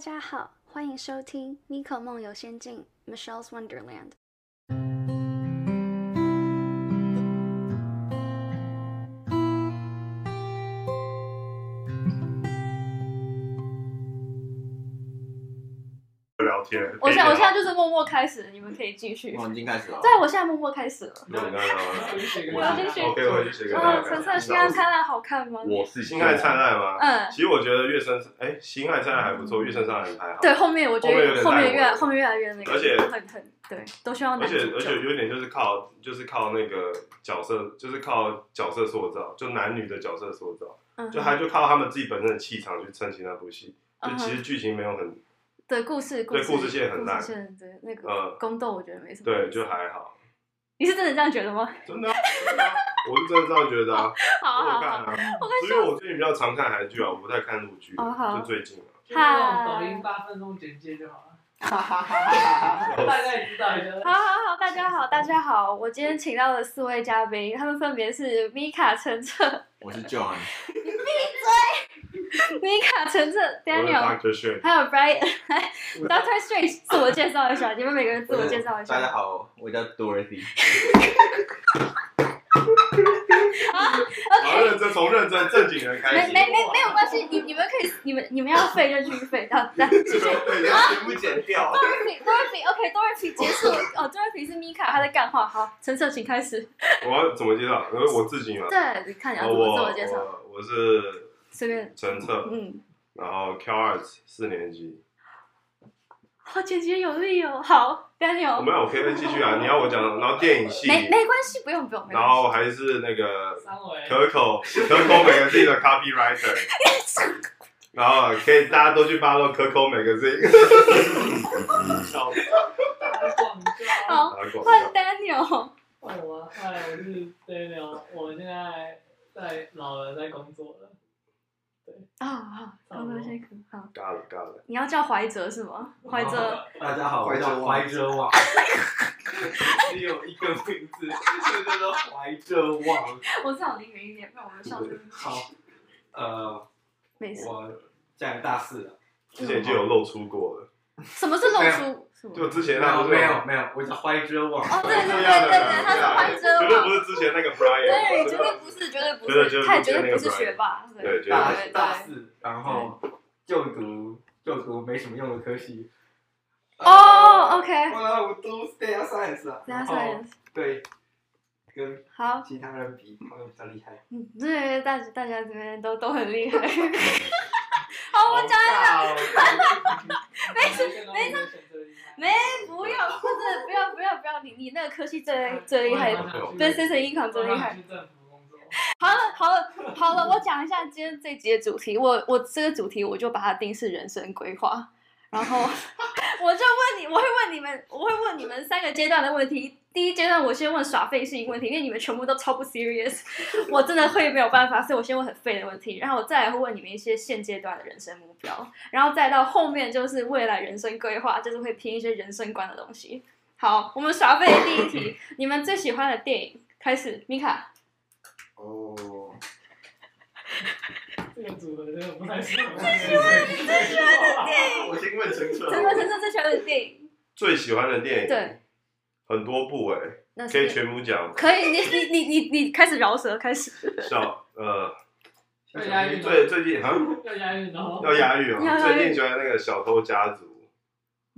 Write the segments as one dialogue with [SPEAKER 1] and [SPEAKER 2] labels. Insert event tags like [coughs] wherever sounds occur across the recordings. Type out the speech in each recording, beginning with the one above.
[SPEAKER 1] 家好，欢迎收听《Nico 梦游仙境》（Michelle's Wonderland）。
[SPEAKER 2] 聊天。
[SPEAKER 3] 我现
[SPEAKER 2] 可以聊
[SPEAKER 3] 我现在就是默默开始，你们可以继续
[SPEAKER 4] 我。们已经开始了。
[SPEAKER 3] 对，我现在默默开始了。
[SPEAKER 2] 那你刚 [laughs] 刚聊了
[SPEAKER 3] 我要进去
[SPEAKER 2] OK，我嗯去写给大家
[SPEAKER 3] 啊，橙
[SPEAKER 2] 看。
[SPEAKER 3] 色西安灿烂好看吗？
[SPEAKER 4] 我是
[SPEAKER 2] 星海灿烂吗？
[SPEAKER 3] 嗯
[SPEAKER 2] 其实我觉得月升，哎，星海灿烂还不错，月升灿烂很还好。
[SPEAKER 3] 对，后面我觉
[SPEAKER 2] 后面有
[SPEAKER 3] 得
[SPEAKER 2] 点
[SPEAKER 3] 后面
[SPEAKER 2] 带
[SPEAKER 3] 越
[SPEAKER 2] 过
[SPEAKER 3] 来后面越来越那个，
[SPEAKER 2] 而且
[SPEAKER 3] 很很对，都需要
[SPEAKER 2] 而
[SPEAKER 3] 男
[SPEAKER 2] 且
[SPEAKER 3] 主
[SPEAKER 2] 而且
[SPEAKER 3] 角。
[SPEAKER 2] 有点就是靠就是靠那个角色，就是靠角色塑造，就男女的角色塑造，
[SPEAKER 3] 嗯
[SPEAKER 2] 就还就靠他们自己本身的气场去撑起那部戏。就
[SPEAKER 3] 嗯哼
[SPEAKER 2] 其实剧情没有很
[SPEAKER 3] 对故事故
[SPEAKER 2] 对
[SPEAKER 3] 事
[SPEAKER 2] 故事线很烂
[SPEAKER 3] 故事线对那个
[SPEAKER 2] 呃
[SPEAKER 3] 宫斗我觉得没什么。
[SPEAKER 2] 对，就还好，
[SPEAKER 3] 你是真的这样觉得吗？
[SPEAKER 2] 真的啊，真的啊我是真的这样觉得啊。
[SPEAKER 3] 好
[SPEAKER 2] 我有
[SPEAKER 3] [laughs] 好
[SPEAKER 2] 看
[SPEAKER 3] 好，
[SPEAKER 2] 啊，所以我最近比较常看韩剧啊，我不太看陆剧，
[SPEAKER 3] 哦好
[SPEAKER 2] 就最近啊。
[SPEAKER 5] 就是那种抖音八分钟简介就好了，大概知道一下。
[SPEAKER 3] 好好好，大家好，大家好，我今天请到了四位嘉宾，他们分别是米卡、陈澈、
[SPEAKER 4] 我是 John，
[SPEAKER 3] 米卡、陈澈、
[SPEAKER 2] 我是
[SPEAKER 3] Daniel，
[SPEAKER 2] Doctor Strange，
[SPEAKER 3] [laughs] 还有 Brian 。Doctor Strange，自我介绍一下，你们每个人自我介绍一下。
[SPEAKER 4] 大家好，我叫 Dorothy。
[SPEAKER 2] 好认真，从认真正经人开
[SPEAKER 3] 没
[SPEAKER 2] 始。
[SPEAKER 3] 没没没有关系，你你们可以，你们你们要废就继续废，这样这样。
[SPEAKER 4] 对，然后全部剪掉。
[SPEAKER 3] Dorothy Dorothy OK Dorothy 结束哦，Dorothy 是 Mika 她的干话，好，陈澈请开始。
[SPEAKER 2] 我要怎么介绍？因为我自己嘛，
[SPEAKER 3] 对，你看你要
[SPEAKER 2] 然
[SPEAKER 3] 怎
[SPEAKER 2] 后
[SPEAKER 3] 么
[SPEAKER 2] 我
[SPEAKER 3] 啊自我介绍，
[SPEAKER 2] 我我是
[SPEAKER 3] 随便，
[SPEAKER 2] 陈策，
[SPEAKER 3] 嗯，
[SPEAKER 2] 然后 Q Arts 四年级。
[SPEAKER 3] 好简洁有力哦。好
[SPEAKER 2] 我
[SPEAKER 3] ，Daniel，
[SPEAKER 2] 没有，我可以再继续啊。你要我讲，然后电影系，
[SPEAKER 3] 没没关系，不用不用，没
[SPEAKER 2] 然
[SPEAKER 3] 关
[SPEAKER 2] 后还是那个
[SPEAKER 5] 三维，
[SPEAKER 2] 可口可口每个自己的
[SPEAKER 3] [laughs]
[SPEAKER 2] copywriter，
[SPEAKER 3] 系。
[SPEAKER 2] 然后可以大家都去 follow 可口每个自己。笑死
[SPEAKER 5] 广告。
[SPEAKER 3] 好，
[SPEAKER 2] 打广
[SPEAKER 3] 换
[SPEAKER 2] 告
[SPEAKER 3] Daniel，
[SPEAKER 5] 换哎我，嗨，我是 Daniel，我现在在老了，在工作了。
[SPEAKER 3] 啊好，高哥先可好，
[SPEAKER 2] 尬了尬了，
[SPEAKER 3] 你要叫怀哲是吗？怀
[SPEAKER 6] [laughs]
[SPEAKER 3] 哲，
[SPEAKER 6] 大家好，我叫怀哲网，只有一个名字，就叫做怀哲网。
[SPEAKER 3] 我最好离远一点，不然我们笑出
[SPEAKER 6] 好，呃，
[SPEAKER 3] 没事。
[SPEAKER 6] 我现在大四了，
[SPEAKER 2] 之前就有露出过了，
[SPEAKER 3] 什么是露出？什么
[SPEAKER 2] 就之前
[SPEAKER 6] 没
[SPEAKER 2] 那
[SPEAKER 6] 有
[SPEAKER 2] 不是
[SPEAKER 6] 没有没有，我叫怀哲网。
[SPEAKER 3] 哦，对
[SPEAKER 2] 不
[SPEAKER 3] 对对
[SPEAKER 2] 一
[SPEAKER 3] 对
[SPEAKER 2] 样的
[SPEAKER 3] 对，他是怀哲
[SPEAKER 2] 啊绝对
[SPEAKER 3] 嘛
[SPEAKER 2] 不。是之前那个 Brian，
[SPEAKER 3] 对，绝对不是，绝对不
[SPEAKER 2] 绝对绝对
[SPEAKER 3] 是，他也
[SPEAKER 2] 不是
[SPEAKER 3] 绝
[SPEAKER 2] 那
[SPEAKER 3] 对
[SPEAKER 2] 个
[SPEAKER 3] 不是学霸。
[SPEAKER 2] 对绝对
[SPEAKER 6] 大
[SPEAKER 2] 不
[SPEAKER 3] 对
[SPEAKER 6] 大
[SPEAKER 3] 对。
[SPEAKER 6] 四，然后就读就读没什么用的科系。
[SPEAKER 3] 哦，OK，
[SPEAKER 6] 我我读 data science 啊，
[SPEAKER 3] 加
[SPEAKER 2] [laughs] 哦
[SPEAKER 3] 上
[SPEAKER 6] 然后
[SPEAKER 3] 也是
[SPEAKER 6] 对，跟
[SPEAKER 3] 好，
[SPEAKER 6] 其他人比，他们比较厉害。
[SPEAKER 3] 嗯，对，大家大家这边都都很厉害。 [laughs]
[SPEAKER 6] 好，我讲
[SPEAKER 5] 没事，
[SPEAKER 3] 没，不要，不是，不要，不要，不要，你你那个科系最最厉害的，对 C
[SPEAKER 5] 对
[SPEAKER 3] C 英康最厉害。
[SPEAKER 5] 去政府工作。
[SPEAKER 3] 好了，好了，好了，我讲一下今天这集的主题。我我这个主题我就把它定是人生规划，然后我就问你，我会问你们，我会问你们三个阶段的问题。第一阶段我先问耍废性问题，因为你们全部都超不 serious，我 [laughs] 真的会没有办法，所以我先问很废的问题，然后我再来会问你们一些现阶段的人生目标，然后再到后面就是未来人生规划，就是会拼一些人生观的东西。好，我们耍废的第一题，你们最喜欢的电影开始，米卡。
[SPEAKER 4] 哦，
[SPEAKER 5] 这个组合真的不太适合。最喜欢，最喜欢的
[SPEAKER 4] 我先问陈澈
[SPEAKER 3] 陈澈陈澈最喜欢的电影，
[SPEAKER 2] 最喜欢的电影，
[SPEAKER 3] 对，
[SPEAKER 2] 很多部哎，
[SPEAKER 3] 那
[SPEAKER 2] 可以
[SPEAKER 3] 是
[SPEAKER 2] 全部讲，
[SPEAKER 3] 可以，你你你你你开始饶舌，开始
[SPEAKER 2] 像呃，
[SPEAKER 5] 要押韵，
[SPEAKER 2] 最最近好像
[SPEAKER 5] 要押韵哦。
[SPEAKER 2] 要押韵
[SPEAKER 3] 要
[SPEAKER 2] 啊，
[SPEAKER 3] 押韵
[SPEAKER 2] 最近喜欢那个《小偷家族》，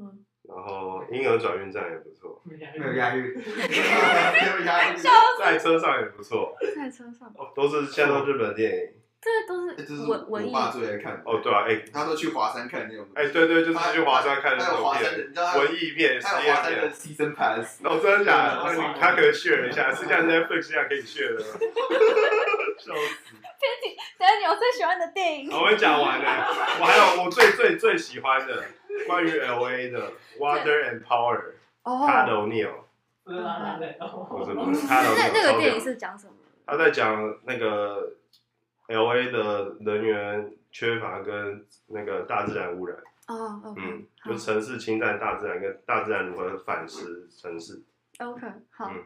[SPEAKER 3] 嗯，
[SPEAKER 2] 然后《婴儿转运站》也不错，
[SPEAKER 6] 没有押韵。
[SPEAKER 4] 没有压力。
[SPEAKER 2] 在车上也不错，哦
[SPEAKER 3] 在车上，
[SPEAKER 2] 都是现在都日本电影。
[SPEAKER 3] 这都
[SPEAKER 4] 这
[SPEAKER 3] 是
[SPEAKER 4] 是
[SPEAKER 3] 文文
[SPEAKER 4] 我
[SPEAKER 3] 艺，
[SPEAKER 4] 爸最爱看的。
[SPEAKER 2] 哦，对啊，哎
[SPEAKER 4] 他说去华山看那种。
[SPEAKER 2] 哎，对对，就是去华山看的
[SPEAKER 4] 还
[SPEAKER 2] 那
[SPEAKER 4] 有
[SPEAKER 2] 种
[SPEAKER 4] 华山
[SPEAKER 2] 片，
[SPEAKER 4] 的，你知道他
[SPEAKER 2] 文艺片、实
[SPEAKER 4] 他有
[SPEAKER 2] 验
[SPEAKER 4] 华山的
[SPEAKER 2] 片。
[SPEAKER 4] season pass。
[SPEAKER 2] 哦，真的假的？那你他可以炫了一下，是像 Netflix 这样可以炫的
[SPEAKER 4] [laughs]
[SPEAKER 2] 吗？ [laughs] 笑死！
[SPEAKER 3] 等一下你最喜欢的电
[SPEAKER 2] [laughs]
[SPEAKER 3] 影，
[SPEAKER 2] 哦我没讲完呢，我还有我最最最喜欢的关于 L A 的 Water and Power，他的
[SPEAKER 3] 哦
[SPEAKER 2] O'Neill，
[SPEAKER 5] 是啊，对。
[SPEAKER 2] 不
[SPEAKER 5] 我
[SPEAKER 2] 是不是他的
[SPEAKER 3] 那
[SPEAKER 2] O'Neill，
[SPEAKER 3] 那
[SPEAKER 2] 超屌
[SPEAKER 3] 个电影是讲什么？
[SPEAKER 2] 他在讲那个 L A 的人员缺乏跟那个大自然污染，
[SPEAKER 3] 哦，OK，
[SPEAKER 2] 嗯，
[SPEAKER 3] 好
[SPEAKER 2] 就城市侵占大自然跟大自然如何反噬城市，
[SPEAKER 3] ，OK，好
[SPEAKER 2] 嗯，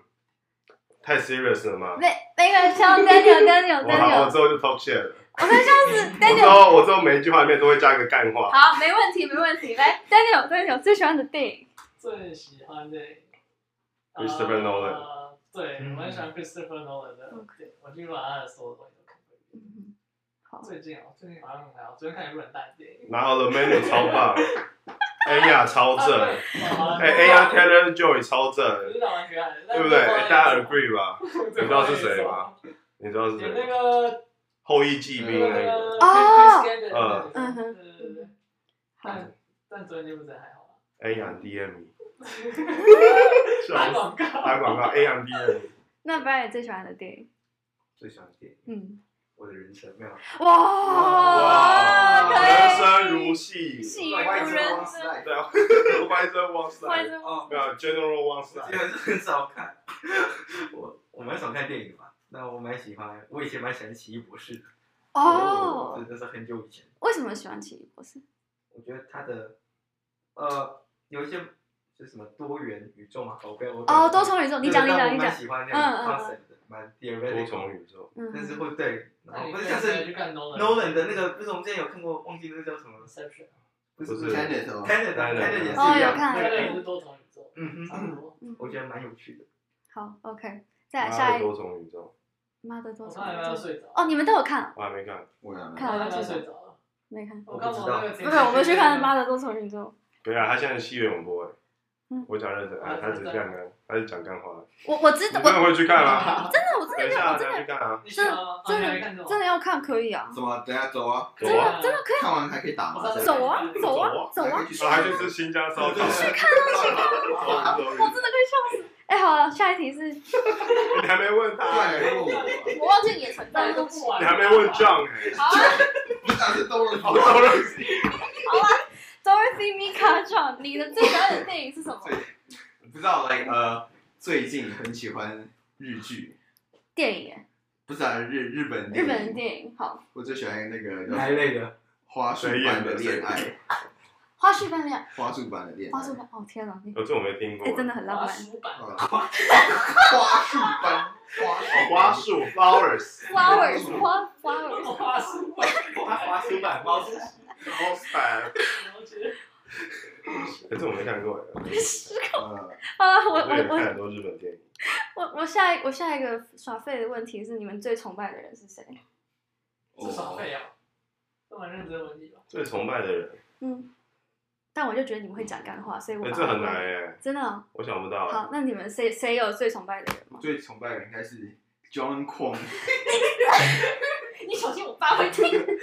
[SPEAKER 2] 太 serious 了吗？
[SPEAKER 3] 那那个像 Daniel Daniel
[SPEAKER 2] 我好，我
[SPEAKER 3] Daniel，
[SPEAKER 2] 之后就 talk shit 了。
[SPEAKER 3] 我们笑死
[SPEAKER 2] 我之
[SPEAKER 3] Daniel。
[SPEAKER 2] 后我之后每一句话里面都会加一个干话。
[SPEAKER 3] 好，没问题，没问题。来，Daniel Daniel 最喜欢的电影，
[SPEAKER 5] 最喜欢的
[SPEAKER 2] [laughs] Christopher Nolan
[SPEAKER 5] 呃对，
[SPEAKER 6] 嗯
[SPEAKER 5] 我很喜欢 Christopher Nolan 的电影，我几乎把他的所有东西都看过。
[SPEAKER 3] 嗯，好，
[SPEAKER 5] 最近哦，最近好像很还好，昨天看一部很烂的电影。
[SPEAKER 2] 然后 The Menu 超
[SPEAKER 3] [laughs]
[SPEAKER 2] 棒，恩雅超正，
[SPEAKER 3] 嗯
[SPEAKER 5] 好
[SPEAKER 2] 哎，恩雅 Taylor Joy 超正，
[SPEAKER 5] 知道蛮可爱的，
[SPEAKER 2] 对不对？哎大
[SPEAKER 5] [laughs]
[SPEAKER 2] 家 agree 吧？
[SPEAKER 5] 你
[SPEAKER 2] 你知道是谁吗？你知道是
[SPEAKER 5] 有
[SPEAKER 2] 谁
[SPEAKER 5] 那
[SPEAKER 2] 吗？
[SPEAKER 5] 个
[SPEAKER 2] 后羿骑兵那个，
[SPEAKER 3] 哦
[SPEAKER 5] 哦
[SPEAKER 3] 嗯哼
[SPEAKER 5] 对对对，但但昨天那部真的还好啊吧。
[SPEAKER 2] 恩雅 DM，
[SPEAKER 5] 打
[SPEAKER 2] [laughs] 笑死，
[SPEAKER 5] 广告，
[SPEAKER 2] 打广告，恩雅 DM，
[SPEAKER 3] 那 Brian 最喜欢的电影，
[SPEAKER 6] 最喜欢的电影，
[SPEAKER 3] 嗯，
[SPEAKER 6] 我的人生没有。
[SPEAKER 3] 哇，
[SPEAKER 2] 哇，
[SPEAKER 3] 可
[SPEAKER 2] 人
[SPEAKER 3] 以，
[SPEAKER 2] 生如 [laughs] 戏，
[SPEAKER 3] 戏如人生，
[SPEAKER 2] 对啊，外甥忘
[SPEAKER 3] 外
[SPEAKER 2] 塞，
[SPEAKER 3] 甥
[SPEAKER 6] 哦，
[SPEAKER 2] 没有 General 忘
[SPEAKER 6] 我
[SPEAKER 2] 塞，
[SPEAKER 6] 基本上很少看，我我蛮少看电影的嘛。那我蛮喜欢，我以前蛮喜欢《奇异博士》的，
[SPEAKER 3] 哦，
[SPEAKER 6] 真的是很久以前。
[SPEAKER 3] 为什么喜欢奇异博士？
[SPEAKER 6] 我觉得他的呃有一些就是什么多元宇宙嘛，我不要我不要
[SPEAKER 3] 哦，多重宇宙，你讲，你讲，你
[SPEAKER 6] 我蛮
[SPEAKER 3] 讲，
[SPEAKER 6] 喜欢那
[SPEAKER 3] 嗯嗯
[SPEAKER 6] 样
[SPEAKER 3] 嗯
[SPEAKER 6] concept 的，蛮 t h e o r e t i
[SPEAKER 2] 多
[SPEAKER 6] c
[SPEAKER 2] 重宇宙，
[SPEAKER 6] 但是
[SPEAKER 3] 嗯，
[SPEAKER 6] 会对，然
[SPEAKER 5] 那
[SPEAKER 6] 后
[SPEAKER 5] 你
[SPEAKER 6] 不
[SPEAKER 5] 可
[SPEAKER 6] 是
[SPEAKER 5] 以
[SPEAKER 6] 像
[SPEAKER 5] 再去
[SPEAKER 6] 是
[SPEAKER 5] 看 Nolan
[SPEAKER 6] Nolan 的那个，不是我们之前有看过，忘记那个叫什么了，
[SPEAKER 5] Inception，
[SPEAKER 6] 不
[SPEAKER 2] 不是
[SPEAKER 4] Tenet 哦
[SPEAKER 6] t e n e t t e n e t 也是一
[SPEAKER 3] 哦有
[SPEAKER 6] 样，
[SPEAKER 3] 看
[SPEAKER 5] 那
[SPEAKER 6] 那
[SPEAKER 5] 个也
[SPEAKER 6] 个
[SPEAKER 5] 是多重宇宙，
[SPEAKER 6] 嗯
[SPEAKER 2] 啊
[SPEAKER 5] 差不
[SPEAKER 6] 哼，
[SPEAKER 5] 多。
[SPEAKER 6] 我觉得蛮有趣的。
[SPEAKER 3] 好，OK，再来
[SPEAKER 2] 妈
[SPEAKER 3] 下
[SPEAKER 2] 的
[SPEAKER 3] 一，
[SPEAKER 2] 多重宇宙，
[SPEAKER 3] 妈的多重
[SPEAKER 5] 我差点要
[SPEAKER 3] 宇宙，
[SPEAKER 5] 睡着，
[SPEAKER 3] 哦，你们都有看，
[SPEAKER 2] 我还没看，
[SPEAKER 4] 我也没
[SPEAKER 3] 看
[SPEAKER 5] 差
[SPEAKER 3] 完
[SPEAKER 5] 点
[SPEAKER 3] 了就
[SPEAKER 5] 要
[SPEAKER 3] 是
[SPEAKER 5] 睡着了。
[SPEAKER 3] 没看，
[SPEAKER 5] 我刚从那个
[SPEAKER 3] 不
[SPEAKER 5] 不
[SPEAKER 3] 是，我们去看妈的多重宇宙，
[SPEAKER 2] 对啊，他现在是戏院永播哎
[SPEAKER 3] 嗯，
[SPEAKER 2] 我讲认真，哎，他只是这样干，他是讲干 [laughs] 话，
[SPEAKER 3] 我我
[SPEAKER 2] 你
[SPEAKER 3] 知
[SPEAKER 2] 真
[SPEAKER 3] 道，我真
[SPEAKER 2] 的会去看吗？
[SPEAKER 3] 的我真
[SPEAKER 2] 等
[SPEAKER 3] 的
[SPEAKER 2] 一
[SPEAKER 3] 要，
[SPEAKER 2] 下
[SPEAKER 3] 我真
[SPEAKER 2] 再
[SPEAKER 3] 的
[SPEAKER 2] 去看啊，
[SPEAKER 5] 你喜欢吗？
[SPEAKER 3] 真
[SPEAKER 5] 啊你还没看
[SPEAKER 3] 的真的要看，可以啊，
[SPEAKER 4] 怎么？等下走啊！
[SPEAKER 2] 走
[SPEAKER 5] 真
[SPEAKER 2] 啊，
[SPEAKER 5] 的真的
[SPEAKER 4] 看完还可以打麻将，
[SPEAKER 3] 走啊，走啊，走
[SPEAKER 4] 还
[SPEAKER 3] 啊
[SPEAKER 4] 可以！去
[SPEAKER 2] 然后还去吃新家烧烤，
[SPEAKER 4] 去
[SPEAKER 2] 看啊去
[SPEAKER 3] 我真的快笑死！哎、好了，下一题是，
[SPEAKER 2] 你还没问他
[SPEAKER 4] 快
[SPEAKER 2] 欸，
[SPEAKER 4] 点问我，
[SPEAKER 3] 我忘记你的存
[SPEAKER 5] 那
[SPEAKER 3] 好
[SPEAKER 5] 都不玩，
[SPEAKER 2] 你还没问 John 哎，
[SPEAKER 3] 啊
[SPEAKER 4] 不想是都是
[SPEAKER 2] 好多人死
[SPEAKER 3] ，Dorothy Mika John，你的最喜欢的电影是什么？
[SPEAKER 4] 不知道，like 呃，最近很喜欢日剧，
[SPEAKER 3] 电影，
[SPEAKER 4] 不是啊，日日本
[SPEAKER 3] 日
[SPEAKER 4] 电影
[SPEAKER 3] 本的电影。好，
[SPEAKER 4] 我最喜欢那个
[SPEAKER 6] 哪一
[SPEAKER 4] 叫
[SPEAKER 6] 类的？
[SPEAKER 4] 花束般的恋
[SPEAKER 2] 谁
[SPEAKER 4] 爱，
[SPEAKER 3] 花絮饭店，
[SPEAKER 4] 花束般的恋爱，
[SPEAKER 3] 花絮饭，哦天哪，你
[SPEAKER 2] 哦，这我没听过
[SPEAKER 3] 哎、，真的很浪
[SPEAKER 5] 滑
[SPEAKER 3] 漫。
[SPEAKER 5] 鼠版
[SPEAKER 4] 呃花束般花束
[SPEAKER 2] 花束 flowers，
[SPEAKER 3] Flowers，花 Flowers，
[SPEAKER 5] 花束版，
[SPEAKER 6] 花花书版包子，
[SPEAKER 2] 好烦，
[SPEAKER 5] 我觉得
[SPEAKER 2] 哎，这我没看过哎，
[SPEAKER 4] 呃，
[SPEAKER 3] 啊，我
[SPEAKER 2] 我也看
[SPEAKER 3] 我
[SPEAKER 2] 很多日本电影，
[SPEAKER 3] 我我我下一我下一个耍废的问题是，你们最崇拜的人是谁？
[SPEAKER 2] 哦
[SPEAKER 5] 至少费啊，这蛮认真的问题吧。
[SPEAKER 2] 最崇拜的人，
[SPEAKER 3] 嗯，但我就觉得你们会讲干话，所以我
[SPEAKER 2] 哎，
[SPEAKER 3] 把
[SPEAKER 2] 这很难，哎，
[SPEAKER 3] 真的哦、
[SPEAKER 2] 我想不到哎，
[SPEAKER 3] 好，那你们谁谁有最崇拜的人吗
[SPEAKER 4] 我？最崇拜的应该是 John Kwon，
[SPEAKER 3] 你小心我爸会听。 [laughs]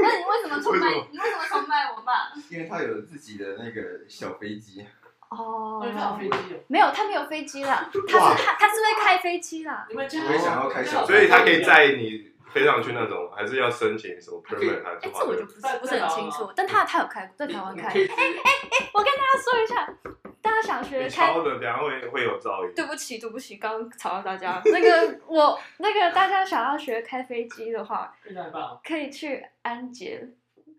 [SPEAKER 3] 那你为什么崇拜
[SPEAKER 2] 为什么？
[SPEAKER 3] 你为什么崇拜我爸？
[SPEAKER 4] 因为他有自己的那个小飞机，
[SPEAKER 5] 那你看我
[SPEAKER 3] 哦
[SPEAKER 5] 飞，机哦，
[SPEAKER 3] 没有，他没有飞
[SPEAKER 2] [laughs]
[SPEAKER 3] 机啦，他是他他是会开飞机啦。
[SPEAKER 5] 你们家
[SPEAKER 4] 我也想要开小飞机
[SPEAKER 2] 所以他可以载你飞上去那种，还是要申请什么 permit 还
[SPEAKER 3] 哎
[SPEAKER 2] 是，
[SPEAKER 3] 这我就不是不是很清楚，但他他有开过，在台湾开。哎
[SPEAKER 4] 你
[SPEAKER 3] 哎哎，我跟大家说一下，大家想学
[SPEAKER 2] 你
[SPEAKER 3] 开
[SPEAKER 2] 敲的，等下会会有噪音。
[SPEAKER 3] 对不起，对不起，刚刚吵到大家。那个我那个大家想要学开飞机的话，
[SPEAKER 5] 可以让你办哦。
[SPEAKER 3] 可以去安捷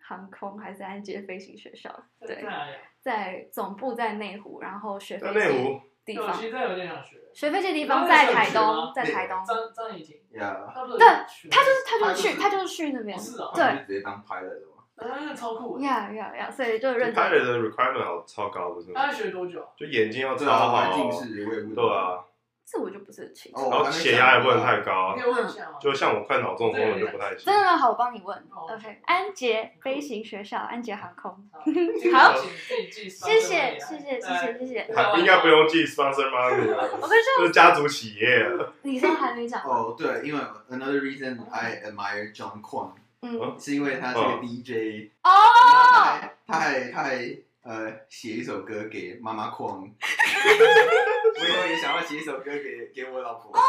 [SPEAKER 3] 航空还是安捷飞行学校？
[SPEAKER 5] 在
[SPEAKER 3] 对，
[SPEAKER 5] 哪里啊？
[SPEAKER 3] 在总部在内湖，然后学
[SPEAKER 2] 在
[SPEAKER 3] 飞
[SPEAKER 2] 内
[SPEAKER 3] 机
[SPEAKER 2] 湖，
[SPEAKER 3] 地
[SPEAKER 5] 对我
[SPEAKER 3] 方
[SPEAKER 5] 其，实真的有点想学。
[SPEAKER 3] 学飞机地
[SPEAKER 5] 那
[SPEAKER 3] 方
[SPEAKER 5] 个
[SPEAKER 3] 在
[SPEAKER 5] 是
[SPEAKER 3] 台
[SPEAKER 5] 学
[SPEAKER 3] 东
[SPEAKER 5] 吗，
[SPEAKER 3] 在台东，
[SPEAKER 5] 张张怡婷，
[SPEAKER 4] 呀，
[SPEAKER 5] 他不是
[SPEAKER 3] 对
[SPEAKER 5] 去
[SPEAKER 3] 他就是他就是去
[SPEAKER 4] 他
[SPEAKER 3] 他
[SPEAKER 4] 就
[SPEAKER 3] 就是去那边
[SPEAKER 5] 哦，是啊，
[SPEAKER 3] 对
[SPEAKER 4] 他就直接当 pilot 了嘛，
[SPEAKER 5] 嗯，超酷的。
[SPEAKER 3] 呀呀呀，所以就认
[SPEAKER 2] 他
[SPEAKER 3] 真。
[SPEAKER 2] 人的 requirement 好超高，不是
[SPEAKER 5] 他
[SPEAKER 2] 吗？
[SPEAKER 5] 学多久啊？
[SPEAKER 2] 就眼睛要超
[SPEAKER 4] 对啊，
[SPEAKER 2] 好
[SPEAKER 4] 环，境是我也不懂
[SPEAKER 2] 对，啊，
[SPEAKER 3] 这我就不是很清楚。
[SPEAKER 4] 哦
[SPEAKER 2] 然后血压也不能太高啊
[SPEAKER 5] 你，可以问一下哦吗？
[SPEAKER 2] 就像我快脑中风我就不太行
[SPEAKER 3] 真。的吗？好，我帮你问。
[SPEAKER 5] 哦
[SPEAKER 3] OK，安捷飞行学校，安捷航空。
[SPEAKER 5] 好，这个
[SPEAKER 3] 好
[SPEAKER 5] 请自己记上
[SPEAKER 3] 谢
[SPEAKER 5] 这个
[SPEAKER 3] 谢，谢谢，
[SPEAKER 5] 也还
[SPEAKER 3] 谢谢，谢谢。
[SPEAKER 2] 还应该不。用记 sponsor money 啊，
[SPEAKER 3] [laughs] 我跟你说，
[SPEAKER 2] 就是家族企业啊了。
[SPEAKER 3] 你说还没讲完。
[SPEAKER 4] 哦，对，因为 another reason I admire John Kwon
[SPEAKER 3] 嗯，
[SPEAKER 4] 是因为他是个
[SPEAKER 2] 嗯
[SPEAKER 4] DJ，
[SPEAKER 3] 哦，
[SPEAKER 4] 他还他还他还呃写一首歌给妈妈
[SPEAKER 2] [laughs]
[SPEAKER 4] Kwon，我以后也想要写一首歌给给我老婆。
[SPEAKER 3] 哦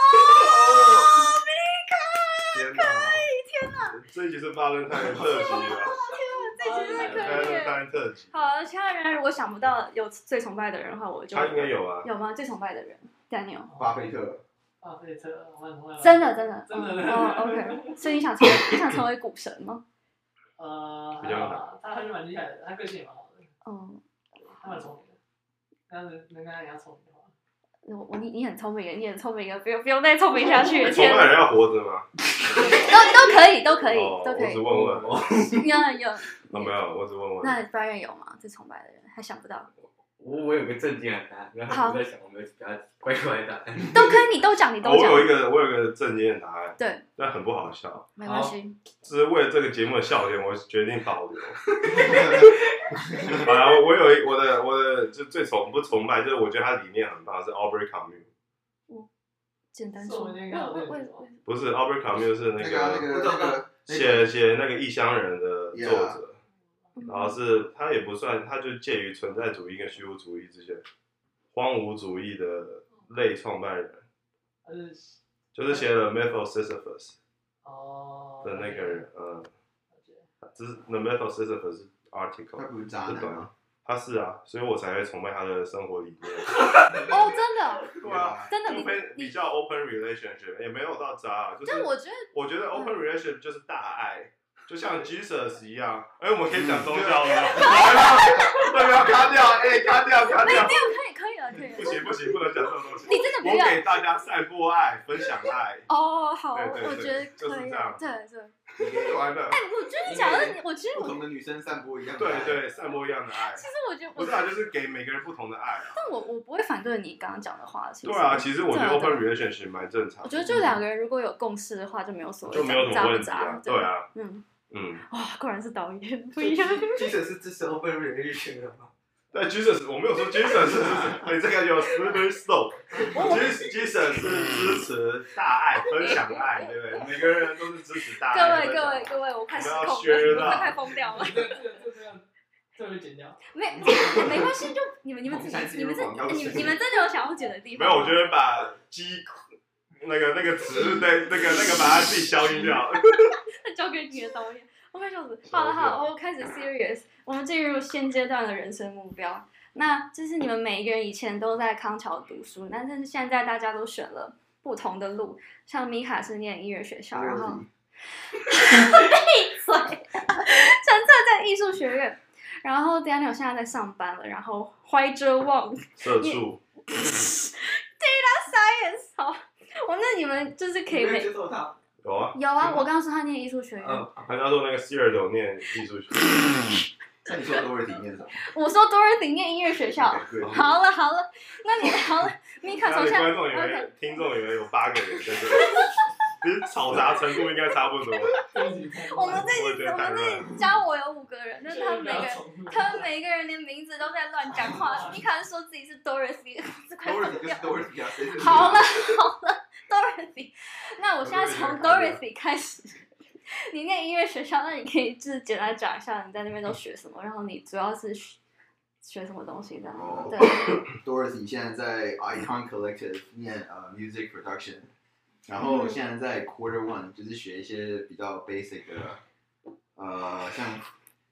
[SPEAKER 2] 天哪，天哪！这一集是巴伦泰的特辑啊，
[SPEAKER 3] 这集真的
[SPEAKER 2] 巴
[SPEAKER 3] 可以
[SPEAKER 2] 伦
[SPEAKER 3] 耶。
[SPEAKER 2] 泰特辑，
[SPEAKER 3] 好，其他人如果想不到有最崇拜的人的话，我就
[SPEAKER 2] 他应该有啊。
[SPEAKER 3] 有吗？最崇拜的人，Daniel，
[SPEAKER 4] 巴
[SPEAKER 2] [laughs]
[SPEAKER 4] 菲特，
[SPEAKER 5] 巴菲特，我很会
[SPEAKER 3] 真的真的。
[SPEAKER 5] 真的真的
[SPEAKER 3] 哦，OK，所以你想成为你想成为股神吗？
[SPEAKER 5] 呃，
[SPEAKER 2] 比较难
[SPEAKER 5] 好吧他还是蛮厉害的，他个性也蛮好的，
[SPEAKER 3] 嗯，
[SPEAKER 5] 他蛮聪明的，但是能跟他一样聪明的话，
[SPEAKER 3] 我我你你很聪明耶，你很聪明啊，不用不用再聪明下去了，
[SPEAKER 2] 聪
[SPEAKER 3] 天
[SPEAKER 2] 明
[SPEAKER 3] 哪，
[SPEAKER 2] 人要活着吗？
[SPEAKER 3] 都都可以，都可以，
[SPEAKER 2] 哦
[SPEAKER 3] 都
[SPEAKER 2] 我
[SPEAKER 3] 可以
[SPEAKER 2] 只。问问，哦，
[SPEAKER 3] [laughs] 那有
[SPEAKER 2] 没有，我只问问。
[SPEAKER 3] 那 Brian 有吗？最崇拜的人还想不到，
[SPEAKER 6] 我我有个正经的答案，然
[SPEAKER 3] 好
[SPEAKER 6] 后我在想我们比较乖乖的答案。
[SPEAKER 3] 都可以，你都讲，你
[SPEAKER 2] 哦我
[SPEAKER 3] 都讲，
[SPEAKER 2] 有一个，我有一个正经的答案，
[SPEAKER 3] 对，
[SPEAKER 2] 但很不好笑，
[SPEAKER 3] 没关系。
[SPEAKER 2] 只是为了这个节目的笑点，我决定保留。 [laughs] 好了，我有一我的我的就最崇不崇拜，就是我觉得他理念很棒，是 Albert Camus，
[SPEAKER 3] 简单
[SPEAKER 5] 是
[SPEAKER 3] 说，
[SPEAKER 5] 我
[SPEAKER 3] 为
[SPEAKER 5] 们那
[SPEAKER 3] 为
[SPEAKER 5] 个
[SPEAKER 3] 为为
[SPEAKER 5] 为什么
[SPEAKER 2] 不是 Albert Camus 是那
[SPEAKER 4] 那个啊那
[SPEAKER 2] 个
[SPEAKER 4] 个那
[SPEAKER 3] 呃
[SPEAKER 4] 个
[SPEAKER 2] 写写那个异乡人的作者，
[SPEAKER 3] 嗯
[SPEAKER 2] 然后是他也不算，他就介于存在主义跟虚无主义之间，荒芜主义的类创办人，
[SPEAKER 5] 他是
[SPEAKER 2] 就是写了《Myth of Sisyphus》
[SPEAKER 5] 哦
[SPEAKER 2] 的那个人，嗯，
[SPEAKER 5] 了解
[SPEAKER 2] 只是《The Myth of Sisyphus》
[SPEAKER 4] 他
[SPEAKER 2] article
[SPEAKER 4] 不是渣
[SPEAKER 2] 不
[SPEAKER 4] 男
[SPEAKER 2] 懂啊？，
[SPEAKER 4] 吗
[SPEAKER 2] 他是啊，所以我才会崇拜他的生活理
[SPEAKER 4] [laughs]
[SPEAKER 2] 念。
[SPEAKER 3] 哦，真的
[SPEAKER 2] 对啊，
[SPEAKER 3] 真的，
[SPEAKER 2] 除非
[SPEAKER 3] 你
[SPEAKER 2] 比
[SPEAKER 3] 你，
[SPEAKER 2] 较 open relationship，也没有到渣啊，就是
[SPEAKER 3] 但我觉得
[SPEAKER 2] 我觉得 open relationship 就是大爱，就像 Jesus 一样。哎，我们可以讲宗教了吗，[laughs]
[SPEAKER 3] 嗯
[SPEAKER 2] 要不要卡掉？哎，卡掉，卡
[SPEAKER 3] 没有
[SPEAKER 2] 掉
[SPEAKER 3] 没，有，可以可以了，可以
[SPEAKER 2] 不
[SPEAKER 3] 了。
[SPEAKER 2] 行不行，不能讲这种东西。
[SPEAKER 3] 你真的不
[SPEAKER 2] 我
[SPEAKER 3] 要
[SPEAKER 2] 给大家散播爱，分享爱，
[SPEAKER 3] 哦，好，
[SPEAKER 2] 对对对
[SPEAKER 3] 我觉得
[SPEAKER 2] 就是
[SPEAKER 3] 可以
[SPEAKER 2] 这样
[SPEAKER 3] 了，对对。
[SPEAKER 2] 完了，
[SPEAKER 3] 哎，我觉得你讲的是，我其实
[SPEAKER 4] 不
[SPEAKER 3] 我
[SPEAKER 4] 同的女生散播一样的
[SPEAKER 2] 对
[SPEAKER 4] 爱，
[SPEAKER 2] 对，散播一样的爱
[SPEAKER 3] 其。实我觉得
[SPEAKER 2] 不
[SPEAKER 3] 我
[SPEAKER 2] 是啊，就是给每个人不同的爱啊。
[SPEAKER 3] 但我我不会反对你刚刚讲的话，其实
[SPEAKER 2] 对啊，其实我觉得
[SPEAKER 3] 对啊对
[SPEAKER 2] open
[SPEAKER 3] 啊
[SPEAKER 2] relationship 蛮正常
[SPEAKER 3] 我
[SPEAKER 2] 的，
[SPEAKER 3] 觉得就两个人如果有共识的话，就没有所谓
[SPEAKER 2] 就没有什
[SPEAKER 3] 渣
[SPEAKER 2] 么
[SPEAKER 3] 不
[SPEAKER 2] 问题
[SPEAKER 3] 渣
[SPEAKER 2] 啊。对，啊，
[SPEAKER 3] 嗯，
[SPEAKER 2] 嗯。
[SPEAKER 3] 哇，果然是导演不
[SPEAKER 6] 所
[SPEAKER 3] 一
[SPEAKER 6] 以
[SPEAKER 3] 样。
[SPEAKER 6] Jesus 是支持 open relation 的吗？
[SPEAKER 2] 但 Jesus 我没有说
[SPEAKER 3] [laughs]
[SPEAKER 2] Jesus 是支持，你这个有 slippery slope。Jesus Jesus 是支持大爱、分享爱，对不对？每个人都是支持大
[SPEAKER 3] 各
[SPEAKER 2] 爱。
[SPEAKER 3] 位
[SPEAKER 2] 分享
[SPEAKER 3] 各
[SPEAKER 2] 爱
[SPEAKER 3] 位各位，我快失控
[SPEAKER 2] 不要削
[SPEAKER 3] 了，
[SPEAKER 2] 了
[SPEAKER 3] 我快疯
[SPEAKER 2] [laughs]
[SPEAKER 3] 掉了。
[SPEAKER 5] 这个这个这个要这个剪掉，
[SPEAKER 3] 没没关系，就你们你们自
[SPEAKER 4] 好像
[SPEAKER 3] 己
[SPEAKER 4] 是
[SPEAKER 3] 你们自
[SPEAKER 4] 有广告
[SPEAKER 3] 己你
[SPEAKER 4] 词
[SPEAKER 3] 们你们真的有想要剪的地
[SPEAKER 2] 没
[SPEAKER 3] 方
[SPEAKER 2] 有，
[SPEAKER 3] 吗？
[SPEAKER 2] 我觉得把鸡那个那个词，对那个那个把它自己消音掉。
[SPEAKER 3] [laughs] 交给你的导演。哦我快笑死！好了好了，我开始 serious。我们进入现阶段的人生目标。那就是你们每一个人以前都在康桥读书，但是现在大家都选了不同的路。像米卡是念音乐学校，然后所以陈策在艺术学院，然后 Daniel 现在在上班了，然后怀着望
[SPEAKER 2] 社畜，
[SPEAKER 3] science 好。哎我那你们就是可以
[SPEAKER 6] 你会
[SPEAKER 3] 每
[SPEAKER 6] 接受他。
[SPEAKER 2] 有啊，
[SPEAKER 3] 有啊，我刚刚说他念艺术学院，
[SPEAKER 6] 嗯，
[SPEAKER 2] 他刚说那个 Cyril 念艺术学，
[SPEAKER 4] 那你说多瑞婷念
[SPEAKER 3] [laughs]
[SPEAKER 4] 什么？
[SPEAKER 3] 我说 Dorothy 念音乐学校。
[SPEAKER 4] 对
[SPEAKER 3] 好了好了，那 [laughs] 你好了，米卡
[SPEAKER 2] 那
[SPEAKER 3] 从
[SPEAKER 2] 你
[SPEAKER 3] 现在
[SPEAKER 2] 观众以
[SPEAKER 3] OK
[SPEAKER 2] 为听众以为有八个人在
[SPEAKER 3] [laughs]
[SPEAKER 2] 这里，其实吵杂程度应该差不多。
[SPEAKER 5] 这一集太
[SPEAKER 3] [laughs] 我们这
[SPEAKER 2] 我也觉
[SPEAKER 3] 一
[SPEAKER 2] 得
[SPEAKER 3] 我
[SPEAKER 2] 太
[SPEAKER 3] 们
[SPEAKER 2] 乱
[SPEAKER 3] 这 [laughs]
[SPEAKER 2] 了
[SPEAKER 3] 一加我有五个人，就是他们每
[SPEAKER 5] 这
[SPEAKER 3] 个
[SPEAKER 5] 个
[SPEAKER 3] 人
[SPEAKER 5] [laughs] 要，重录
[SPEAKER 3] 他们每个人连名字都在乱讲 [laughs] 话。你可能说自己是 Dorothy，这快
[SPEAKER 4] 多瑞
[SPEAKER 3] 疯
[SPEAKER 4] 婷就
[SPEAKER 3] 掉
[SPEAKER 4] 是。多瑞婷啊，谁是
[SPEAKER 3] 好了好了，Dorothy，那我现在从
[SPEAKER 2] 我觉得有点
[SPEAKER 3] Dorothy 开始。你念音乐学校，那你可以就是简单讲一下你在那边都学什么，然后你主要是学学什么东西这样。
[SPEAKER 4] 哦
[SPEAKER 3] 对，
[SPEAKER 4] Dorothy 现在在 Icon Collective 念呃 music production，然后
[SPEAKER 3] 嗯
[SPEAKER 4] 现在在 Quarter One 就是学一些比较 basic 的，呃，像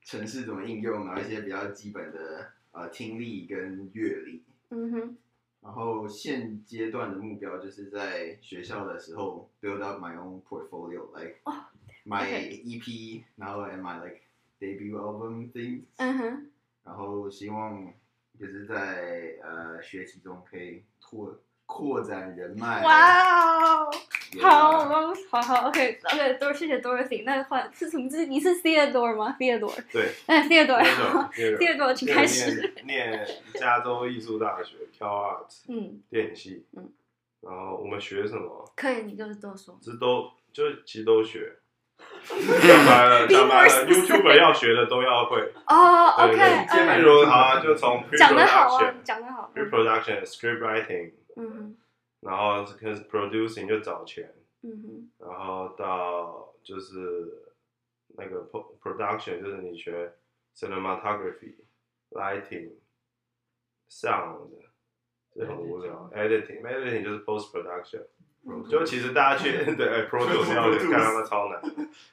[SPEAKER 4] 城市怎么应用，然后一些比较基本的呃听力跟乐理。
[SPEAKER 3] 嗯哼，
[SPEAKER 4] 然后现阶段的目标就是在学校的时候 build up my own portfolio，like
[SPEAKER 3] 哦
[SPEAKER 4] my
[SPEAKER 3] okay
[SPEAKER 4] EP，然后 and my like debut album things。
[SPEAKER 3] 嗯哼，
[SPEAKER 4] 然后希望就是在呃学习中可以拓扩展人
[SPEAKER 3] 哎
[SPEAKER 4] 脉。
[SPEAKER 3] 哇哦！
[SPEAKER 4] 也，
[SPEAKER 3] 好，我好好，OK OK，多谢谢 Dorothy。那换是什么？是你是 Theodore 吗？Theodore，
[SPEAKER 2] 对，
[SPEAKER 3] 哎，Theodore，Theodore， [laughs]
[SPEAKER 2] Cyril
[SPEAKER 3] 请开始。
[SPEAKER 2] 念加州艺术大学 Cal Arts
[SPEAKER 3] 嗯，
[SPEAKER 2] 电影系，
[SPEAKER 3] 嗯
[SPEAKER 2] 然后我们学什么？
[SPEAKER 3] 可以，你就是都说。
[SPEAKER 2] 这都就是其实都学。讲白了，
[SPEAKER 3] Be
[SPEAKER 2] 讲白
[SPEAKER 3] more
[SPEAKER 2] 了
[SPEAKER 3] specific
[SPEAKER 2] ，YouTuber 要学的都要会。
[SPEAKER 3] 哦
[SPEAKER 2] 对对，
[SPEAKER 3] ，OK，
[SPEAKER 2] 譬如好啊，就从 pre
[SPEAKER 3] [laughs] 讲的好啊
[SPEAKER 2] production、，
[SPEAKER 3] 讲的好。
[SPEAKER 2] pre production、script writing，
[SPEAKER 3] 嗯哼，
[SPEAKER 2] 然后开始 producing 就找钱，
[SPEAKER 3] 嗯哼，
[SPEAKER 2] 然后到就是那个 pro- production 就是你学 cinematography、lighting、sound，这很无聊。editing editing 就是 post production。就其实大家 [laughs] 去对哎 produce 要看他们超难。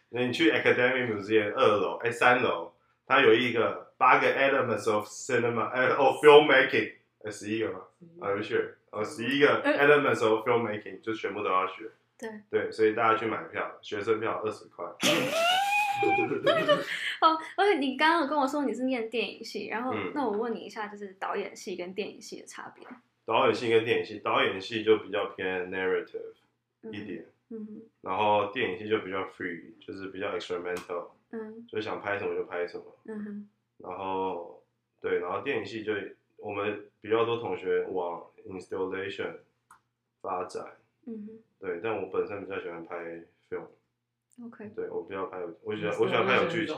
[SPEAKER 2] 你去 Academy Museum 二楼哎三楼，它有一个八个 elements of cinema 哎 of filmmaking 哎十一个吗？啊，有学哦十一个
[SPEAKER 3] 嗯
[SPEAKER 2] elements of filmmaking 就全部都要学。
[SPEAKER 3] 对
[SPEAKER 2] 对，所以大家去买票，学生票二十块。
[SPEAKER 3] 哦，而且你刚刚有跟我说你是念电影系，然后
[SPEAKER 2] 嗯
[SPEAKER 3] 那我问你一下，就是导演系跟电影系的差别。
[SPEAKER 2] 导演系跟电影系，导演系就比较偏 narrative
[SPEAKER 7] 嗯
[SPEAKER 2] 一点，
[SPEAKER 7] 嗯
[SPEAKER 2] 然后电影系就比较 free，就是比较 experimental，
[SPEAKER 7] 嗯
[SPEAKER 2] 就想拍什么就拍什么。
[SPEAKER 7] 嗯哼
[SPEAKER 2] 然后对，然后电影系就我们比较多同学往 installation 发展，
[SPEAKER 7] 嗯
[SPEAKER 2] 对，但我本身比较喜欢拍 film，
[SPEAKER 7] 哼，OK，
[SPEAKER 2] 对我比较拍有，我
[SPEAKER 5] 我
[SPEAKER 2] 喜欢我喜欢拍有剧情。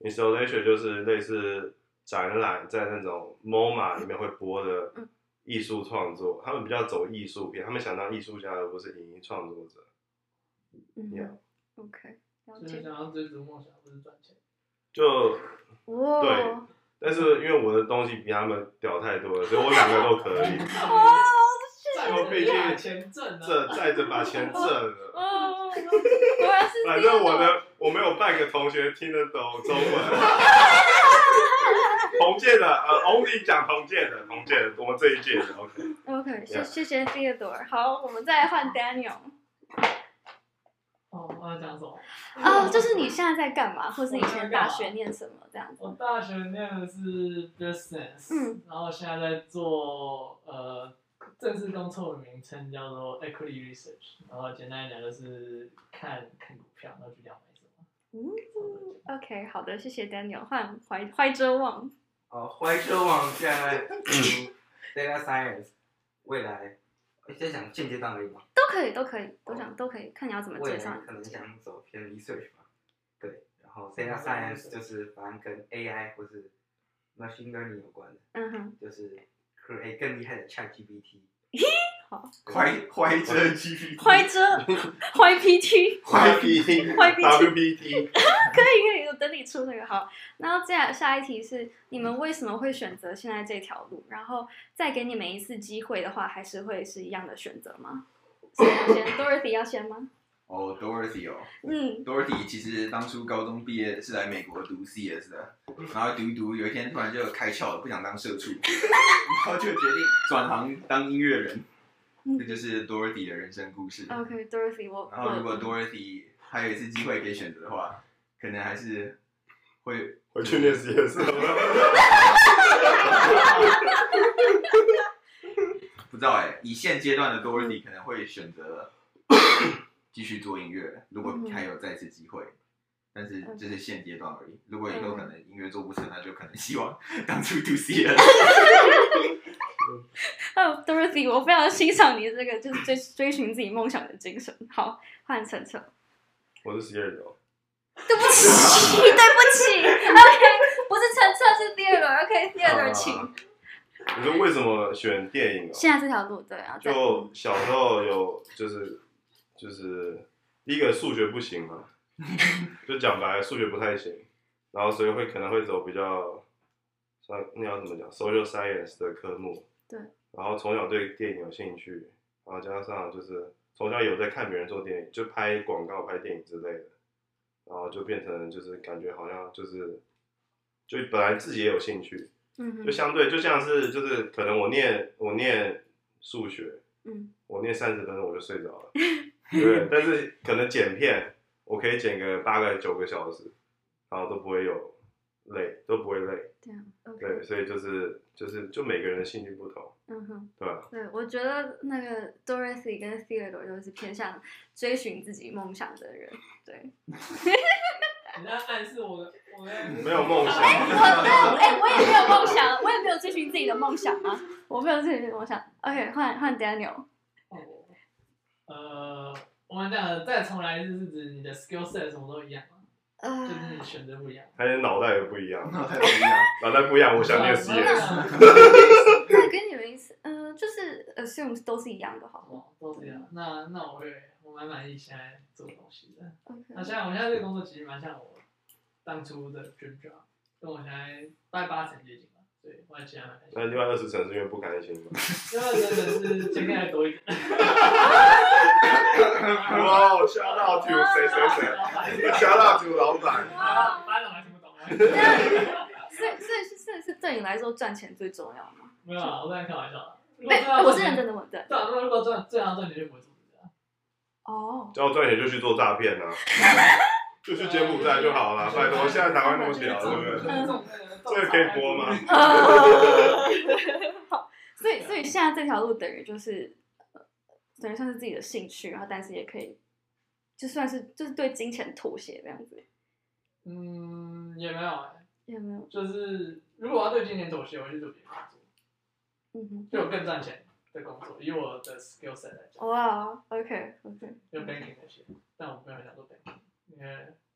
[SPEAKER 2] installation 就是类似展览，在那种 MoMA 里面会播的
[SPEAKER 7] 嗯
[SPEAKER 2] 艺术创作，他们比较走艺术片，他们想当艺术家而不是影音创作者。
[SPEAKER 7] 嗯
[SPEAKER 2] Yeah
[SPEAKER 7] 哼，OK，了
[SPEAKER 5] 就是
[SPEAKER 7] 解。
[SPEAKER 5] 想要追逐梦想，不是赚钱。
[SPEAKER 2] 就对
[SPEAKER 7] 哇，
[SPEAKER 2] 但是因为我的东西比他们屌太多了，所以我两个都可以，
[SPEAKER 5] 赚
[SPEAKER 2] 我毕竟
[SPEAKER 5] 钱挣啊，
[SPEAKER 2] 这载着把钱挣了。
[SPEAKER 3] 哦，果然是
[SPEAKER 2] 反正我的我没有半个同学听得懂中文。同届的，呃，only 讲同届的，同届的，我们这一届的，OK。
[SPEAKER 3] OK，谢
[SPEAKER 2] Yeah
[SPEAKER 3] 谢谢 Theodore。好，我们再来换 Daniel。
[SPEAKER 5] 哦，我要讲什么？
[SPEAKER 3] 哦，就是你现在在干嘛，或是你以前大学念什么这样子？
[SPEAKER 5] 我大学念的是 business，、
[SPEAKER 3] 嗯
[SPEAKER 5] 然后现在在做呃正式工作的名称叫做 equity research，然后简单来讲就是看看股票，然后去了解什么。
[SPEAKER 3] 嗯，OK，好的，谢谢 Daniel。换怀怀哲望，
[SPEAKER 6] 呃，怀车网现在嗯 [coughs] data science 未来，我在想间接档而已嘛，
[SPEAKER 3] 都可以，都可以，我想都可以，看你要怎么
[SPEAKER 6] 未
[SPEAKER 3] 介
[SPEAKER 6] 来
[SPEAKER 3] 绍。
[SPEAKER 6] 可能想走偏 research 嘛，对，然后 data science 就是反正跟 AI 或是 machine learning 有关的，
[SPEAKER 3] 嗯哼，
[SPEAKER 6] 就是 create 更厉害的 ChatGPT，
[SPEAKER 3] 好，
[SPEAKER 4] 怀怀着 G
[SPEAKER 3] 怀 [laughs] 哲，怀 PT。
[SPEAKER 4] 怀
[SPEAKER 2] YPT
[SPEAKER 3] YPT
[SPEAKER 2] WPT
[SPEAKER 3] 可以可以，我等你出那个好。然后接下来下一题是，你们为什么会选择现在这条路？然后再给你们一次机会的话，还是会是一样的选择吗？谁要先？Dorothy 要先吗？
[SPEAKER 4] 哦，Dorothy 哦
[SPEAKER 3] 嗯，
[SPEAKER 4] ，Dorothy 其实当初高中毕业是来美国读 CS 的，然后读一读有一天突然就开窍了，不想当社畜， [laughs] 然后就决定转行当音乐人。
[SPEAKER 3] 嗯
[SPEAKER 4] 这就是 Dorothy 的人生故事。
[SPEAKER 3] 哦 OK，Dorothy，、我
[SPEAKER 4] 然后如果
[SPEAKER 3] 我
[SPEAKER 4] Dorothy 还有一次机会可以选择的话，可能还是会
[SPEAKER 2] 回去念 CS。
[SPEAKER 4] 不知道哎、以现阶段的 Dorothy 可能会选择继续做音乐，如果还有再次机会。但是这是现阶段而已。如果以后可能音乐做不成，那就可能希望当初 to C 了。
[SPEAKER 3] 哦，Dorothy，我非常欣赏你这个就是追追寻自己梦想的精神。好，换晨晨，
[SPEAKER 2] 我是 CS 哦，
[SPEAKER 3] 对不起，对不起，OK，不是晨晨，是第二轮，OK，第二轮请。
[SPEAKER 2] 你说为什么选电影哦？
[SPEAKER 3] 现在这条路对啊，再
[SPEAKER 2] 就小时候有就是就是第一个数学不行
[SPEAKER 3] [laughs]
[SPEAKER 2] 嘛，就讲白了数学不太行，然后所以会可能会走比较算那要怎么讲 social science 的科目，
[SPEAKER 3] 对，
[SPEAKER 2] 然后从小对电影有兴趣，然后加上就是从小有在看别人做电影，就拍广告、拍电影之类的，然后就变成就是感觉好像就是就本来自己也有兴趣，
[SPEAKER 3] 嗯哼
[SPEAKER 2] 就相对就像是就是可能我念我念数学，
[SPEAKER 3] 嗯，
[SPEAKER 2] 我念三十分钟我就睡着了，对，但是可能剪片我可以剪个八个九个小时，然后都不会有累，都不会累，
[SPEAKER 3] 这样 OK，
[SPEAKER 2] 对，所以就是就是就每个人的兴趣不同，
[SPEAKER 3] 嗯哼。
[SPEAKER 2] 对吧？
[SPEAKER 3] 对，我觉得那个 Dorothy 跟 Theodore 都是偏向追寻自己梦想的人。 [laughs] 对，
[SPEAKER 5] 你在暗示我的，我在
[SPEAKER 2] 没有梦想
[SPEAKER 3] 哎、我没有，哎、我也没有梦想，我也没有追寻自己的梦想啊， [laughs] 我没有追寻自己的梦想。OK，换换 Daniel。
[SPEAKER 5] 呃，我们讲再重来一次，是指你的 skill set 什么都一样吗？
[SPEAKER 3] 呃
[SPEAKER 5] 就是你选择不一样。
[SPEAKER 2] 还有脑袋也不一样，
[SPEAKER 4] 脑袋不一样，
[SPEAKER 2] 脑袋不一样，我想念 CS，
[SPEAKER 5] CS。
[SPEAKER 3] 对，跟你们意思，呃，就是 assume 都是一样的，好了。
[SPEAKER 5] 哦，都这样。那那我会，我蛮满意现在做的东西的。那
[SPEAKER 3] OK，
[SPEAKER 5] 现在我现在这个工作其实蛮像我当初的 dream job，跟我现在大概八成接近吧。对，我还其实还蛮开心
[SPEAKER 2] 那
[SPEAKER 5] 的。
[SPEAKER 2] 另外二十层是因为不甘心嘛？
[SPEAKER 5] 因为真的是经历还多一点。
[SPEAKER 2] 哇，吓到图谁谁谁，吓到图老板，
[SPEAKER 5] 啊，班长还听不懂吗？
[SPEAKER 3] 所以所以是所以是对你来说赚钱最重要吗？
[SPEAKER 5] 没有啊，我在开玩笑啊。如果
[SPEAKER 3] 哎、
[SPEAKER 5] 这样
[SPEAKER 3] 我是认真的问对。
[SPEAKER 5] 对啊，如果这样这样赚钱就不会做这样。 [laughs]
[SPEAKER 3] 哦，
[SPEAKER 2] 要赚钱就去做诈骗啊，就去柬埔寨就好了，拜托，现在台湾
[SPEAKER 3] 嗯
[SPEAKER 2] 那么小，对不对？
[SPEAKER 5] 这种这种
[SPEAKER 2] 这个可以播吗？
[SPEAKER 3] 呃好，所以所以现在这条路等于就是，呃等于算是自己的兴趣，然后但是也可以，就算是就是对金钱妥协这样子，
[SPEAKER 5] 嗯，也没有欸，
[SPEAKER 3] 有没有？
[SPEAKER 5] 就是如果我要对今年妥协，我就做别的工作，
[SPEAKER 3] 嗯哼，
[SPEAKER 5] 就有更赚钱的工作，以我的 skill set 来讲，
[SPEAKER 3] 哇，OK OK，
[SPEAKER 5] 就 banking 那些，但我没有很想做 banking，因为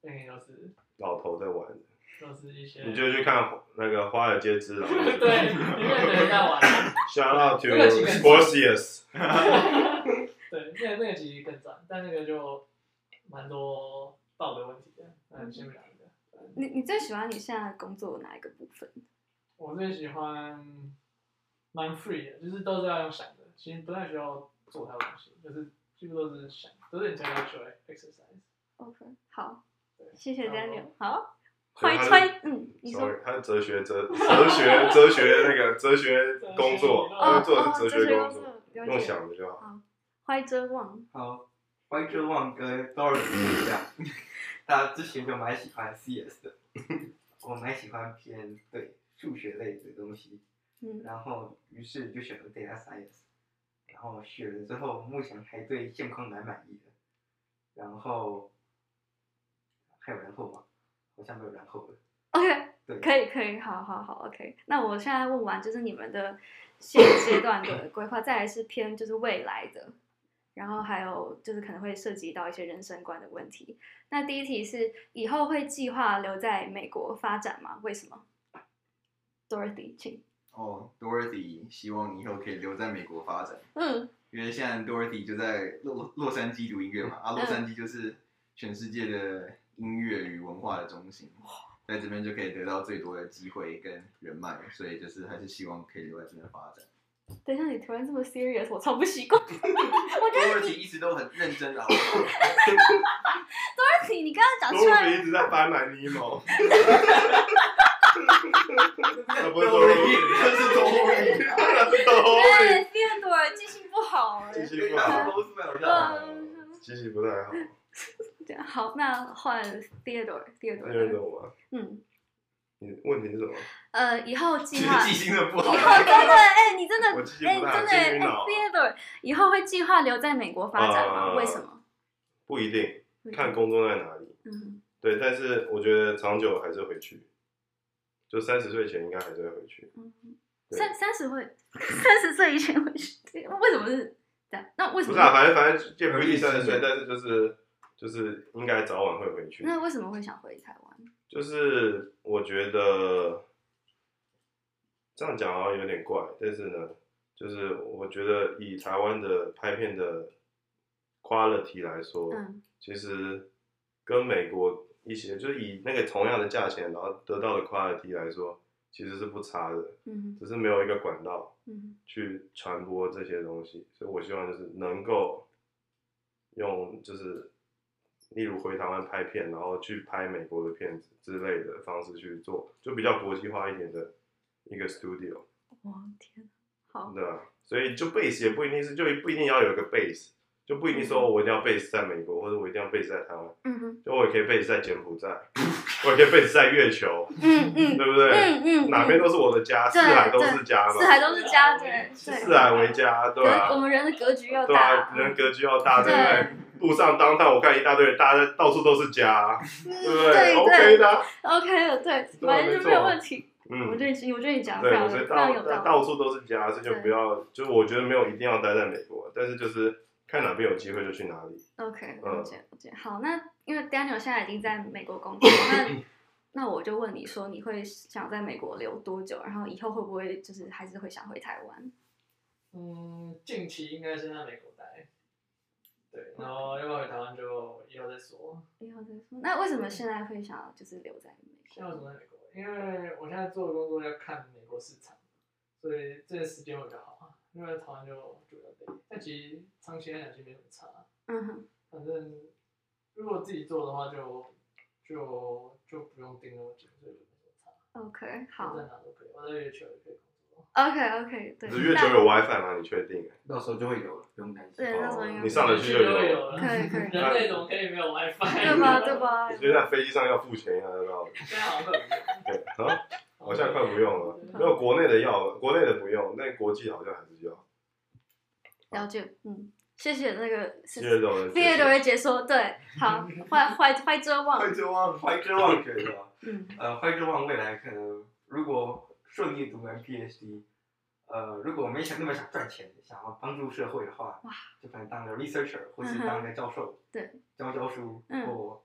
[SPEAKER 5] banking 都是
[SPEAKER 2] 老头在玩，
[SPEAKER 5] 都是一些，
[SPEAKER 2] 你就去看那个《华尔街之狼》
[SPEAKER 5] 对，因为人在玩，
[SPEAKER 2] ，Shout out to
[SPEAKER 5] 那个情感
[SPEAKER 2] Scorsius，
[SPEAKER 5] 对，那个那个其实更赚，但那个就蛮多道德问题的，嗯，先不聊这个。
[SPEAKER 3] 你你最喜欢你现在的工作的哪一个部分？
[SPEAKER 5] 我最喜欢蛮 free 的，就是都是要用想的，其实不太需要做太多东西，就是几乎都是想，都是你在要求 exercise。
[SPEAKER 3] OK，好
[SPEAKER 5] 对，
[SPEAKER 3] 谢谢
[SPEAKER 5] 然后
[SPEAKER 3] Daniel。好，
[SPEAKER 2] 所以他
[SPEAKER 3] 欢迎
[SPEAKER 2] 是
[SPEAKER 3] 欢迎，嗯，你说
[SPEAKER 2] Sorry，他是哲学哲哲学哲学那个哲学工作，
[SPEAKER 5] 他
[SPEAKER 2] 他
[SPEAKER 3] 哦
[SPEAKER 2] 做的是
[SPEAKER 3] 哦，
[SPEAKER 2] 哲学
[SPEAKER 3] 工
[SPEAKER 2] 作，
[SPEAKER 3] 作，了
[SPEAKER 2] 用
[SPEAKER 3] 解
[SPEAKER 2] 想的就好。
[SPEAKER 3] 好，怀哲望，
[SPEAKER 6] 好，怀旧望跟 Doris 一样， [laughs] 大家之前就蛮喜欢 CS 的，我蛮喜欢偏对数学类的东西，
[SPEAKER 3] 嗯
[SPEAKER 6] 然后于是就选了 Data Science，然后选了之后，目前还对现况蛮满意的，然后还有然后吗？好像没有然后了，
[SPEAKER 3] ，OK，
[SPEAKER 6] 对，
[SPEAKER 3] 可以可以，好好好，OK。那我现在问完就是你们的现阶段的规划，再来是偏就是未来的，然后还有就是可能会涉及到一些人生观的问题。那第一题是以后会计划留在美国发展吗？为什么？Dorothy，请，
[SPEAKER 4] 哦，Dorothy 希望以后可以留在美国发展，
[SPEAKER 3] 嗯
[SPEAKER 4] 因为现在 Dorothy 就在洛洛杉矶读音乐嘛，啊，洛杉矶就是全世界的音乐与文化的中心，在这边就可以得到最多的机会跟人脉，所以就是还是希望可以留在这边发展。
[SPEAKER 3] 等一下，你突然这么 serious，我超不习惯。 [laughs] 我觉得
[SPEAKER 4] Dorothy 一直都很认真的，好不好
[SPEAKER 3] Dorothy，你刚刚讲出来
[SPEAKER 2] Dorothy 一直在搬来尼莫，那不是 Dorothy，
[SPEAKER 4] Dorothy 就是 Dorothy。
[SPEAKER 2] 那是 Dorothy，
[SPEAKER 3] 对 t h e o d o r 记性不好哎、
[SPEAKER 2] 记性
[SPEAKER 6] 对，
[SPEAKER 2] 不
[SPEAKER 6] 那
[SPEAKER 2] 好
[SPEAKER 6] 是，Roosevelt 让我
[SPEAKER 3] 嗯，
[SPEAKER 2] 记性不太好，
[SPEAKER 3] 这样好，那换 Theodore，Theodore，
[SPEAKER 2] 你认得我吗？
[SPEAKER 3] 嗯，
[SPEAKER 2] 你问题是什么？
[SPEAKER 3] 呃，以后计
[SPEAKER 4] 其
[SPEAKER 3] 划，
[SPEAKER 4] 实记性真的不好
[SPEAKER 3] 以。后真的，哎、你真的，
[SPEAKER 2] 我记性
[SPEAKER 3] 哎、
[SPEAKER 2] 不大哦
[SPEAKER 3] 真的、
[SPEAKER 2] 记
[SPEAKER 3] 哎
[SPEAKER 2] 晕了
[SPEAKER 3] t h e o d o r 以后会计划留在美国发展吗？
[SPEAKER 2] 呃
[SPEAKER 3] 为什么？
[SPEAKER 2] 不一定，看工作在哪里。
[SPEAKER 3] 嗯，
[SPEAKER 2] 对，但是我觉得长久还是回去，就三十岁前应该还是会回去。
[SPEAKER 3] 嗯
[SPEAKER 2] 对
[SPEAKER 3] 三三十会，三十岁以前会去，为什么是这样？那为什
[SPEAKER 2] 不是
[SPEAKER 3] 么？[laughs]
[SPEAKER 2] 啊，反正反正也不一定三十岁，但是就是就是应该早晚会回去。
[SPEAKER 3] 那为什么会想回台湾？
[SPEAKER 2] 就是我觉得这样讲好像有点怪，但是呢，就是我觉得以台湾的拍片的 quality 来说，
[SPEAKER 3] 嗯
[SPEAKER 2] 其实跟美国一些就是以那个同样的价钱，然后得到的 quality 来说，其实是不差的，
[SPEAKER 3] 嗯
[SPEAKER 2] 只是没有一个管道。
[SPEAKER 3] 嗯
[SPEAKER 2] 去传播这些东西，所以我希望就是能够用就是，例如回台湾拍片，然后去拍美国的片子之类的方式去做，就比较国际化一点的一个 studio，
[SPEAKER 3] 哇天，啊好，
[SPEAKER 2] 对吧？所以就 base 也不一定是，就不一定要有一个 base，就不一定说我一定要 base 在美国，或者我一定要 base 在台湾，
[SPEAKER 3] 嗯哼，
[SPEAKER 2] 就我也可以 base 在柬埔寨， [laughs] 我也可以 base 在月球，
[SPEAKER 3] 嗯
[SPEAKER 2] 对
[SPEAKER 3] 嗯
[SPEAKER 2] 不对？
[SPEAKER 3] 嗯嗯，
[SPEAKER 2] 哪边都是我的家，四
[SPEAKER 3] 对
[SPEAKER 2] 海都
[SPEAKER 3] 对
[SPEAKER 2] 是家
[SPEAKER 3] 四
[SPEAKER 2] 嘛，
[SPEAKER 3] 海都是家，
[SPEAKER 5] 啊
[SPEAKER 3] 对对。
[SPEAKER 2] 四海为家，对吧、
[SPEAKER 3] 格我们人的格局要
[SPEAKER 2] 啊对啊
[SPEAKER 3] 大，，
[SPEAKER 2] 人格局要大，对不
[SPEAKER 3] 对
[SPEAKER 2] 对？路上当趟我看一大堆人，大家到处都是家啊，对不
[SPEAKER 3] 嗯对对
[SPEAKER 2] o k 的啊，
[SPEAKER 3] OK 的，对，
[SPEAKER 2] 对
[SPEAKER 3] 完全
[SPEAKER 2] 没
[SPEAKER 3] 没有
[SPEAKER 2] 错
[SPEAKER 3] 问题。我
[SPEAKER 2] 嗯，
[SPEAKER 3] 觉得你，我觉得你讲得非常
[SPEAKER 2] 对，所
[SPEAKER 3] 非
[SPEAKER 2] 以
[SPEAKER 3] 常
[SPEAKER 2] 到
[SPEAKER 3] 有
[SPEAKER 2] 到
[SPEAKER 3] 道
[SPEAKER 2] 到
[SPEAKER 3] 理。
[SPEAKER 2] 处都是家，所以就
[SPEAKER 3] 对
[SPEAKER 2] 不要，就是我觉得没有一定要待在美国，但是就是看哪边有机会就去哪里。
[SPEAKER 3] OK，
[SPEAKER 2] 嗯
[SPEAKER 3] 了解了解。好，那因为 Daniel 现在已经在美国工作，那那我就问你说，你会想在美国留多久？然后以后会不会就是还是会想回台湾？
[SPEAKER 5] 嗯，近期应该是在美国待，对，然后要不要回台湾就以后再说。
[SPEAKER 3] 以后再说。那为什么现在会想要就是留在美
[SPEAKER 5] 现在为什
[SPEAKER 3] 国？
[SPEAKER 5] 么在美国？因为我现在做的工作要看美国市场，所以这个时间会比较好啊。因为台湾就就比较累，但其实长期来讲其实没什么差。
[SPEAKER 3] 嗯哼，
[SPEAKER 5] 反正如果自己做的话就，就就不用盯那么紧，所以没什么差。
[SPEAKER 3] ，OK，
[SPEAKER 5] 我
[SPEAKER 3] 好
[SPEAKER 5] 在哪都可以，我在月球也可以工作。
[SPEAKER 3] ，OK OK，对。
[SPEAKER 2] 可是月球
[SPEAKER 3] 那
[SPEAKER 2] 有 WiFi 吗？你确定？
[SPEAKER 6] 到时候就会有了，不用担心。
[SPEAKER 3] 对那时候
[SPEAKER 2] 哦
[SPEAKER 3] 应该
[SPEAKER 2] 你上得去就
[SPEAKER 5] 有
[SPEAKER 2] 有，
[SPEAKER 5] 了，
[SPEAKER 3] 可以可以，
[SPEAKER 5] 人类怎么可以没有 WiFi？ [laughs]
[SPEAKER 3] 对吧对？吧？
[SPEAKER 2] 所以在飞机上要付钱啊，知道吗？
[SPEAKER 5] 现在好像都有。
[SPEAKER 2] 对啊，
[SPEAKER 3] 哦
[SPEAKER 2] 好像快不用
[SPEAKER 3] 嗯
[SPEAKER 2] 了。没有国内的要，国内的不用，那国际好像还是要。
[SPEAKER 3] 了解，嗯，谢谢那个是
[SPEAKER 2] 第二种人，
[SPEAKER 3] 毕业留学解说，对，好，坏坏坏遮望，
[SPEAKER 6] 怀之望，怀之望觉得，
[SPEAKER 3] 嗯
[SPEAKER 6] 呃，怀之望未来可能如果顺利读完 PhD，呃，如果没想那么想赚钱，想要帮助社会的话，
[SPEAKER 3] 哇
[SPEAKER 6] 就可能当个 researcher 或是
[SPEAKER 3] 嗯哼
[SPEAKER 6] 当个教授，
[SPEAKER 3] 对，
[SPEAKER 6] 教教书
[SPEAKER 3] 嗯
[SPEAKER 6] 或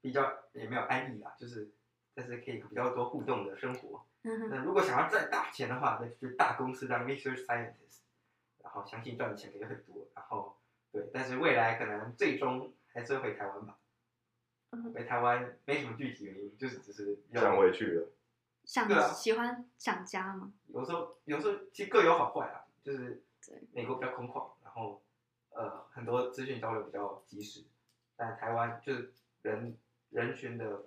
[SPEAKER 6] 比较也没有安逸啦，就是但是可以比较多互动的生活。
[SPEAKER 3] 嗯哼，
[SPEAKER 6] 那如果想要赚大钱的话，那就是大公司当 research scientist，然后相信赚的钱也很多，然后对，但是未来可能最终还是会回台湾吧
[SPEAKER 3] 嗯。
[SPEAKER 6] 回台湾没什么具体原因，就是只是
[SPEAKER 2] 想
[SPEAKER 6] 有
[SPEAKER 2] 回去了。
[SPEAKER 3] 想
[SPEAKER 6] 对啊
[SPEAKER 3] 喜欢想家吗？
[SPEAKER 6] 有时候有时候其实各有好坏啊，就是
[SPEAKER 3] 对
[SPEAKER 6] 美国比较空旷，然后呃很多资讯交流比较及时，但台湾就是人人群的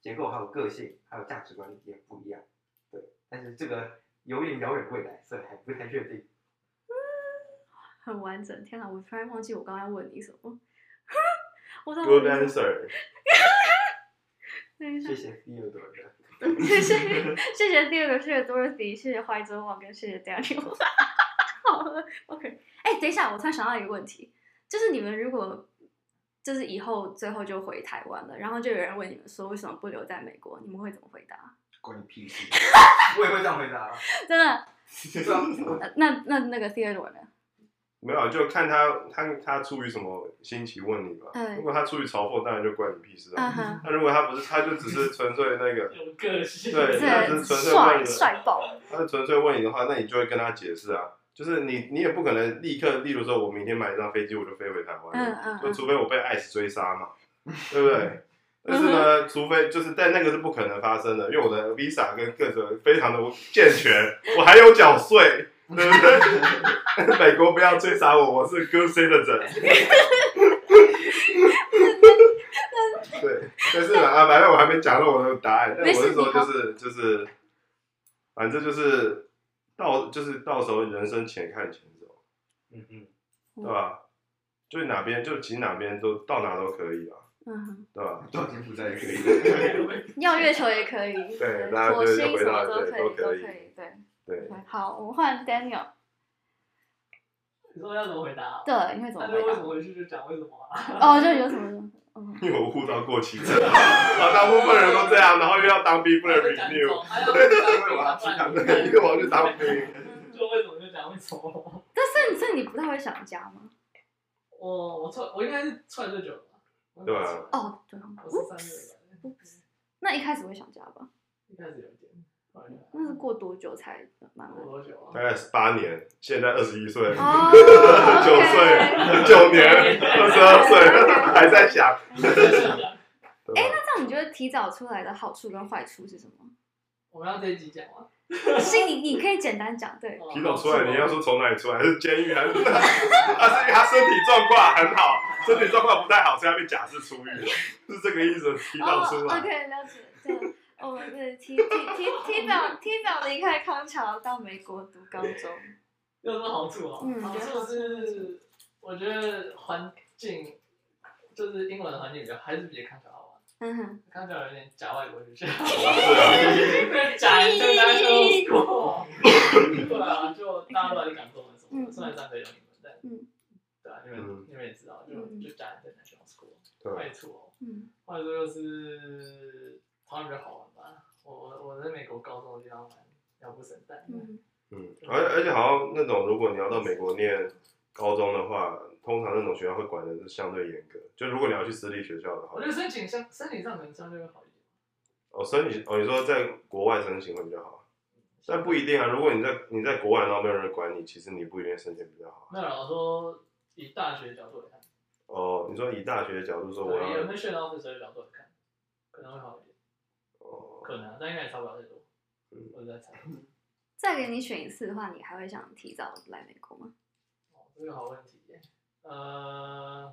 [SPEAKER 6] 结构还有个性还有价值观也不一样，对，但是这个有点遥远未来，所以还不太确定。
[SPEAKER 3] 很完整，天哪，我突然忘记我刚刚问你什么， [laughs] 我怎
[SPEAKER 2] Good answer，
[SPEAKER 3] 等一下
[SPEAKER 6] 谢，谢第二朵的，
[SPEAKER 3] 谢谢谢谢第二个，谢谢 Dorothy，谢谢怀哲望跟谢谢 Daniel。好了，OK。哎、等一下，我突然想到一个问题，就是你们如果就是以后最后就回台湾了，然后就有人问你们说为什么不留在美国，你们会怎么回答？ [laughs]
[SPEAKER 4] 关你屁事！
[SPEAKER 6] [laughs] 我也会这样回答啊。
[SPEAKER 2] [laughs]
[SPEAKER 3] 真的？
[SPEAKER 6] 对啊
[SPEAKER 3] 呃那那那个 Theodore 呢？
[SPEAKER 2] 没有，就看他他他出于什么心情问你吧。
[SPEAKER 3] 嗯
[SPEAKER 2] 如果他出于嘲讽，当然就关你屁事
[SPEAKER 3] 嗯
[SPEAKER 2] 啊。
[SPEAKER 3] 哼，
[SPEAKER 2] 那如果他不是，他就只是纯粹那个，
[SPEAKER 5] 有个性，
[SPEAKER 2] 对那
[SPEAKER 3] 这
[SPEAKER 2] 只是纯粹为
[SPEAKER 3] 帅
[SPEAKER 2] 了
[SPEAKER 3] 帅爆，
[SPEAKER 2] 他是纯粹问你的话，那你就会跟他解释啊。就是你，你也不可能立刻，例如说，我明天买一张飞机，我就飞回台湾了
[SPEAKER 3] 嗯嗯
[SPEAKER 2] 就
[SPEAKER 3] 嗯
[SPEAKER 2] 除非我被 ICE 追杀嘛， [laughs] 对不对？但是呢，除非就是，但那个是不可能发生的，因为我的 Visa 跟各种非常的健全，我还有缴税，对不对？美国不要追杀我，我是 good citizen。对，但是呢啊，反正我还没讲到我的答案，但
[SPEAKER 3] 没
[SPEAKER 2] 我
[SPEAKER 3] 事
[SPEAKER 2] 是说就
[SPEAKER 3] 你好
[SPEAKER 2] 是就是，反正就是到就是到时候人生且看前走。
[SPEAKER 6] 嗯嗯，
[SPEAKER 2] 对吧？就哪边就其实哪边都到哪都可以啊，
[SPEAKER 3] 嗯哼，
[SPEAKER 2] 对吧？
[SPEAKER 4] 到柬埔寨也可以。
[SPEAKER 3] 要月球也可以，
[SPEAKER 2] [laughs] 对那
[SPEAKER 3] 火
[SPEAKER 2] 就是
[SPEAKER 3] 星
[SPEAKER 2] 回
[SPEAKER 3] 什
[SPEAKER 2] 答
[SPEAKER 3] 么都
[SPEAKER 2] 对
[SPEAKER 3] 可
[SPEAKER 2] 都
[SPEAKER 3] 以，都
[SPEAKER 2] 可
[SPEAKER 3] 可
[SPEAKER 2] 以
[SPEAKER 3] 以，对。
[SPEAKER 2] 对，
[SPEAKER 3] OK，好，我们换 Daniel，
[SPEAKER 5] 你说要怎么回答？
[SPEAKER 3] 对，你会怎么
[SPEAKER 5] 啊那
[SPEAKER 3] 回
[SPEAKER 5] 就为什
[SPEAKER 3] 答？
[SPEAKER 5] 么回去就讲为什么啊？
[SPEAKER 3] 哦，就有什么？嗯，
[SPEAKER 2] 因为我护照过期证， [laughs] 啊，大部分人都这样，然后又要当兵不能
[SPEAKER 5] 就
[SPEAKER 3] [laughs]
[SPEAKER 5] 讲
[SPEAKER 2] renew，
[SPEAKER 5] 走还要因
[SPEAKER 4] 为我要去
[SPEAKER 2] [laughs]
[SPEAKER 4] 当兵
[SPEAKER 2] 因为我要去当兵，
[SPEAKER 5] 就为什么就讲为什么？
[SPEAKER 3] 但是所以你不太会想家吗？
[SPEAKER 5] 我我串我应该是串这久了吧，我应该是
[SPEAKER 2] 啊
[SPEAKER 5] 串，
[SPEAKER 3] 哦，对哦，
[SPEAKER 5] 我是三月的，
[SPEAKER 3] 那一开始会想家吧？
[SPEAKER 5] 一开始有点，后来就
[SPEAKER 3] 那是
[SPEAKER 2] 嗯
[SPEAKER 3] 过多久才慢慢？
[SPEAKER 5] 过多久啊
[SPEAKER 2] 大？概十八年，现在二十一岁，
[SPEAKER 3] 哦，
[SPEAKER 2] [laughs] 九岁，九年，二十二岁，还在想，对吧
[SPEAKER 3] 那你觉得提早出来的好处跟坏处是什么？
[SPEAKER 5] [laughs] 我们要这一集讲完。
[SPEAKER 3] 心里你可以简单讲，
[SPEAKER 5] 哦
[SPEAKER 3] 对，
[SPEAKER 2] 提早出来，你要说从哪里出来？是监狱还是？ [laughs] 他是因为他身体状况很好，身体状况不太好，所以他被假释出狱了，是这个意思？提早
[SPEAKER 3] 哦
[SPEAKER 2] 出来。
[SPEAKER 3] ，OK，了解，对。哦，对，提提提提早提早离开康桥到美国读高中，
[SPEAKER 5] 有什么好处啊？
[SPEAKER 3] 嗯
[SPEAKER 5] 好处是，我觉得环境就是英文的环境比较还是比康桥好玩。
[SPEAKER 3] 嗯哼，
[SPEAKER 5] 康桥有点假外国学校，
[SPEAKER 2] 对啊，
[SPEAKER 3] 嗯
[SPEAKER 5] 假 international school。对啊，就大家都在讲中文什么的，虽然上课有英文，但
[SPEAKER 3] 嗯
[SPEAKER 5] 对啊，你们你们也知道，就
[SPEAKER 3] 嗯嗯
[SPEAKER 5] 就假 international school，
[SPEAKER 2] 对
[SPEAKER 5] 坏处哦，
[SPEAKER 3] 嗯
[SPEAKER 5] 坏处就是台湾比较好玩吧。我我我在美国高中的地方玩，鸟不生蛋。
[SPEAKER 3] 嗯，
[SPEAKER 2] 嗯，而而且好像那种，如果你要到美国念高中的话，通常那种学校会管的是相对严格。就如果你要去私立学校的话
[SPEAKER 5] 我觉，得申请上申请上可能相对会好一点。
[SPEAKER 2] 哦，申请哦，你说在国外申请会比较好，啊但不一定啊。如果你在你在国外，然后没有人管你，其实你不一定申请比较好。啊
[SPEAKER 5] 没有啦，我说以大学角度来看，
[SPEAKER 2] 哦，你说以大学的角度说，
[SPEAKER 6] 啊
[SPEAKER 2] 我
[SPEAKER 5] 对，以啊
[SPEAKER 2] 要
[SPEAKER 5] admission officer 的角度来看，可能会好一点，
[SPEAKER 2] 哦，
[SPEAKER 5] 可能啊，但应该也差不了太多
[SPEAKER 2] 嗯。
[SPEAKER 5] 我在猜，
[SPEAKER 3] 再给你选一次的话，你还会想提早来美国吗？
[SPEAKER 5] 哦，这个好问题耶。呃，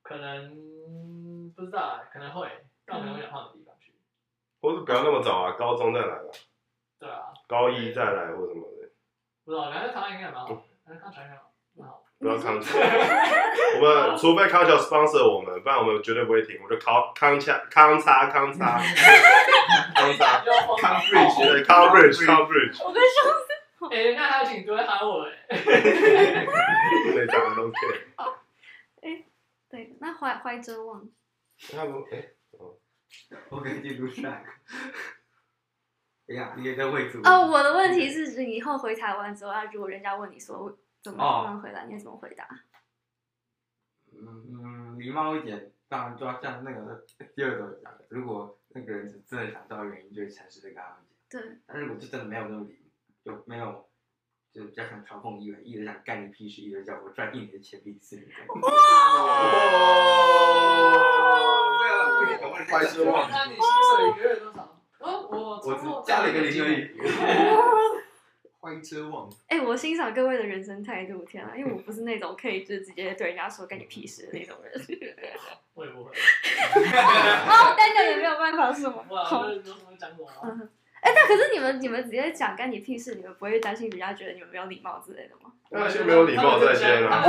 [SPEAKER 5] 可能不知道啊，可能会，但我可能会想换个地方去。
[SPEAKER 2] 或是不要那么早啊，高中再来吧，
[SPEAKER 5] 对啊，
[SPEAKER 2] 高一再来或什么的，
[SPEAKER 5] 不知道，感觉台湾应该也蛮好
[SPEAKER 6] 哦
[SPEAKER 5] 的，感觉看起来应该蛮好的。
[SPEAKER 2] 不要康桥。我们除非康桥 sponsor
[SPEAKER 6] 哎
[SPEAKER 2] 我们，不然我们绝对不会停。我就康康掐康叉康叉康叉。 coverage，coverage，
[SPEAKER 3] 我跟兄
[SPEAKER 5] 哎、那还有请多喊我哎、
[SPEAKER 2] 对，咱们都 care。
[SPEAKER 3] [laughs] 对，那怀怀哲望，
[SPEAKER 2] 他们哎，
[SPEAKER 6] 我给进入 track。哎呀，你也在喂 [laughs] 猪
[SPEAKER 3] 哦，我的问题是指以后回台湾之后，啊如果人家问你说怎么
[SPEAKER 6] 哦
[SPEAKER 3] 样回答，你会怎么回答？
[SPEAKER 6] 嗯，礼貌一点，当然就要像那个第二种讲的，如果那个人真的想知道原因，就会诚实的跟他们讲。
[SPEAKER 3] 对，
[SPEAKER 6] 但如果就真的没有那么礼，就没有，就是比较想嘲讽议员，一直想干你屁事，一直叫我赚一年的钱比你四年更多。
[SPEAKER 4] 对啊，不
[SPEAKER 2] 怀
[SPEAKER 4] 失
[SPEAKER 2] 旧
[SPEAKER 4] 望。
[SPEAKER 5] 那你薪水一个月多少？哦，我
[SPEAKER 6] 我
[SPEAKER 5] 从我
[SPEAKER 6] 只加了一个零而已。
[SPEAKER 4] 怀奢望，
[SPEAKER 3] 哎、我欣赏各位的人生态度，天啊，因为我不是那种可以就直接对人家说干你屁事的那种人。 [laughs]
[SPEAKER 5] 我也不会。
[SPEAKER 3] 哦，但那也没有办法是吗？
[SPEAKER 5] 哇，
[SPEAKER 3] 好
[SPEAKER 5] 那有什么讲什么？
[SPEAKER 3] 哎、但可是你们你们直接讲干你屁事，你们不会担心人家觉得你们没有礼貌之类的吗？
[SPEAKER 2] 那些没有礼貌在先啊。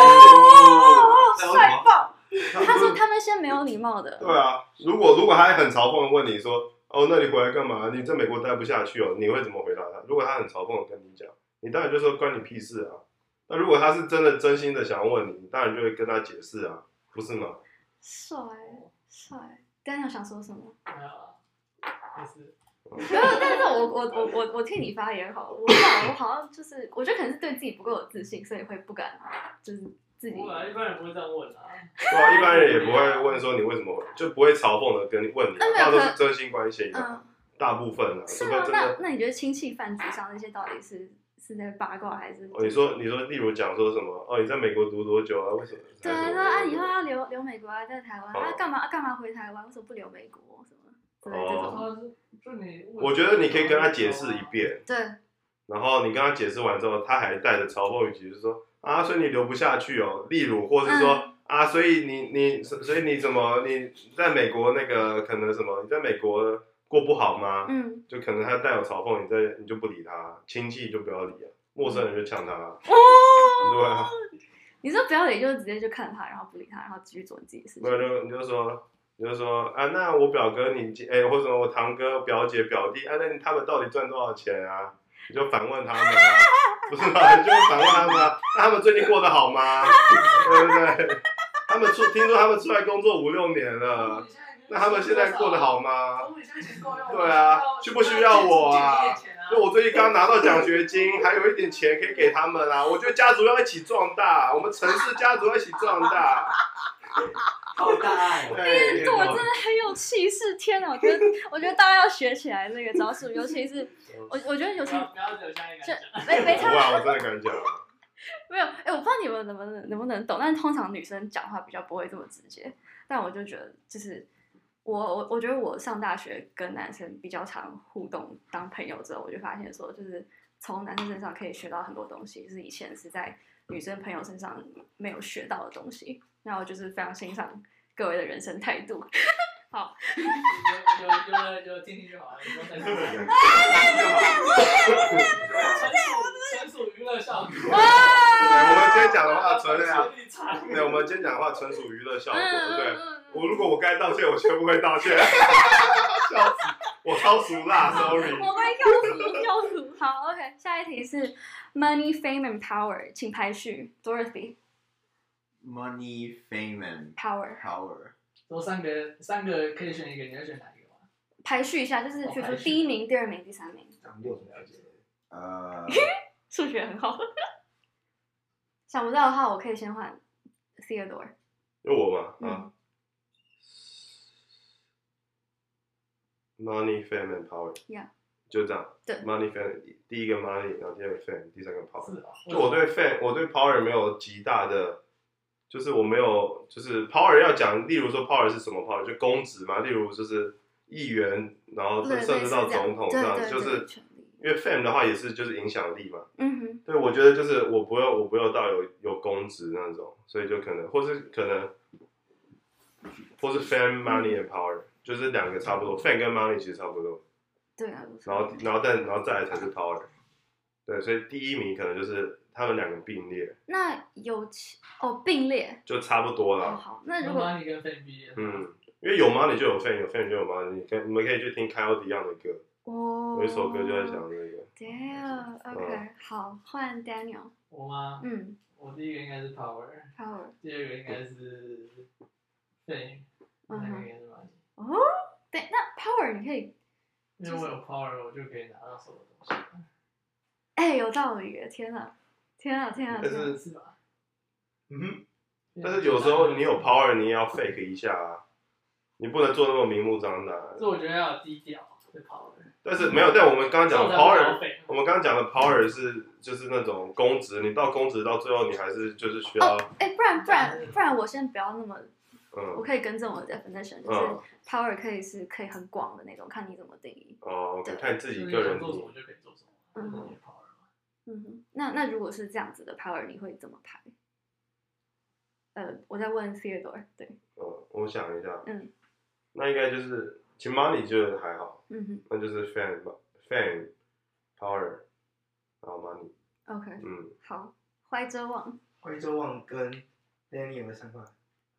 [SPEAKER 3] 哦，
[SPEAKER 4] 那为什么
[SPEAKER 3] 帅爆！ [laughs] 他说他们先没有礼貌的，
[SPEAKER 2] 对啊，如果如果他很嘲讽的问你说，哦，那你回来干嘛？你在美国待不下去哦，你会怎么回答他？如果他很嘲讽的跟你讲，你当然就说关你屁事啊。那如果他是真的真心的想要问你，你当然就会跟他解释啊，不是吗？
[SPEAKER 3] 帅帅。刚刚想说什么？
[SPEAKER 5] 没有啊，就是
[SPEAKER 3] 没有，但是我我我我我替你发言好了。我好我好像就是，我觉得可能是对自己不够有自信，所以会不敢，就是自己。
[SPEAKER 5] 不然一般人不会这样问啊。
[SPEAKER 2] 对啊，一般人也不会问说你为什么，就不会嘲讽的跟你问你、啊，
[SPEAKER 3] 那
[SPEAKER 2] 大
[SPEAKER 3] 没
[SPEAKER 2] 都
[SPEAKER 3] 有可
[SPEAKER 2] 是真心关心的、
[SPEAKER 3] 嗯，
[SPEAKER 2] 大部分啊，
[SPEAKER 3] 是
[SPEAKER 2] 除非
[SPEAKER 3] 吗？
[SPEAKER 2] 真
[SPEAKER 3] 那
[SPEAKER 2] 的。
[SPEAKER 3] 那你觉得亲戚饭局上那些到底是是在八卦还是？
[SPEAKER 2] 哦，你说你说，例如讲说什么？哦，你在美国读多久啊？为什么？
[SPEAKER 3] 对啊，
[SPEAKER 2] 还是
[SPEAKER 3] 他
[SPEAKER 2] 什
[SPEAKER 3] 说
[SPEAKER 2] 么
[SPEAKER 3] 啊，以后要留留美国啊，在台湾
[SPEAKER 2] 哦
[SPEAKER 3] 啊，干嘛啊干嘛回台湾？为什么不留美国什么之类的这
[SPEAKER 2] 哦
[SPEAKER 3] 种？
[SPEAKER 5] 他是就你，
[SPEAKER 2] 我觉得你可以跟他解释一。遍。啊
[SPEAKER 3] 对，
[SPEAKER 2] 然后你跟他解释完之后，他还带着嘲讽语气，就是说啊，所以你留不下去哦，例如，或是说、啊，所以你你所所以你怎么你在美国那个可能什么，你在美国过不好吗？
[SPEAKER 3] 嗯，
[SPEAKER 2] 就可能他带有嘲讽，你在你就不理他，亲戚就不要理啊，陌生人就呛他，对啊，
[SPEAKER 3] 你说不要脸就直接就看他，然后不理他，然后继续做你自己的事
[SPEAKER 2] 没有
[SPEAKER 3] 情。
[SPEAKER 2] 就你就说。你就说啊，那我表哥你哎、或者什么我堂哥、表姐、表弟啊，那他们到底赚多少钱啊？你就反问他们啊，不是吧？你就反问他们啊，那他们最近过得好吗？对不对？他们出听说他们出来工作五六年了，那他们现在过得好吗？
[SPEAKER 5] 中午你现在钱够用吗？
[SPEAKER 2] 对啊需不需要我啊
[SPEAKER 5] 就
[SPEAKER 2] 就我最近刚拿到奖学金，还有一点钱可以给他们啊。我觉得家族要一起壮大，我们城市家族要一起壮大。
[SPEAKER 6] [laughs] 好大爱哦！
[SPEAKER 2] 对，
[SPEAKER 3] [laughs] 对，我真的很有气势，天哪！我觉得，我觉得大家要学起来那个
[SPEAKER 2] [laughs]
[SPEAKER 3] 招数，尤其是我，我觉得尤其
[SPEAKER 5] 不要不要只有下一个
[SPEAKER 3] 这
[SPEAKER 5] 人讲。
[SPEAKER 3] 没没差，
[SPEAKER 2] 哇，我真的敢讲，
[SPEAKER 3] 没有，哎、我不知道你们能不能能不能懂，但是通常女生讲话比较不会这么直接。但我就觉得，就是我我我觉得我上大学跟男生比较常互动当朋友之后，我就发现说，就是从男生身上可以学到很多东西，就是以前是在女生朋友身上没有学到的东西。那我就是非常欣赏各位的人生态度。 [laughs]
[SPEAKER 5] 有有有有听听就好了，不用再说。纯属娱乐效果。
[SPEAKER 2] 对我们今天讲的话纯属，
[SPEAKER 5] 立场。
[SPEAKER 2] 对，我们今天讲的话纯属娱乐效果，
[SPEAKER 3] 嗯
[SPEAKER 2] 对。
[SPEAKER 3] 嗯
[SPEAKER 2] 我如果我该道歉，我全部会道歉。 [laughs] 笑死，我超俗辣，sorry。
[SPEAKER 3] 我会跳舞跳舞。好，OK，下一题是 money, fame and power，请排序。Dorothy
[SPEAKER 4] Money, fame, and
[SPEAKER 3] power。
[SPEAKER 4] power。
[SPEAKER 5] 有三个三个可以选一个，你要选哪一个吗？
[SPEAKER 3] 排序一下，就是
[SPEAKER 5] 哦
[SPEAKER 3] 比如
[SPEAKER 5] 排
[SPEAKER 3] 说
[SPEAKER 5] 序
[SPEAKER 3] 第一名、第二名、第三名，
[SPEAKER 6] 咱们六十了解。
[SPEAKER 4] 呃，
[SPEAKER 3] 数学很好。想不到的话，我可以先换 Theodore。
[SPEAKER 2] 就我嘛，啊
[SPEAKER 3] 嗯，
[SPEAKER 2] ，money, fame and power。
[SPEAKER 3] Yeah
[SPEAKER 2] 就这样。
[SPEAKER 3] 对
[SPEAKER 2] ，money, fame，第一个 money，然后第二个 fame，第三个 power。
[SPEAKER 5] 是啊，
[SPEAKER 2] 就我对 fan，我对 power 没有极大的，就是我没有，就是 power 要讲，例如说 power 是什么 power，就公职嘛，例如就是议员，然后
[SPEAKER 3] 对，
[SPEAKER 2] 甚
[SPEAKER 3] 类
[SPEAKER 2] 至
[SPEAKER 3] 似
[SPEAKER 2] 到
[SPEAKER 3] 这样
[SPEAKER 2] 总统这
[SPEAKER 3] 对
[SPEAKER 2] 样，
[SPEAKER 3] 对
[SPEAKER 2] 就
[SPEAKER 3] 对
[SPEAKER 2] 是
[SPEAKER 3] 权力
[SPEAKER 2] 因为 fame 的话也是就是影响力嘛。
[SPEAKER 3] 嗯哼，
[SPEAKER 2] 对，我觉得就是我不要我不要到有有公职那种，所以就可能或是可能，或是 fame money and power，就是两个差不多，fame 跟 money 其实差不多，
[SPEAKER 3] 对啊。
[SPEAKER 2] 然后然后但然后再来才是 power，对，所以第一名可能就是他们两个并列，
[SPEAKER 3] 那有其哦并列
[SPEAKER 2] 就差不多
[SPEAKER 3] 哦
[SPEAKER 2] 啦。嗯
[SPEAKER 3] 好，那如果
[SPEAKER 5] 你跟菲比，，
[SPEAKER 2] 嗯，因为有 money 就有 fame，有 fame 就有 money，你可以你们可以去听 Kyle 一样的歌，
[SPEAKER 3] 哦
[SPEAKER 2] 有一首歌就在嗯讲这个。
[SPEAKER 3] ，Damn，OK，好，换 Daniel，
[SPEAKER 5] 我吗？
[SPEAKER 3] 嗯
[SPEAKER 5] 我第一个应该是 Power，
[SPEAKER 3] ，Power，
[SPEAKER 5] 第二个应该是 Fame，第
[SPEAKER 3] 嗯
[SPEAKER 5] 三个
[SPEAKER 3] 哼，
[SPEAKER 5] 应该是 Money。
[SPEAKER 3] 哦，对，那 Power 你可以，
[SPEAKER 5] 因为我有 Power，我就可以拿到所有东西。
[SPEAKER 3] 哎，有道理耶，天哪，天哪，天哪，
[SPEAKER 2] 但
[SPEAKER 3] 天
[SPEAKER 2] 是
[SPEAKER 3] 哪，
[SPEAKER 5] 是吧？
[SPEAKER 4] 嗯，
[SPEAKER 2] 但是有时候你有 power，你也要 fake 一下啊，你不能做那么明目张胆。
[SPEAKER 5] 所以我觉得要低调的 Power。
[SPEAKER 2] 但是没有，但我们刚刚讲的
[SPEAKER 5] 这种
[SPEAKER 2] power，
[SPEAKER 5] 才会
[SPEAKER 2] 我们刚刚讲的 power 是就是那种公职，你到公职到最后你还是就是需
[SPEAKER 5] 哦
[SPEAKER 2] 要，
[SPEAKER 3] 哎，不然不然不然，我先不要那么，我
[SPEAKER 2] 嗯，
[SPEAKER 3] 可以更正我的 definition，就
[SPEAKER 2] 嗯
[SPEAKER 3] 是 Power 可以是可以很广的那种，看你怎么定义。
[SPEAKER 2] 哦，OK，
[SPEAKER 3] 对
[SPEAKER 2] 看你自己
[SPEAKER 5] 就是
[SPEAKER 2] 个
[SPEAKER 5] 你
[SPEAKER 2] 人
[SPEAKER 5] 想做什么就可以做什么，
[SPEAKER 3] 嗯
[SPEAKER 5] 这是你的 power 嘛。
[SPEAKER 3] 嗯哼，那那如果是这样子的 power，你会怎么排？呃，我在问 Theodore，对，
[SPEAKER 2] 嗯，我想一下，
[SPEAKER 3] 嗯，
[SPEAKER 2] 那应该就是其实 money 就还好，
[SPEAKER 3] 嗯
[SPEAKER 2] 那就是 fan fan power，然后 money，
[SPEAKER 3] 哼，OK，
[SPEAKER 2] 嗯，
[SPEAKER 3] 好，怀哲望，
[SPEAKER 6] 徽州望跟 Daniel 的想法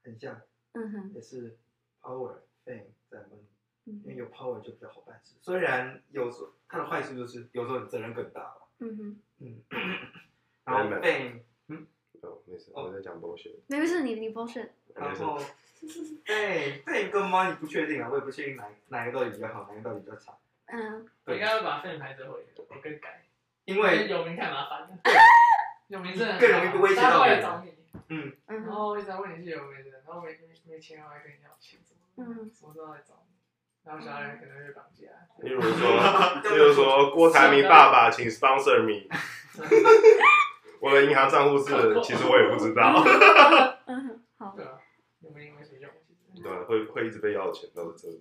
[SPEAKER 6] 很像，
[SPEAKER 3] 嗯哼，
[SPEAKER 6] 也是 power fame 在 money，
[SPEAKER 3] 嗯
[SPEAKER 6] 因
[SPEAKER 2] 哎
[SPEAKER 6] 为有 power 就比较好办事。虽然有时候它的坏处就是有时候你责任更大嘛，
[SPEAKER 3] 嗯哼，
[SPEAKER 6] 嗯，然后 fame，
[SPEAKER 2] 哦，没事，
[SPEAKER 6] 哦
[SPEAKER 2] 我在讲 bullshit，
[SPEAKER 3] 没事，你你 bullshit，
[SPEAKER 2] 没
[SPEAKER 6] 然
[SPEAKER 2] 事，
[SPEAKER 6] 后 [laughs] fame fame 跟 money 不确定啊，我也不确定哪哪个到底比较好，哪个到底比较差，
[SPEAKER 3] 嗯，
[SPEAKER 5] 我
[SPEAKER 6] 对
[SPEAKER 5] 应该会把 fan 排最后一个，我更改，
[SPEAKER 6] 因
[SPEAKER 5] 因为
[SPEAKER 6] 为
[SPEAKER 5] 有名太麻
[SPEAKER 6] [laughs]
[SPEAKER 5] 烦了，有名真的
[SPEAKER 6] 更容易被威胁到
[SPEAKER 5] 大家会
[SPEAKER 6] 别
[SPEAKER 5] 来
[SPEAKER 6] 人
[SPEAKER 5] 找你，
[SPEAKER 3] 嗯
[SPEAKER 5] 然
[SPEAKER 3] 哼，
[SPEAKER 5] 后一直在问你是有名的，然后没没没钱还跟你要钱，怎么
[SPEAKER 3] 嗯
[SPEAKER 5] 什么都要来找你，然后小孩可能会绑架，
[SPEAKER 2] 例如说， [laughs] 例如说郭台铭爸爸，请 sponsor me。我的银行账户是，其实我也不知道。 [laughs]
[SPEAKER 3] 嗯哼，好，
[SPEAKER 5] 对啊，有名没什么用，其实
[SPEAKER 2] 对，会会一直被要钱，都是真的。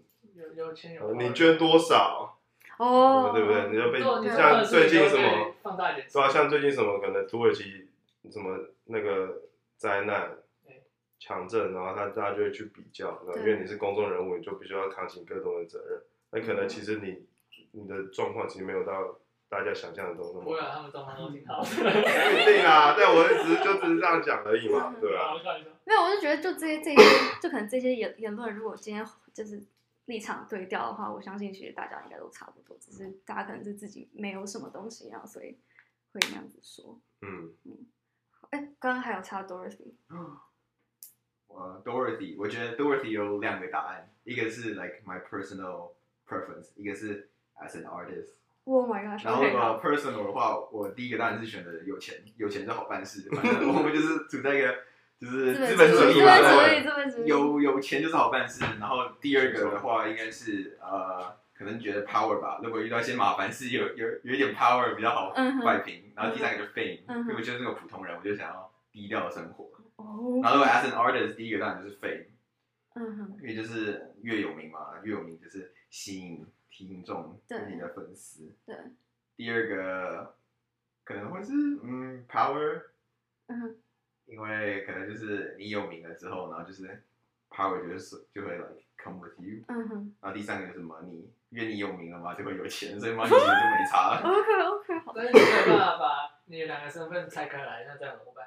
[SPEAKER 5] 有有钱有啊
[SPEAKER 2] 呃
[SPEAKER 5] 花
[SPEAKER 2] 你捐多少，
[SPEAKER 3] 哦，
[SPEAKER 2] 对不对？你就被
[SPEAKER 5] 如果你
[SPEAKER 2] 像最近什
[SPEAKER 5] 如果
[SPEAKER 2] 么，
[SPEAKER 5] 你放大一点，
[SPEAKER 2] 对啊，像最近什么可能土耳其什么那个灾难
[SPEAKER 5] 对。
[SPEAKER 2] 强震，然后他大家就会去比较，然后因为
[SPEAKER 3] 对
[SPEAKER 2] 你是公众人物，你就必须要扛起各种的责任。那可能其实你你的状况其实没有到大家想象的中那么
[SPEAKER 5] 不
[SPEAKER 2] 好
[SPEAKER 5] 会。啊，他们状况都
[SPEAKER 2] [laughs]
[SPEAKER 5] 挺好的，
[SPEAKER 2] 不一定啊， [laughs] 但我只是就只是这样讲而已嘛，对
[SPEAKER 5] 啊，
[SPEAKER 2] 啊，
[SPEAKER 5] 我笑一笑。
[SPEAKER 3] 没有，我就觉得就这些这些，就可能这些言言论，如果今天就是立场对调的话，我相信其实大家应该都差不多，只是大家可能是自己没有什么东西，然后所以会那样子说。
[SPEAKER 2] 嗯，
[SPEAKER 3] 哎，刚刚还有插 Dorothy，
[SPEAKER 4] 呃，Dorothy，我觉得 Dorothy 有两个答案，一个是 like my personal preference，一个是 as an artist。
[SPEAKER 3] Oh my [laughs] god！
[SPEAKER 4] 然后
[SPEAKER 3] OK，
[SPEAKER 4] 呃，personal 的话，我第一个当然是选择有钱，有钱就好办事。反正我们就是处在一个
[SPEAKER 3] [laughs]
[SPEAKER 4] 就是
[SPEAKER 3] 资本
[SPEAKER 4] 资本
[SPEAKER 3] 主义，
[SPEAKER 4] 主义
[SPEAKER 3] 资
[SPEAKER 4] 嘛，
[SPEAKER 3] 本主
[SPEAKER 4] 对
[SPEAKER 3] 义，资本主义。
[SPEAKER 4] 有有钱就是好办事。然后第二个的话，应该是呃，可能觉得 power 吧。如果遇到一些麻烦事，有有有一点 power 比较好
[SPEAKER 3] 嗯哼
[SPEAKER 4] 摆平。然后第三个就是 fame，
[SPEAKER 3] 嗯哼
[SPEAKER 4] 因为我就是个普通人，我就想要低调的生活。
[SPEAKER 3] 哦，
[SPEAKER 4] 然后如果 as an artist，第一个当然就是 fame，
[SPEAKER 3] 嗯哼，
[SPEAKER 4] 因为就是越有名嘛，越有名就是吸引听众，
[SPEAKER 3] 对
[SPEAKER 4] 你的粉丝。
[SPEAKER 3] 对，
[SPEAKER 4] 第二个可能会是嗯 power，
[SPEAKER 3] 嗯哼，
[SPEAKER 4] 因为可能就是你有名了之后，然后就是 power 就是就会 like come with you。
[SPEAKER 3] 嗯
[SPEAKER 4] [laughs]
[SPEAKER 3] 哼
[SPEAKER 4] 然后第三个就是 money，因为你有名了嘛，就会有钱，所以 money 其实就没差了。
[SPEAKER 3] ，OK OK，好，哦
[SPEAKER 5] 但是你没有办法把你的两个身份拆开来，那这样怎么办？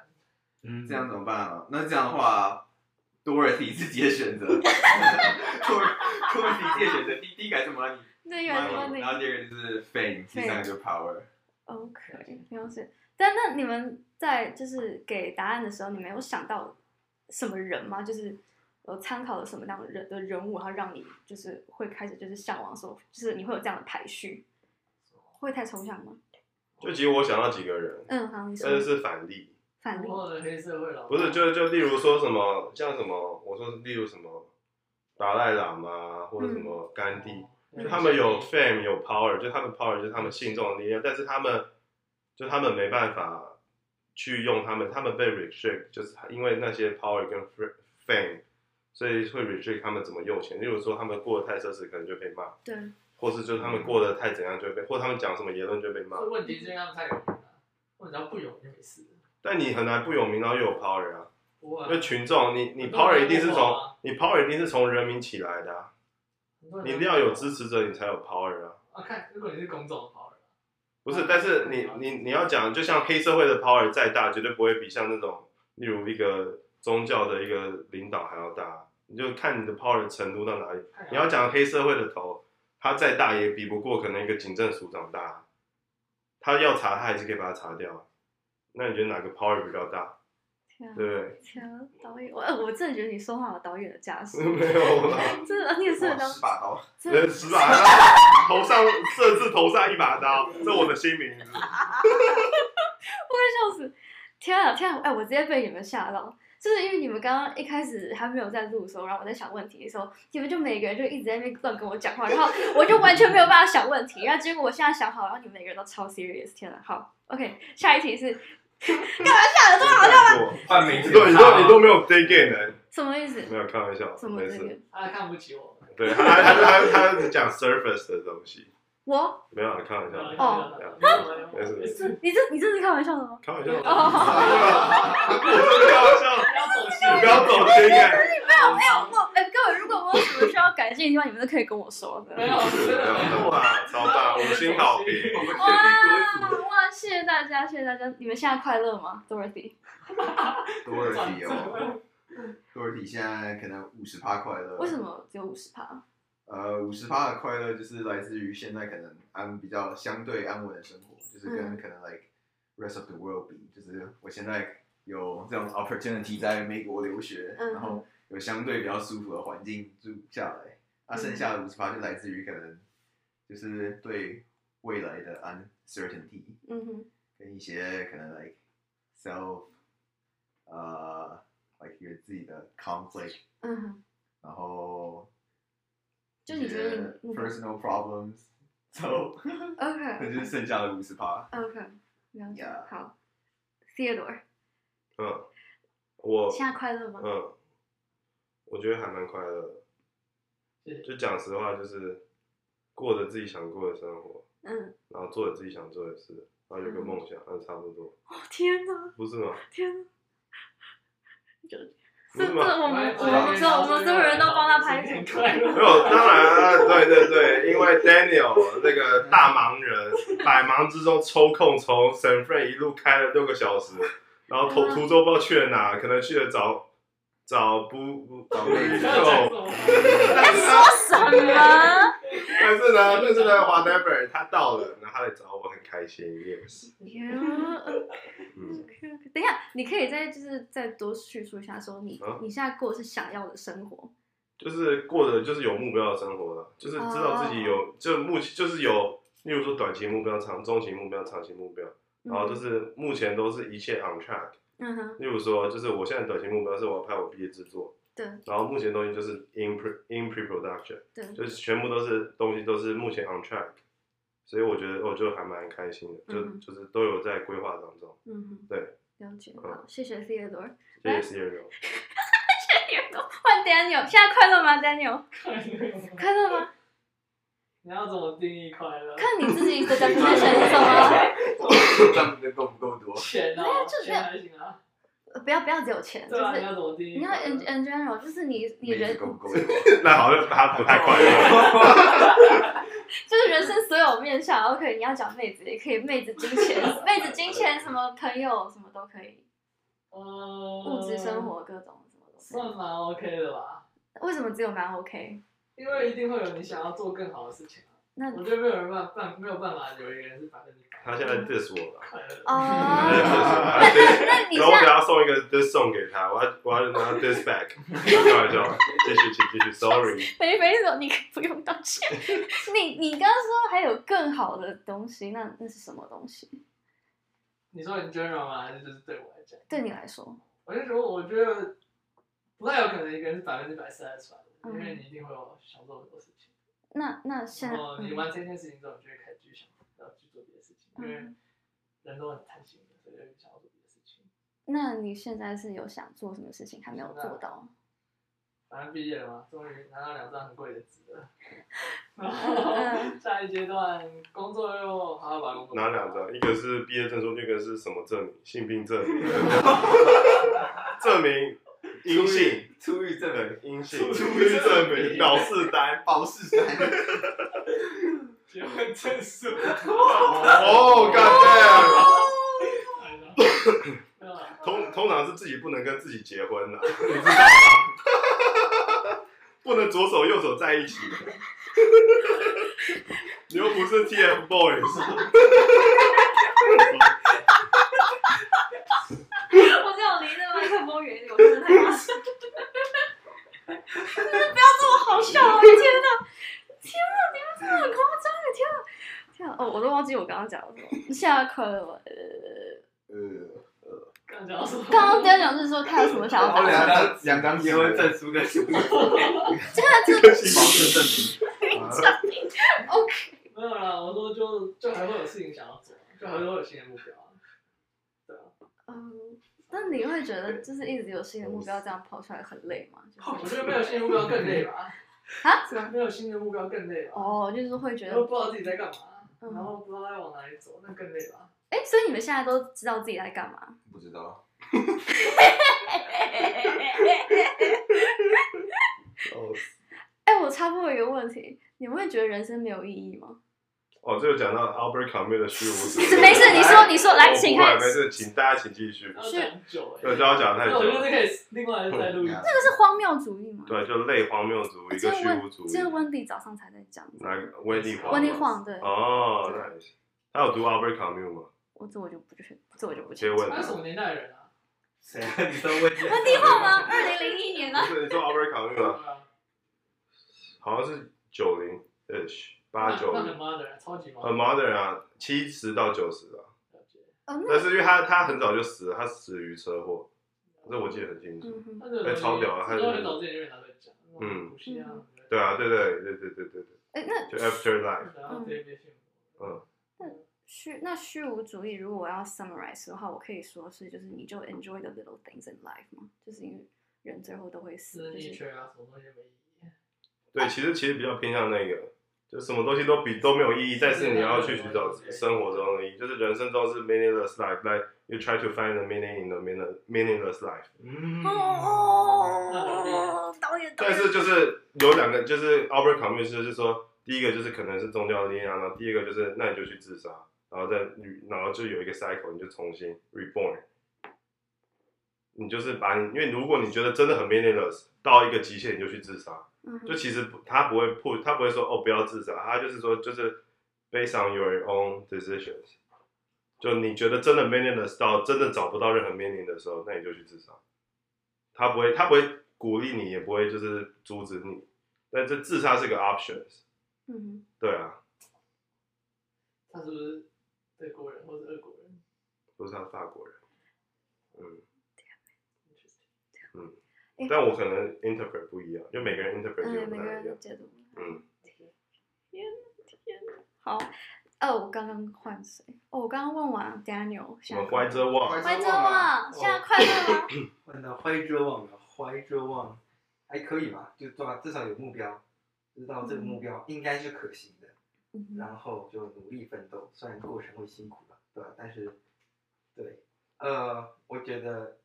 [SPEAKER 6] 嗯
[SPEAKER 4] 这样怎么办啊？那这样的话，Dorothy 自己的选择，Dor-，Dorothy 自己的选择，第第一个还是 money。
[SPEAKER 3] 那原来是
[SPEAKER 4] money，然
[SPEAKER 3] money
[SPEAKER 4] 后第二个就是 fame，第三个就是 power。
[SPEAKER 3] OK，了解。但那你们在就是给答案的时候，你没有想到什么人吗？就是有参考了什么样的人的人物，然后让你就是会开始就是向往说，就是你会有这样的排序，会太抽象吗？
[SPEAKER 2] 就其实我想到几个人，
[SPEAKER 3] 嗯，好，你说
[SPEAKER 2] 但呃是是反例，
[SPEAKER 3] 反
[SPEAKER 6] 嗯
[SPEAKER 3] 例，
[SPEAKER 5] 所有的黑社会老
[SPEAKER 2] 不是就就例如说什么像什么，我说是例如什么达赖喇嘛或者什么甘地，
[SPEAKER 5] 嗯
[SPEAKER 2] 就他们有 fame 有 power，就他们 power 就是他们信众的力量，但是他们就他们没办法去用他们，他们被 restrict，就是因为那些 power 跟 fr- fame，所以会 restrict 他们怎么用钱，例如说他们过得太奢侈，可能就被骂。
[SPEAKER 3] 对，
[SPEAKER 2] 或是就是他们过得太怎样就会被，或他们讲什么言论就被骂
[SPEAKER 5] 所。以问题是因为他们太有名了，或者只要不有名就没事。
[SPEAKER 2] 但你很难不有名，然后又有 power 啊，
[SPEAKER 5] 不会啊
[SPEAKER 2] 因为群众，你你
[SPEAKER 5] 很多
[SPEAKER 2] power
[SPEAKER 5] 人
[SPEAKER 2] 一定是
[SPEAKER 5] 都有
[SPEAKER 2] 从
[SPEAKER 5] 啊
[SPEAKER 2] 你 power 一定是从人民起来的、啊，
[SPEAKER 5] 很多人
[SPEAKER 2] 你
[SPEAKER 5] 都
[SPEAKER 2] 一定要有支持者，你才有 power 啊。
[SPEAKER 5] 啊。看，如果你是公众的 power，
[SPEAKER 2] 不
[SPEAKER 5] 啊
[SPEAKER 2] 是，但是你你你要讲，就像黑社会的 power 再大，绝对不会比像那种例如一个宗教的一个领导还要大。你就看你的 power 的程度到哪里。你要讲黑社会的头，他再大也比不过可能一个警政署长大，他要查他还是可以把他查掉。那你觉得哪个 power 比较大？
[SPEAKER 3] 天啊
[SPEAKER 2] 对，不对？ [laughs]
[SPEAKER 3] 天啊，导演，我呃我真的觉得你说话有导演的架势，
[SPEAKER 2] 没有啦，
[SPEAKER 3] 真的，你也是很当
[SPEAKER 4] 哇十把刀，
[SPEAKER 3] 真
[SPEAKER 2] 人
[SPEAKER 3] 的
[SPEAKER 2] 十把刀，头上甚至头上一把刀，这我的新
[SPEAKER 3] [laughs]
[SPEAKER 2] 名字。
[SPEAKER 3] 啊我会笑死！天啊天啊！哎、我直接被你们吓到，就是因为你们刚刚一开始还没有在录的时候，然后我在想问题的时候，你们就每个人就一直在那边乱跟我讲话，然后我就完全没有办法想问题。然后结果我现在想好，然后你们每个人都超 serious。天啊，好，OK，下一题是干嘛吓得这么好笑？
[SPEAKER 6] 换名字
[SPEAKER 2] 对，你都你都没有 day game 呢、
[SPEAKER 3] 什么意思？
[SPEAKER 2] 没有开玩笑，
[SPEAKER 3] 什么
[SPEAKER 2] 没
[SPEAKER 3] 这个
[SPEAKER 2] 事。？
[SPEAKER 5] 他看不起我。
[SPEAKER 2] 对，他他他他他只讲 surface 的东西，
[SPEAKER 3] 我
[SPEAKER 2] 没有啦开玩笑的，
[SPEAKER 3] 哦
[SPEAKER 2] 没事没事，
[SPEAKER 3] 是你这你这是开玩笑的吗？
[SPEAKER 2] 开玩笑的，
[SPEAKER 3] 哦好
[SPEAKER 2] 我 [laughs] 真的开 [laughs] 玩笑的，
[SPEAKER 5] 不要走心，
[SPEAKER 2] 你不要走心感。
[SPEAKER 5] 没有
[SPEAKER 3] 我哎、各位，如果我有什么需要改进的地方，你们都可以跟我说的。
[SPEAKER 5] 没有没有，
[SPEAKER 2] 哇，超大，五星好评，
[SPEAKER 4] 我们
[SPEAKER 3] 哇
[SPEAKER 4] 决
[SPEAKER 3] 哇！谢谢大家，谢谢大家！你们现在快乐吗，Dorothy？
[SPEAKER 4] 定多组多尔体哦，多尔体现在可能五十趴快乐。
[SPEAKER 3] 为什？么只有五十趴？
[SPEAKER 4] 呃，五十趴的快乐就是来自于现在可能安比较相对安稳的生活，就是跟
[SPEAKER 3] 嗯
[SPEAKER 4] 可能 like rest of the world 比，就是我现在有这种 opportunity 在美国留学，
[SPEAKER 3] 嗯
[SPEAKER 4] 然后有相对比较舒服的环境住下来，那、
[SPEAKER 3] 嗯
[SPEAKER 4] 剩下的五十趴就来自于可能就是对未来的 uncertainty，
[SPEAKER 3] 嗯哼，
[SPEAKER 4] 跟一些可能 like self，呃、like 有自己的 conflict，
[SPEAKER 3] 嗯哼，
[SPEAKER 4] 然后
[SPEAKER 3] 就你觉得你
[SPEAKER 4] 一
[SPEAKER 3] 你
[SPEAKER 4] 些 personal problems，so 那就
[SPEAKER 3] OK
[SPEAKER 4] 是剩下的五十趴。
[SPEAKER 3] OK 了解
[SPEAKER 4] Yeah
[SPEAKER 3] 好。Theodore，
[SPEAKER 2] 嗯，我
[SPEAKER 3] 现在快乐吗？
[SPEAKER 2] 嗯，我觉得还蛮快乐的。就讲实话，就是过着自己想过的生活，
[SPEAKER 3] 嗯，
[SPEAKER 2] 然后做着自己想做的事，然后有个
[SPEAKER 3] 嗯
[SPEAKER 2] 梦想，那差不多，
[SPEAKER 3] 哦天哪，
[SPEAKER 2] 不是吗？
[SPEAKER 3] 天哪！就
[SPEAKER 2] 不
[SPEAKER 3] 这
[SPEAKER 2] 是
[SPEAKER 3] 这，
[SPEAKER 2] 吗？
[SPEAKER 3] 我们我们所有我们所有人都帮他拍手。
[SPEAKER 5] 快乐
[SPEAKER 2] 没。有，当然啊，对对对，因为 Daniel 那个大忙人，百忙之中抽空从 San Fran 一路开了六个小时，然后途途中不知道去了哪，可能去了找找不不找不
[SPEAKER 5] 不要讲
[SPEAKER 2] 够
[SPEAKER 5] 这。种话
[SPEAKER 2] 但是呢
[SPEAKER 1] 什么？
[SPEAKER 2] 但是呢，但是呢，华德贝尔他到了，然后他来找我，很开心，yes，
[SPEAKER 3] Yeah，OK，OK
[SPEAKER 2] 嗯，
[SPEAKER 3] 啊等一下，你可以再就是再多叙述一下，说你
[SPEAKER 2] 嗯
[SPEAKER 3] 你现在过的是想要的生活。
[SPEAKER 2] 就是过着就是有目标的生活了，就是知道自己
[SPEAKER 3] 哦
[SPEAKER 2] 有，就目就是有，例如说短期目标、长中期目标、长期目标，然哦后就
[SPEAKER 3] 嗯
[SPEAKER 2] 是目前都是一切 on track。
[SPEAKER 3] 嗯哼，
[SPEAKER 2] 例如说，就是我现在短期目标是我要拍我毕业制作，
[SPEAKER 3] 对
[SPEAKER 2] 然后目前东西就是 in pre in pre production，
[SPEAKER 3] 对，
[SPEAKER 2] 就是全部都是东西都是目前 on track，所以我觉得我就还蛮开心的，就、
[SPEAKER 3] 嗯
[SPEAKER 2] 就是都有在规划当中。
[SPEAKER 3] 嗯哼，
[SPEAKER 2] 对，
[SPEAKER 3] 了解。
[SPEAKER 2] 嗯
[SPEAKER 3] 好，谢谢 Theodore。 [laughs]
[SPEAKER 2] 这也是一个
[SPEAKER 3] ，Theodore，换 Daniel，现在快乐吗？Daniel，
[SPEAKER 5] 快乐
[SPEAKER 3] 快乐吗？
[SPEAKER 5] 你要怎么定义快乐？
[SPEAKER 3] 看你自己的 definition 是什么？
[SPEAKER 4] 账的够不够多？
[SPEAKER 5] 钱啊
[SPEAKER 3] 没有，就是
[SPEAKER 5] 钱还行
[SPEAKER 3] 呃
[SPEAKER 5] 啊。
[SPEAKER 3] 不要不要只有钱，就
[SPEAKER 5] 对啊，你要
[SPEAKER 3] 是
[SPEAKER 5] 怎么定义
[SPEAKER 3] 你要
[SPEAKER 5] 快
[SPEAKER 3] in
[SPEAKER 5] 乐？
[SPEAKER 3] in general，就是你你人
[SPEAKER 4] 够不够
[SPEAKER 2] [laughs] 那好像他不太快乐。
[SPEAKER 3] [laughs] 就是人生所有面向，OK，你要讲妹子也可以，妹子金钱， [laughs] 妹子金钱什么朋友什么都可以，
[SPEAKER 5] 呃
[SPEAKER 3] 物质生活各种什么都可
[SPEAKER 5] 算蛮 OK 的吧，
[SPEAKER 3] 以。为什么只有蛮 OK？
[SPEAKER 5] 因为一定会有你想要做更好的事情啊。
[SPEAKER 3] 那
[SPEAKER 5] 我觉得没有人办办没有办法有一个人是百分之百
[SPEAKER 2] 他现在 diss
[SPEAKER 5] [laughs]
[SPEAKER 2] 我了，
[SPEAKER 5] 快乐的。
[SPEAKER 2] 他现在 diss 我
[SPEAKER 3] 哦，
[SPEAKER 2] 他 diss，
[SPEAKER 3] 那你
[SPEAKER 2] 然后我
[SPEAKER 3] 现
[SPEAKER 2] 给
[SPEAKER 3] 在
[SPEAKER 2] 他送一个 diss 送给他，我要我要拿 diss back，开玩笑，继续请继续，sorry，
[SPEAKER 3] 肥肥说你不用道歉， [laughs] 你你刚刚说还有更好的东西，那那是什么东西？
[SPEAKER 5] 你说你 general 吗？还是就是对我来讲？
[SPEAKER 3] 对你来说，
[SPEAKER 5] 我就觉得，我觉得不太有可能一个人是百分之百 satisfied 的，因为
[SPEAKER 3] 嗯
[SPEAKER 5] 你一定会有想做很多事情，
[SPEAKER 3] 那那现在
[SPEAKER 5] 然后你
[SPEAKER 3] 嗯
[SPEAKER 5] 完成一件事情之后，你就会开始去想要去做别的事情，因为
[SPEAKER 3] 嗯
[SPEAKER 5] 人都很贪心的，所以就想要做别的事情。
[SPEAKER 3] 那你现在是有想做什么事情还没有做到？
[SPEAKER 5] 反正毕业了嘛，终于拿到两张很贵的纸了， [laughs] 然
[SPEAKER 3] 嗯
[SPEAKER 5] 后下一阶段工作又好好把工作
[SPEAKER 2] 拿两张，一个是毕业证书，一个是什么证明？性病证 [laughs] 明，证明阴性，
[SPEAKER 4] 出狱证
[SPEAKER 2] 对
[SPEAKER 4] 明，，
[SPEAKER 2] 阴性，出狱证明，表示单。
[SPEAKER 4] 保释三。
[SPEAKER 5] 结婚证书，
[SPEAKER 2] 哦，干
[SPEAKER 5] 哎呀没有啦
[SPEAKER 2] 对，通通常是自己不能跟自己结婚啊 [laughs] 了，你知道吗？不能左手右手在一起。你又不是 TFBOYS，
[SPEAKER 1] 我只有离那个麦克风远一点，我真的太怕死。真的不要这么好笑啊！天哪，天哪，你们真的很夸张啊！天哪，天哪，哦，我都忘记我刚刚讲了什么。下课了，呃，
[SPEAKER 4] 呃，
[SPEAKER 5] 刚讲到什么？
[SPEAKER 1] 刚刚在讲是说看有什么想要
[SPEAKER 4] 然后
[SPEAKER 1] 打
[SPEAKER 4] 两
[SPEAKER 1] 算。
[SPEAKER 4] 张两张
[SPEAKER 6] 结
[SPEAKER 4] 结
[SPEAKER 6] 婚
[SPEAKER 4] 婚证，
[SPEAKER 6] 证书的书，
[SPEAKER 2] 这个是
[SPEAKER 4] 房证证明。啊
[SPEAKER 5] 没有啦，我说就就还会有事情想要做，就还会有新的目标啊。
[SPEAKER 3] 嗯，那你会觉得就是一直有新的目标这样跑出来很累吗？
[SPEAKER 5] 我
[SPEAKER 3] 就
[SPEAKER 5] 觉
[SPEAKER 3] 是
[SPEAKER 5] 得没有新的目标更累吧，
[SPEAKER 3] 啊？什么？
[SPEAKER 5] 没有新的目标更累吧，
[SPEAKER 3] 哦，就是会觉
[SPEAKER 5] 然
[SPEAKER 3] 得
[SPEAKER 5] 后不知道自己在干嘛，
[SPEAKER 3] 嗯
[SPEAKER 5] 然后不知道该往哪里走，那更累吧。
[SPEAKER 3] 哎、所以你们现在都知道自己在干嘛？
[SPEAKER 4] 不知道，
[SPEAKER 2] 哦
[SPEAKER 3] 哎、我插播一个问题，你们会觉得人生没有意义吗？
[SPEAKER 2] 哦，这个讲到 Albert Camus 的虚无主义。
[SPEAKER 3] 没事，你说，你说，来，
[SPEAKER 2] 我
[SPEAKER 3] 请
[SPEAKER 2] 哦不会
[SPEAKER 3] 看，
[SPEAKER 2] 没
[SPEAKER 3] 这
[SPEAKER 2] 事，请大家请继续
[SPEAKER 5] 然。后讲久
[SPEAKER 2] 对，
[SPEAKER 5] 哎，
[SPEAKER 2] 大家讲太
[SPEAKER 5] 那
[SPEAKER 2] 久
[SPEAKER 5] 我觉得这
[SPEAKER 2] 了。
[SPEAKER 5] 可以另外再录一啊集。
[SPEAKER 3] 是荒谬主义吗？
[SPEAKER 2] 对，就类荒谬主义
[SPEAKER 3] 这
[SPEAKER 2] 跟
[SPEAKER 3] 个
[SPEAKER 2] 虚无
[SPEAKER 3] 温，
[SPEAKER 2] 主义。
[SPEAKER 3] 这个温迪早上才在讲。
[SPEAKER 2] 哪个？啊温蒂黄吗。
[SPEAKER 3] 温迪晃对，
[SPEAKER 2] 哦，nice。他有读 Albert Camus 吗？
[SPEAKER 3] 我这我就不确，这我就不
[SPEAKER 2] 接
[SPEAKER 3] 确定。
[SPEAKER 2] 问
[SPEAKER 5] 他
[SPEAKER 2] 的
[SPEAKER 5] 是。什么年代的人啊？
[SPEAKER 6] [laughs] 谁啊？你说问题？
[SPEAKER 1] 问地号吗？二零零一年呢？
[SPEAKER 2] 不是，你说 Albert Camus
[SPEAKER 5] 对
[SPEAKER 2] 吗？
[SPEAKER 5] 啊
[SPEAKER 2] 好像是九零 ish，八九
[SPEAKER 5] 那
[SPEAKER 2] 零
[SPEAKER 5] 很。mother，超级
[SPEAKER 2] A
[SPEAKER 5] mother。
[SPEAKER 2] mother 啊，七十到九十啊。
[SPEAKER 3] 哦，那
[SPEAKER 2] 但是因为他他很早就死了，他死于车祸，这我记得很清楚。
[SPEAKER 3] 嗯哼，
[SPEAKER 5] 他这个
[SPEAKER 2] 哎超屌啊他
[SPEAKER 5] 他
[SPEAKER 2] 这
[SPEAKER 5] 都
[SPEAKER 2] 个
[SPEAKER 5] 很早之前就被拿来讲，
[SPEAKER 2] 嗯
[SPEAKER 5] 古希啊，
[SPEAKER 2] 对啊，对对对对对对对，
[SPEAKER 3] 哎、那
[SPEAKER 2] 就 After Life，
[SPEAKER 5] 然后直接被训。
[SPEAKER 2] 嗯，
[SPEAKER 3] 虚那虚无主义，如果我要 summarize 的话，我可以说是就是你就 enjoy the little things in life 嘛，就是因为人最后都会死，
[SPEAKER 5] 是
[SPEAKER 3] 就
[SPEAKER 5] 逆
[SPEAKER 3] 是
[SPEAKER 5] 圈啊，什么东西没意义。
[SPEAKER 2] 对，其实其实比较偏向那个，就什么东西都比都没有意义，但是你要去寻找生活中的意义，就是人生中是 meaningless life，like you try to find the meaning in the meaning- meaningless life。
[SPEAKER 6] 嗯，
[SPEAKER 3] 哦，导演导
[SPEAKER 2] 但
[SPEAKER 3] 演，
[SPEAKER 2] 是就是有两个，就是 Albert Camus 就是说，第一个就是可能是宗教的力量，然后第二个就是那你就去自杀，然后再然后就有一个 cycle，你就重新 reborn。你就是把你，因为如果你觉得真的很 meaningless，到一个极限你就去自杀，
[SPEAKER 3] 嗯哼
[SPEAKER 2] 就其实不他不会 p 他不会说哦不要自杀，他就是说就是 based on your own decisions，就你觉得真的 meaningless 到真的找不到任何 meaning 的时候，那你就去自杀。他不会，他不会鼓励你，也不会就是阻止你。但这自杀是个 options，
[SPEAKER 3] 嗯哼，
[SPEAKER 2] 对啊，
[SPEAKER 5] 他是不是德国人或者俄国人？
[SPEAKER 2] 不是他法国人，嗯
[SPEAKER 3] 诶，
[SPEAKER 2] 但我可能 interpret 不一样，就每个人 interpret 就
[SPEAKER 3] 哎，
[SPEAKER 2] 不
[SPEAKER 3] 每个
[SPEAKER 2] 太
[SPEAKER 3] 人
[SPEAKER 2] 一样
[SPEAKER 3] 的。解读，
[SPEAKER 2] 嗯，
[SPEAKER 3] 好，哦，我刚刚换谁？哦，我刚刚问完 Daniel，
[SPEAKER 2] 什
[SPEAKER 3] 现
[SPEAKER 2] 么
[SPEAKER 3] 在
[SPEAKER 2] 怀着望，
[SPEAKER 3] 怀着望，现在快乐吗？
[SPEAKER 6] 问到怀着望了，怀着望，还哎可以吧？就抓至少有目标，知道这个目标应该是可行的，
[SPEAKER 3] 嗯哼
[SPEAKER 6] 然后就努力奋斗，虽然过程会辛苦吧，对吧？但是，对，呃，我觉得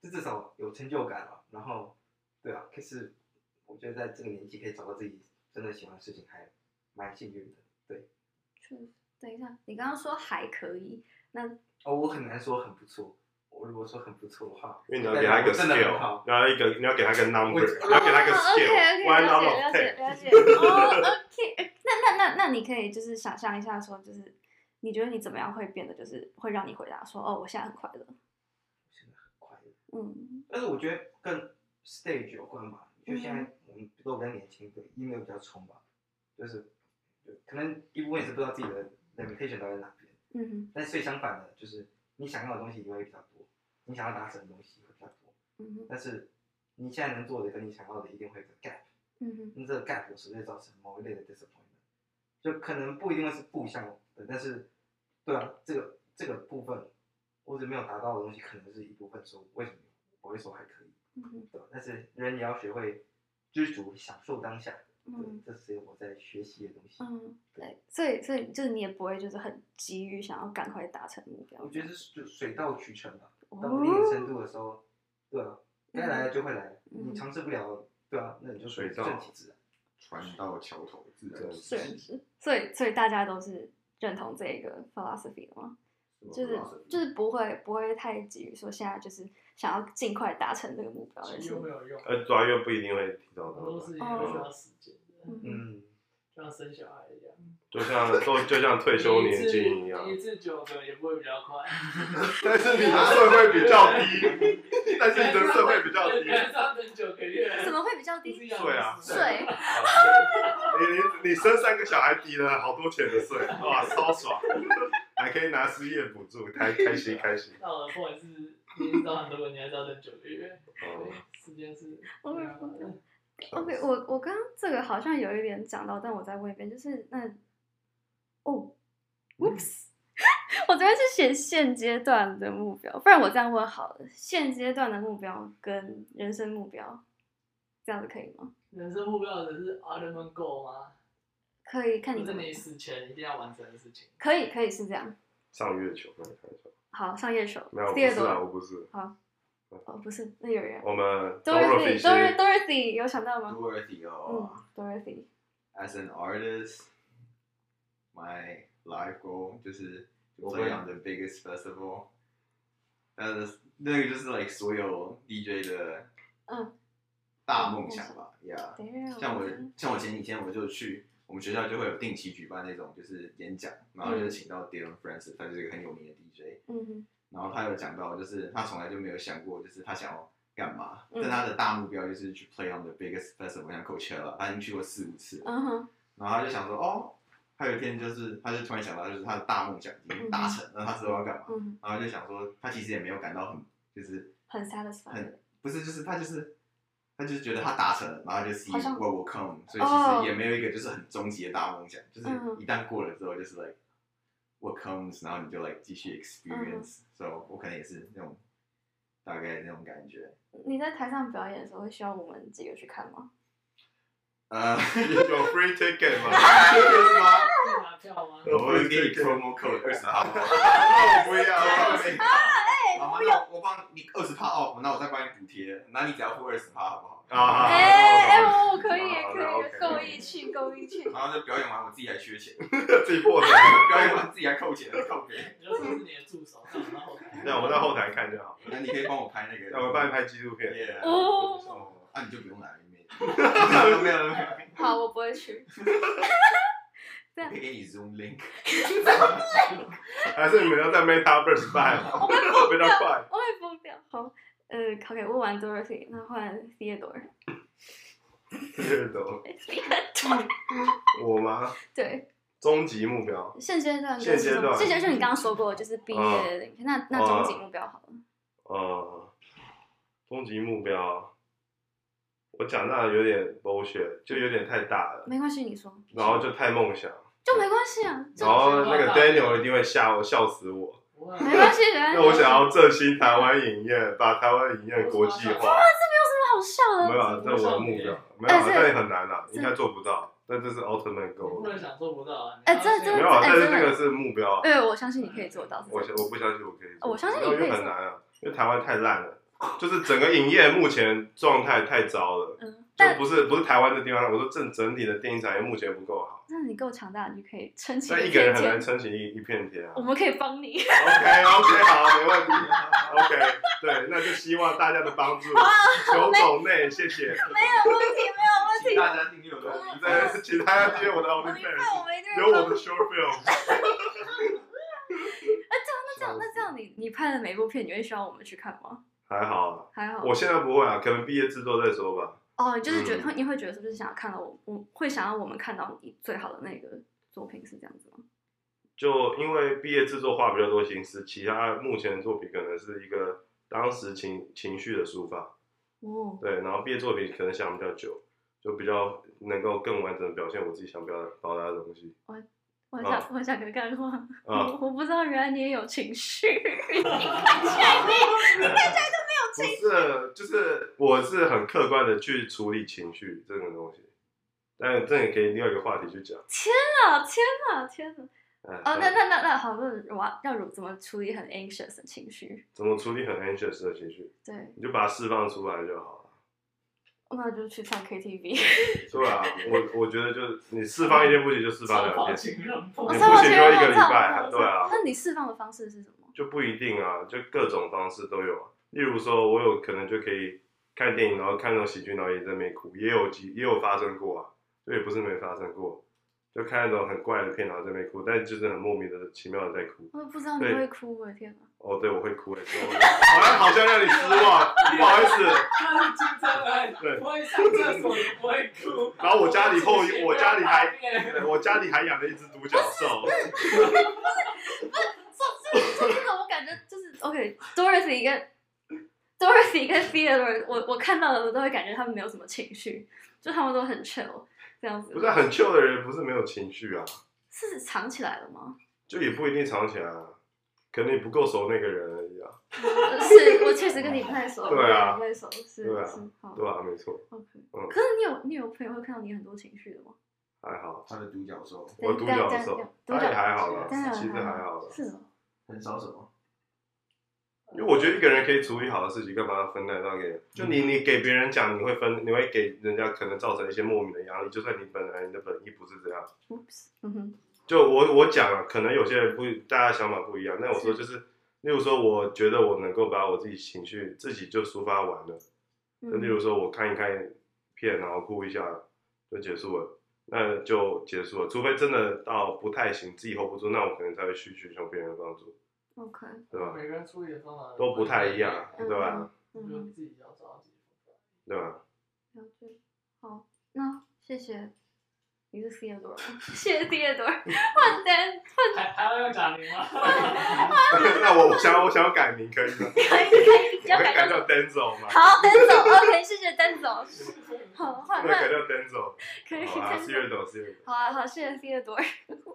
[SPEAKER 6] 这至少有成就感了。然后，对啊，可是我觉得在这个年纪可以找到自己真的喜欢的事情，还蛮幸运的。
[SPEAKER 3] 确实等一下，你刚刚说还可以，那
[SPEAKER 6] 哦，我很难说很不错。我如果说很不错的话，
[SPEAKER 2] 因为你要给他一
[SPEAKER 6] 代表
[SPEAKER 2] 个
[SPEAKER 6] 我真的很好
[SPEAKER 2] skill，。然后一个你要给他一个 number，
[SPEAKER 6] 我
[SPEAKER 2] 你要给他一个
[SPEAKER 3] 哦
[SPEAKER 2] skill，
[SPEAKER 3] OK，OK，
[SPEAKER 2] one
[SPEAKER 3] 了
[SPEAKER 2] out
[SPEAKER 3] 解
[SPEAKER 2] of
[SPEAKER 3] 了解
[SPEAKER 2] ten。
[SPEAKER 3] 了解。哦，OK，那那那那你可以就是想象一下，说就是你觉得你怎么样会变得就是会让你回答说哦，我现在很快乐。
[SPEAKER 6] 快乐。
[SPEAKER 3] 嗯
[SPEAKER 6] 但是我觉得跟 stage 有关吧，就现在我们都比较年轻，对音乐比较冲吧，就是就可能一部分也是不知道自己的 limitation 到底在哪边，
[SPEAKER 3] 嗯哼
[SPEAKER 6] 但是最相反的就是你想要的东西也会比较多，你想要达成的东西会比较多，
[SPEAKER 3] 嗯哼
[SPEAKER 6] 但是你现在能做的跟你想要的一定会有个 gap，
[SPEAKER 3] 嗯哼
[SPEAKER 6] 那这个 gap 有时候会造成某一类的 disappointment，就可能不一定会是不相的，但是对啊，这个这个部分或者没有达到的东西，可能是一部分说为什么我会说还可以。
[SPEAKER 3] 嗯哼
[SPEAKER 6] 对吧但是人也要学会知足，享受当下。对
[SPEAKER 3] 嗯，
[SPEAKER 6] 这是我在学习的东西。
[SPEAKER 3] 嗯，对，所以所以就是你也不会就是很急于想要赶快达成目标
[SPEAKER 6] 我。觉得是就水到渠成吧。到一定的
[SPEAKER 3] 哦，
[SPEAKER 6] 程度的时候，对啊，该来的就会来，
[SPEAKER 3] 嗯
[SPEAKER 6] 你尝试不了，对啊，那你就
[SPEAKER 2] 水到
[SPEAKER 6] 顺其自然。
[SPEAKER 4] 船到桥头自然直。
[SPEAKER 3] 是
[SPEAKER 4] [laughs]
[SPEAKER 3] 是，所以所以大家都是认同这个 philosophy 的吗？就是就是不会不会太急于说现在就是想要尽快达成这个目标，而
[SPEAKER 5] 其
[SPEAKER 3] 是
[SPEAKER 5] 实没有用，
[SPEAKER 3] 哦
[SPEAKER 2] 呃，抓又不一定会提到
[SPEAKER 5] 很多
[SPEAKER 2] 到
[SPEAKER 5] 事情都需要时间的，
[SPEAKER 3] 嗯
[SPEAKER 6] 嗯，
[SPEAKER 5] 就像生小孩一样。
[SPEAKER 2] 就像就就像退休
[SPEAKER 5] 你一
[SPEAKER 2] 年
[SPEAKER 5] 次
[SPEAKER 2] 金一样
[SPEAKER 5] 你，一次九个也不会比较快，
[SPEAKER 2] 但是你的社会比较低，但是你的社会比较低
[SPEAKER 5] 你，还是要等九个月。
[SPEAKER 3] 怎么会比较
[SPEAKER 5] [laughs] 一
[SPEAKER 3] 低？
[SPEAKER 5] 直养
[SPEAKER 2] 税啊
[SPEAKER 5] 不死
[SPEAKER 3] 税？
[SPEAKER 2] [laughs] 你你你生三个小孩抵了好多钱的税，哇，超爽，还可以拿失业补助，开开心开心。
[SPEAKER 5] 到了不管是你知道很多个，你还是要等九个月，
[SPEAKER 2] 哦
[SPEAKER 5] 对，时间是。
[SPEAKER 3] 我
[SPEAKER 5] 对
[SPEAKER 3] 也
[SPEAKER 5] 啊
[SPEAKER 3] 不知道 OK，我我刚刚这个好像有一点讲到，但我再问一遍，就是那哦，oops，我 [laughs] 昨天是写现阶段的目标，不然我这样问好了，现阶段的目标跟人生目标，这样子可以吗？
[SPEAKER 5] 人生目标只是 ultimate goal 吗？
[SPEAKER 3] 可以，看
[SPEAKER 5] 就
[SPEAKER 3] 你
[SPEAKER 5] 是
[SPEAKER 3] 怎么
[SPEAKER 5] 你死前一定要完成的事情。
[SPEAKER 3] 可以，可以是这样。
[SPEAKER 2] 上月球那个开玩笑，
[SPEAKER 3] 好，上夜手
[SPEAKER 2] 没有，我，不
[SPEAKER 3] 第二
[SPEAKER 2] 是啊，
[SPEAKER 3] 朵
[SPEAKER 2] 我不是，
[SPEAKER 3] 哦，不是，那有人
[SPEAKER 2] 我们 Dorothy 是
[SPEAKER 3] Dorothy，Dorothy 有想到吗？
[SPEAKER 4] Dorothy
[SPEAKER 3] 嗯
[SPEAKER 4] 哦
[SPEAKER 3] ，Dorothy，
[SPEAKER 4] ，as an artist，my life goal 就是我 play on the biggest festival，但是那个就是 like 所有 DJ 的
[SPEAKER 3] 嗯
[SPEAKER 4] 大梦想吧，Yeah。
[SPEAKER 3] 等一下，
[SPEAKER 4] 像我
[SPEAKER 3] 看
[SPEAKER 4] 像我前几天我就去我们学校就会有定期举办那种就是演讲，然后就请到 Dylan Francis，他是一个很有名的 DJ，
[SPEAKER 3] 嗯哼，
[SPEAKER 4] 然后他有讲到就是他从来就没有想过就是他想要干嘛，
[SPEAKER 3] 嗯
[SPEAKER 4] 但他的大目标就是去 play on the biggest festival，像 Coachella，他已经去过四五次了，
[SPEAKER 3] 嗯哼，
[SPEAKER 4] 然后他就想说哦，他有一天就是他就突然想到就是他的大梦想已经达成，那他之后要干嘛？
[SPEAKER 3] 嗯哼，
[SPEAKER 4] 然后就想说他其实也没有感到很就是
[SPEAKER 3] 很 satisfied，
[SPEAKER 4] 不是，就是他就是他就是觉得他达成了，然后就 see
[SPEAKER 3] 好像
[SPEAKER 4] what will come，所以
[SPEAKER 3] 哦
[SPEAKER 4] 其实也没有一个就是很终极的大梦想，就是
[SPEAKER 3] 嗯
[SPEAKER 4] 一旦过了之后就是 like what comes，然后你就 like 继
[SPEAKER 3] 嗯
[SPEAKER 4] 续 experience，所以、so, 我可能也是那种大概那种感觉，
[SPEAKER 3] 你在台上表演的时候会需要我们几个去看吗？ [laughs]
[SPEAKER 4] 呃， [laughs]
[SPEAKER 2] 有 free ticket 吗？
[SPEAKER 4] 啊
[SPEAKER 5] 可以拿票吗？
[SPEAKER 4] 我会给你 promo code
[SPEAKER 2] 啊
[SPEAKER 4] 二
[SPEAKER 2] [laughs]
[SPEAKER 4] 十趴，
[SPEAKER 2] 那 [laughs] 我不要，
[SPEAKER 4] 啊，
[SPEAKER 2] 哎
[SPEAKER 4] 好，那我帮你二十趴 off，那我再帮你补贴，那你只要付二十趴好不好？
[SPEAKER 2] 啊
[SPEAKER 3] 哎哎，我我可以
[SPEAKER 2] 好
[SPEAKER 3] 可
[SPEAKER 2] 那
[SPEAKER 3] 以，
[SPEAKER 2] OK
[SPEAKER 3] 够义气够义气。
[SPEAKER 4] 然后就表演完，我自己还缺钱，
[SPEAKER 2] [laughs] 自己破产。
[SPEAKER 4] [laughs] 表演完自己还扣钱，扣别人。
[SPEAKER 5] 你就说是你的助手，然后后台。
[SPEAKER 2] 那我在后台看就好，
[SPEAKER 4] 那你可以帮我拍那个，
[SPEAKER 2] 那我帮你拍纪录片。
[SPEAKER 4] Yeah
[SPEAKER 3] 哦
[SPEAKER 4] 哦，那你就不用来，没有 [laughs] 没有没有，
[SPEAKER 3] 好，我不会去。
[SPEAKER 4] 我可以给你 Zoom link。
[SPEAKER 2] 还是你们要在 MetaVerse 办， [laughs] 比较快。
[SPEAKER 3] 我会疯掉。好，呃，OK，问完 Dorothy，那换 Theodore。
[SPEAKER 2] 阅读
[SPEAKER 3] Theodore，
[SPEAKER 2] 我吗？
[SPEAKER 3] 对，
[SPEAKER 2] 终极目标，
[SPEAKER 3] 现阶段
[SPEAKER 2] 现阶段啊
[SPEAKER 3] 现阶段就你刚刚说过，就是毕业的影片。那那终极目标好了，
[SPEAKER 2] 呃，终极目标，我讲到有点 bullshit，就有点太大了，
[SPEAKER 3] 没关系，你说
[SPEAKER 2] 然后就太梦想，
[SPEAKER 3] 就没关系啊，就
[SPEAKER 2] 然后那个 Daniel 一定会吓我，笑死我。
[SPEAKER 5] 不会啊
[SPEAKER 3] 没关系，没关系。
[SPEAKER 2] 那我想要振兴台湾影业，把台湾影业国际化。
[SPEAKER 3] 好笑
[SPEAKER 2] 没
[SPEAKER 3] 的，
[SPEAKER 2] 有啊，这我的目标，没有
[SPEAKER 3] 但
[SPEAKER 2] 啊，
[SPEAKER 3] 是
[SPEAKER 2] 这也很难啊，应该做不到。但这是 ultimate
[SPEAKER 5] 你不
[SPEAKER 2] goal，
[SPEAKER 5] 能想做不到啊！
[SPEAKER 3] 哎这这
[SPEAKER 2] 没有啊，
[SPEAKER 3] 哎
[SPEAKER 2] 但是
[SPEAKER 3] 真的
[SPEAKER 2] 这个是目标啊。
[SPEAKER 3] 对，我相信你可以做到。
[SPEAKER 2] 我相我不相信我可以做，
[SPEAKER 3] 哦我相信你
[SPEAKER 2] 因
[SPEAKER 3] 可以
[SPEAKER 2] 为
[SPEAKER 3] 做
[SPEAKER 2] 很难啊，因为台湾太烂了，就是整个影业目前状态太糟了，
[SPEAKER 3] 嗯，
[SPEAKER 2] 就
[SPEAKER 3] 但
[SPEAKER 2] 不是不是台湾的地方，我说整整体的电影产业目前不够好，
[SPEAKER 3] 那你够强大，你就可以撑起
[SPEAKER 2] 但一个
[SPEAKER 3] 片
[SPEAKER 2] 人很难
[SPEAKER 3] 天。
[SPEAKER 2] 撑起一一片天啊。
[SPEAKER 3] 我们可以帮你。
[SPEAKER 2] OK OK 好，没问题。OK，对，那就希望大家的帮助，求狗内，谢谢。
[SPEAKER 3] 没有哦问题，没
[SPEAKER 4] 请
[SPEAKER 3] 有问题。
[SPEAKER 4] 大家订阅我的
[SPEAKER 2] 你
[SPEAKER 4] OnlyFans
[SPEAKER 2] 在其他订阅我的
[SPEAKER 3] 我明白
[SPEAKER 2] OnlyFans，，
[SPEAKER 3] 我们一定
[SPEAKER 2] 有我
[SPEAKER 3] 会帮
[SPEAKER 2] 的
[SPEAKER 3] 你。
[SPEAKER 2] short film。
[SPEAKER 3] 那这样，那这样你你拍的每部片，你会需要我们去看吗？
[SPEAKER 2] 还好啊，
[SPEAKER 3] 还好。
[SPEAKER 2] 我现在不会啊，可能毕业制作再说吧。
[SPEAKER 3] 哦，就是觉
[SPEAKER 2] 嗯
[SPEAKER 3] 得会，你会觉得是不是想要看到我，我会想要我们看到你最好的那个作品是这样子吗？
[SPEAKER 2] 就因为毕业制作花比较多心思，其他目前的作品可能是一个当时情情绪的抒发，
[SPEAKER 3] 哦，
[SPEAKER 2] 对，然后毕业作品可能想比较久，就比较能够更完整的表现我自己想表达表达的东西。
[SPEAKER 3] 我
[SPEAKER 2] 啊
[SPEAKER 3] 想、我想个干话，
[SPEAKER 2] 啊
[SPEAKER 3] 我我不知道原来你也有情绪，
[SPEAKER 2] 不是，就是我是很客观的去处理情绪这种东西，但这也可以另外一个话题去讲。
[SPEAKER 3] 啊天哪天哪！
[SPEAKER 2] 哎
[SPEAKER 3] 哦，那那那那好，那我要要如怎么处理很 anxious 的情绪？
[SPEAKER 2] 怎么处理很 anxious 的情绪，
[SPEAKER 3] 对，
[SPEAKER 2] 你就把它释放出来就好了。
[SPEAKER 3] 那就去唱 KTV。
[SPEAKER 2] 对啊，我我觉得就是你释放一天不行就释放
[SPEAKER 5] 超
[SPEAKER 2] 两
[SPEAKER 5] 跑
[SPEAKER 2] 天，
[SPEAKER 5] 情人
[SPEAKER 3] 我
[SPEAKER 5] 梦
[SPEAKER 2] 你不
[SPEAKER 3] 释放
[SPEAKER 2] 行
[SPEAKER 3] 情
[SPEAKER 2] 就
[SPEAKER 3] 人
[SPEAKER 2] 一个
[SPEAKER 3] 梦
[SPEAKER 2] 礼
[SPEAKER 3] 唱
[SPEAKER 2] 拜
[SPEAKER 3] 我唱
[SPEAKER 2] 对啊
[SPEAKER 3] 那你释放的方式是什么？
[SPEAKER 2] 就不一定啊，就各种方式都有啊。例如说，我有可能就可以看电影，然后看到喜剧，然后也在那边哭，也有几也有发生过啊，这也不是没发生过。就看那种很怪的片，然后在那边哭，但就是很莫名的其妙的在哭。
[SPEAKER 3] 我都不知道你
[SPEAKER 2] 对
[SPEAKER 3] 会哭，我的天
[SPEAKER 2] [laughs]
[SPEAKER 3] 哪！
[SPEAKER 2] 哦，对，我会哭哎，所以我好像好像让你失望，不好意思。
[SPEAKER 5] 他是金针来，
[SPEAKER 2] 对
[SPEAKER 5] 不会上厕所也不会哭。
[SPEAKER 2] 然后我家里后我家里还
[SPEAKER 5] 不会大便
[SPEAKER 2] 哎对我家里还养了一只独角兽，
[SPEAKER 3] 这这这种我感觉就是 [laughs] OK，Dorothy 跟 [laughs] Dorothy 跟 Theodore，我我看到的我都会感觉他们没有什么情绪，就他们都很 chill 这样子。
[SPEAKER 2] 不是很 chill 的人，不是没有情绪啊，
[SPEAKER 3] 是藏起来了吗？ [laughs]
[SPEAKER 2] 就也不一定藏起来啊，可能你不够熟那个人而已啊，
[SPEAKER 3] 呃是我确实跟你不太熟，
[SPEAKER 2] 对啊
[SPEAKER 3] 不太熟，是
[SPEAKER 2] 对啊
[SPEAKER 3] 是好
[SPEAKER 2] 对吧、没错，
[SPEAKER 3] OK。
[SPEAKER 2] 嗯
[SPEAKER 3] 可是你有你有朋友会看到你很多情绪的吗？
[SPEAKER 2] 还好。
[SPEAKER 4] 他的独角兽
[SPEAKER 2] 我独角兽，
[SPEAKER 3] 对
[SPEAKER 2] 他
[SPEAKER 3] 但
[SPEAKER 2] 也还好啦
[SPEAKER 3] 但但，
[SPEAKER 2] 其实还好啦，
[SPEAKER 3] 是哦，
[SPEAKER 4] 很少什么，
[SPEAKER 2] 因为我觉得一个人可以处理好的事情，干嘛要分担到给人？就你你给别人讲，你会分，你会给人家可能造成一些莫名的压力，就算你本来你的本意不是这样。
[SPEAKER 3] Oops，嗯哼，
[SPEAKER 2] 就我我讲了，可能有些人不，大家想法不一样。但我说就是，例如说，我觉得我能够把我自己情绪自己就抒发完了。就例
[SPEAKER 3] 嗯
[SPEAKER 2] 如说，我看一看片，然后哭一下就结束了，那就结束了。除非真的到不太行，自己 hold 不住，那我可能才会去寻求别人的帮助，
[SPEAKER 3] ，OK，
[SPEAKER 2] 对吧？
[SPEAKER 5] 每个人处理的方法
[SPEAKER 2] 都不太一样，对吧？
[SPEAKER 3] 嗯
[SPEAKER 5] 就
[SPEAKER 3] 哼，
[SPEAKER 5] 自己要找到自己的方法。
[SPEAKER 2] 对吧？ [laughs]
[SPEAKER 3] 了解。好，那谢谢，你是 Theodore，吗 [laughs] 谢谢 Theodore，换人
[SPEAKER 5] 还还要用假名吗？
[SPEAKER 2] 那我我想要我想要改名可以吗？
[SPEAKER 3] 可以可以，你要
[SPEAKER 2] 我
[SPEAKER 3] 改
[SPEAKER 2] 改
[SPEAKER 3] 叫什么
[SPEAKER 2] 叫 Denzel 吗？
[SPEAKER 3] 好，登总，OK，谢谢登总。好，
[SPEAKER 2] 我
[SPEAKER 3] 换
[SPEAKER 2] 改
[SPEAKER 3] 换
[SPEAKER 2] 叫 Denzel。
[SPEAKER 3] 可以
[SPEAKER 2] 好啊，四月
[SPEAKER 3] 登总。
[SPEAKER 2] 懂四月懂。
[SPEAKER 3] 好啊，好，谢谢 Theodore，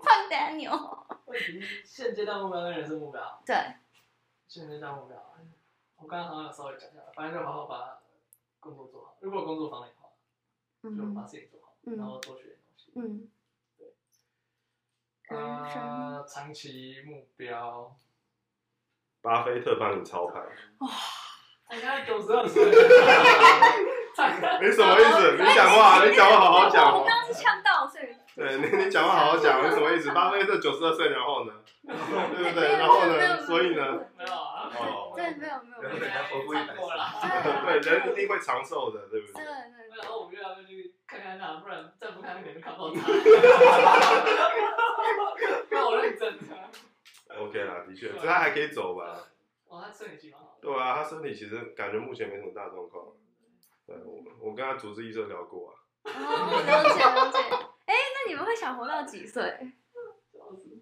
[SPEAKER 3] 换哦 Daniel。
[SPEAKER 5] 问题是现阶段目标跟人生目标，
[SPEAKER 3] 对，
[SPEAKER 5] 现阶段目标，我刚刚好像有稍微讲一下，反正就好好把工作做好。如果工作方面的话，就把
[SPEAKER 3] 嗯
[SPEAKER 5] 事情做好，
[SPEAKER 3] 嗯
[SPEAKER 5] 然后多学点东西。
[SPEAKER 3] 嗯。
[SPEAKER 2] 嗯
[SPEAKER 3] 人生
[SPEAKER 5] 呃，长期目标，
[SPEAKER 2] 巴菲特帮你操盘，
[SPEAKER 5] 才刚九十二岁，才刚
[SPEAKER 2] 你什么意思？你讲话，你讲话好好讲
[SPEAKER 3] 我
[SPEAKER 2] 哦
[SPEAKER 3] 刚。刚是呛到，所以
[SPEAKER 2] 对你，你讲话好好讲，你什么意思？巴菲特九十二岁，然后
[SPEAKER 3] [laughs]
[SPEAKER 2] 呢？对不对？然后呢？所以呢？？
[SPEAKER 5] 没有啊，
[SPEAKER 2] 哦
[SPEAKER 3] 对，没有没有没有。
[SPEAKER 6] 对
[SPEAKER 5] 看过了。
[SPEAKER 2] [laughs] 对，人一定会长寿的，对不对
[SPEAKER 3] 对？对
[SPEAKER 5] 然后我们就要去看看他，不然再不看可能就看不到他。那我认真的。
[SPEAKER 2] OK 啦，的确，这他还可以走吧？
[SPEAKER 5] 哇，他身体蛮好的。
[SPEAKER 2] 对啊，他身体其实感觉目前没什么大状况。对，我我跟他主治医生聊过啊，
[SPEAKER 3] 哦，了解了解。哎，那你们会想活到几岁？
[SPEAKER 5] 笑死！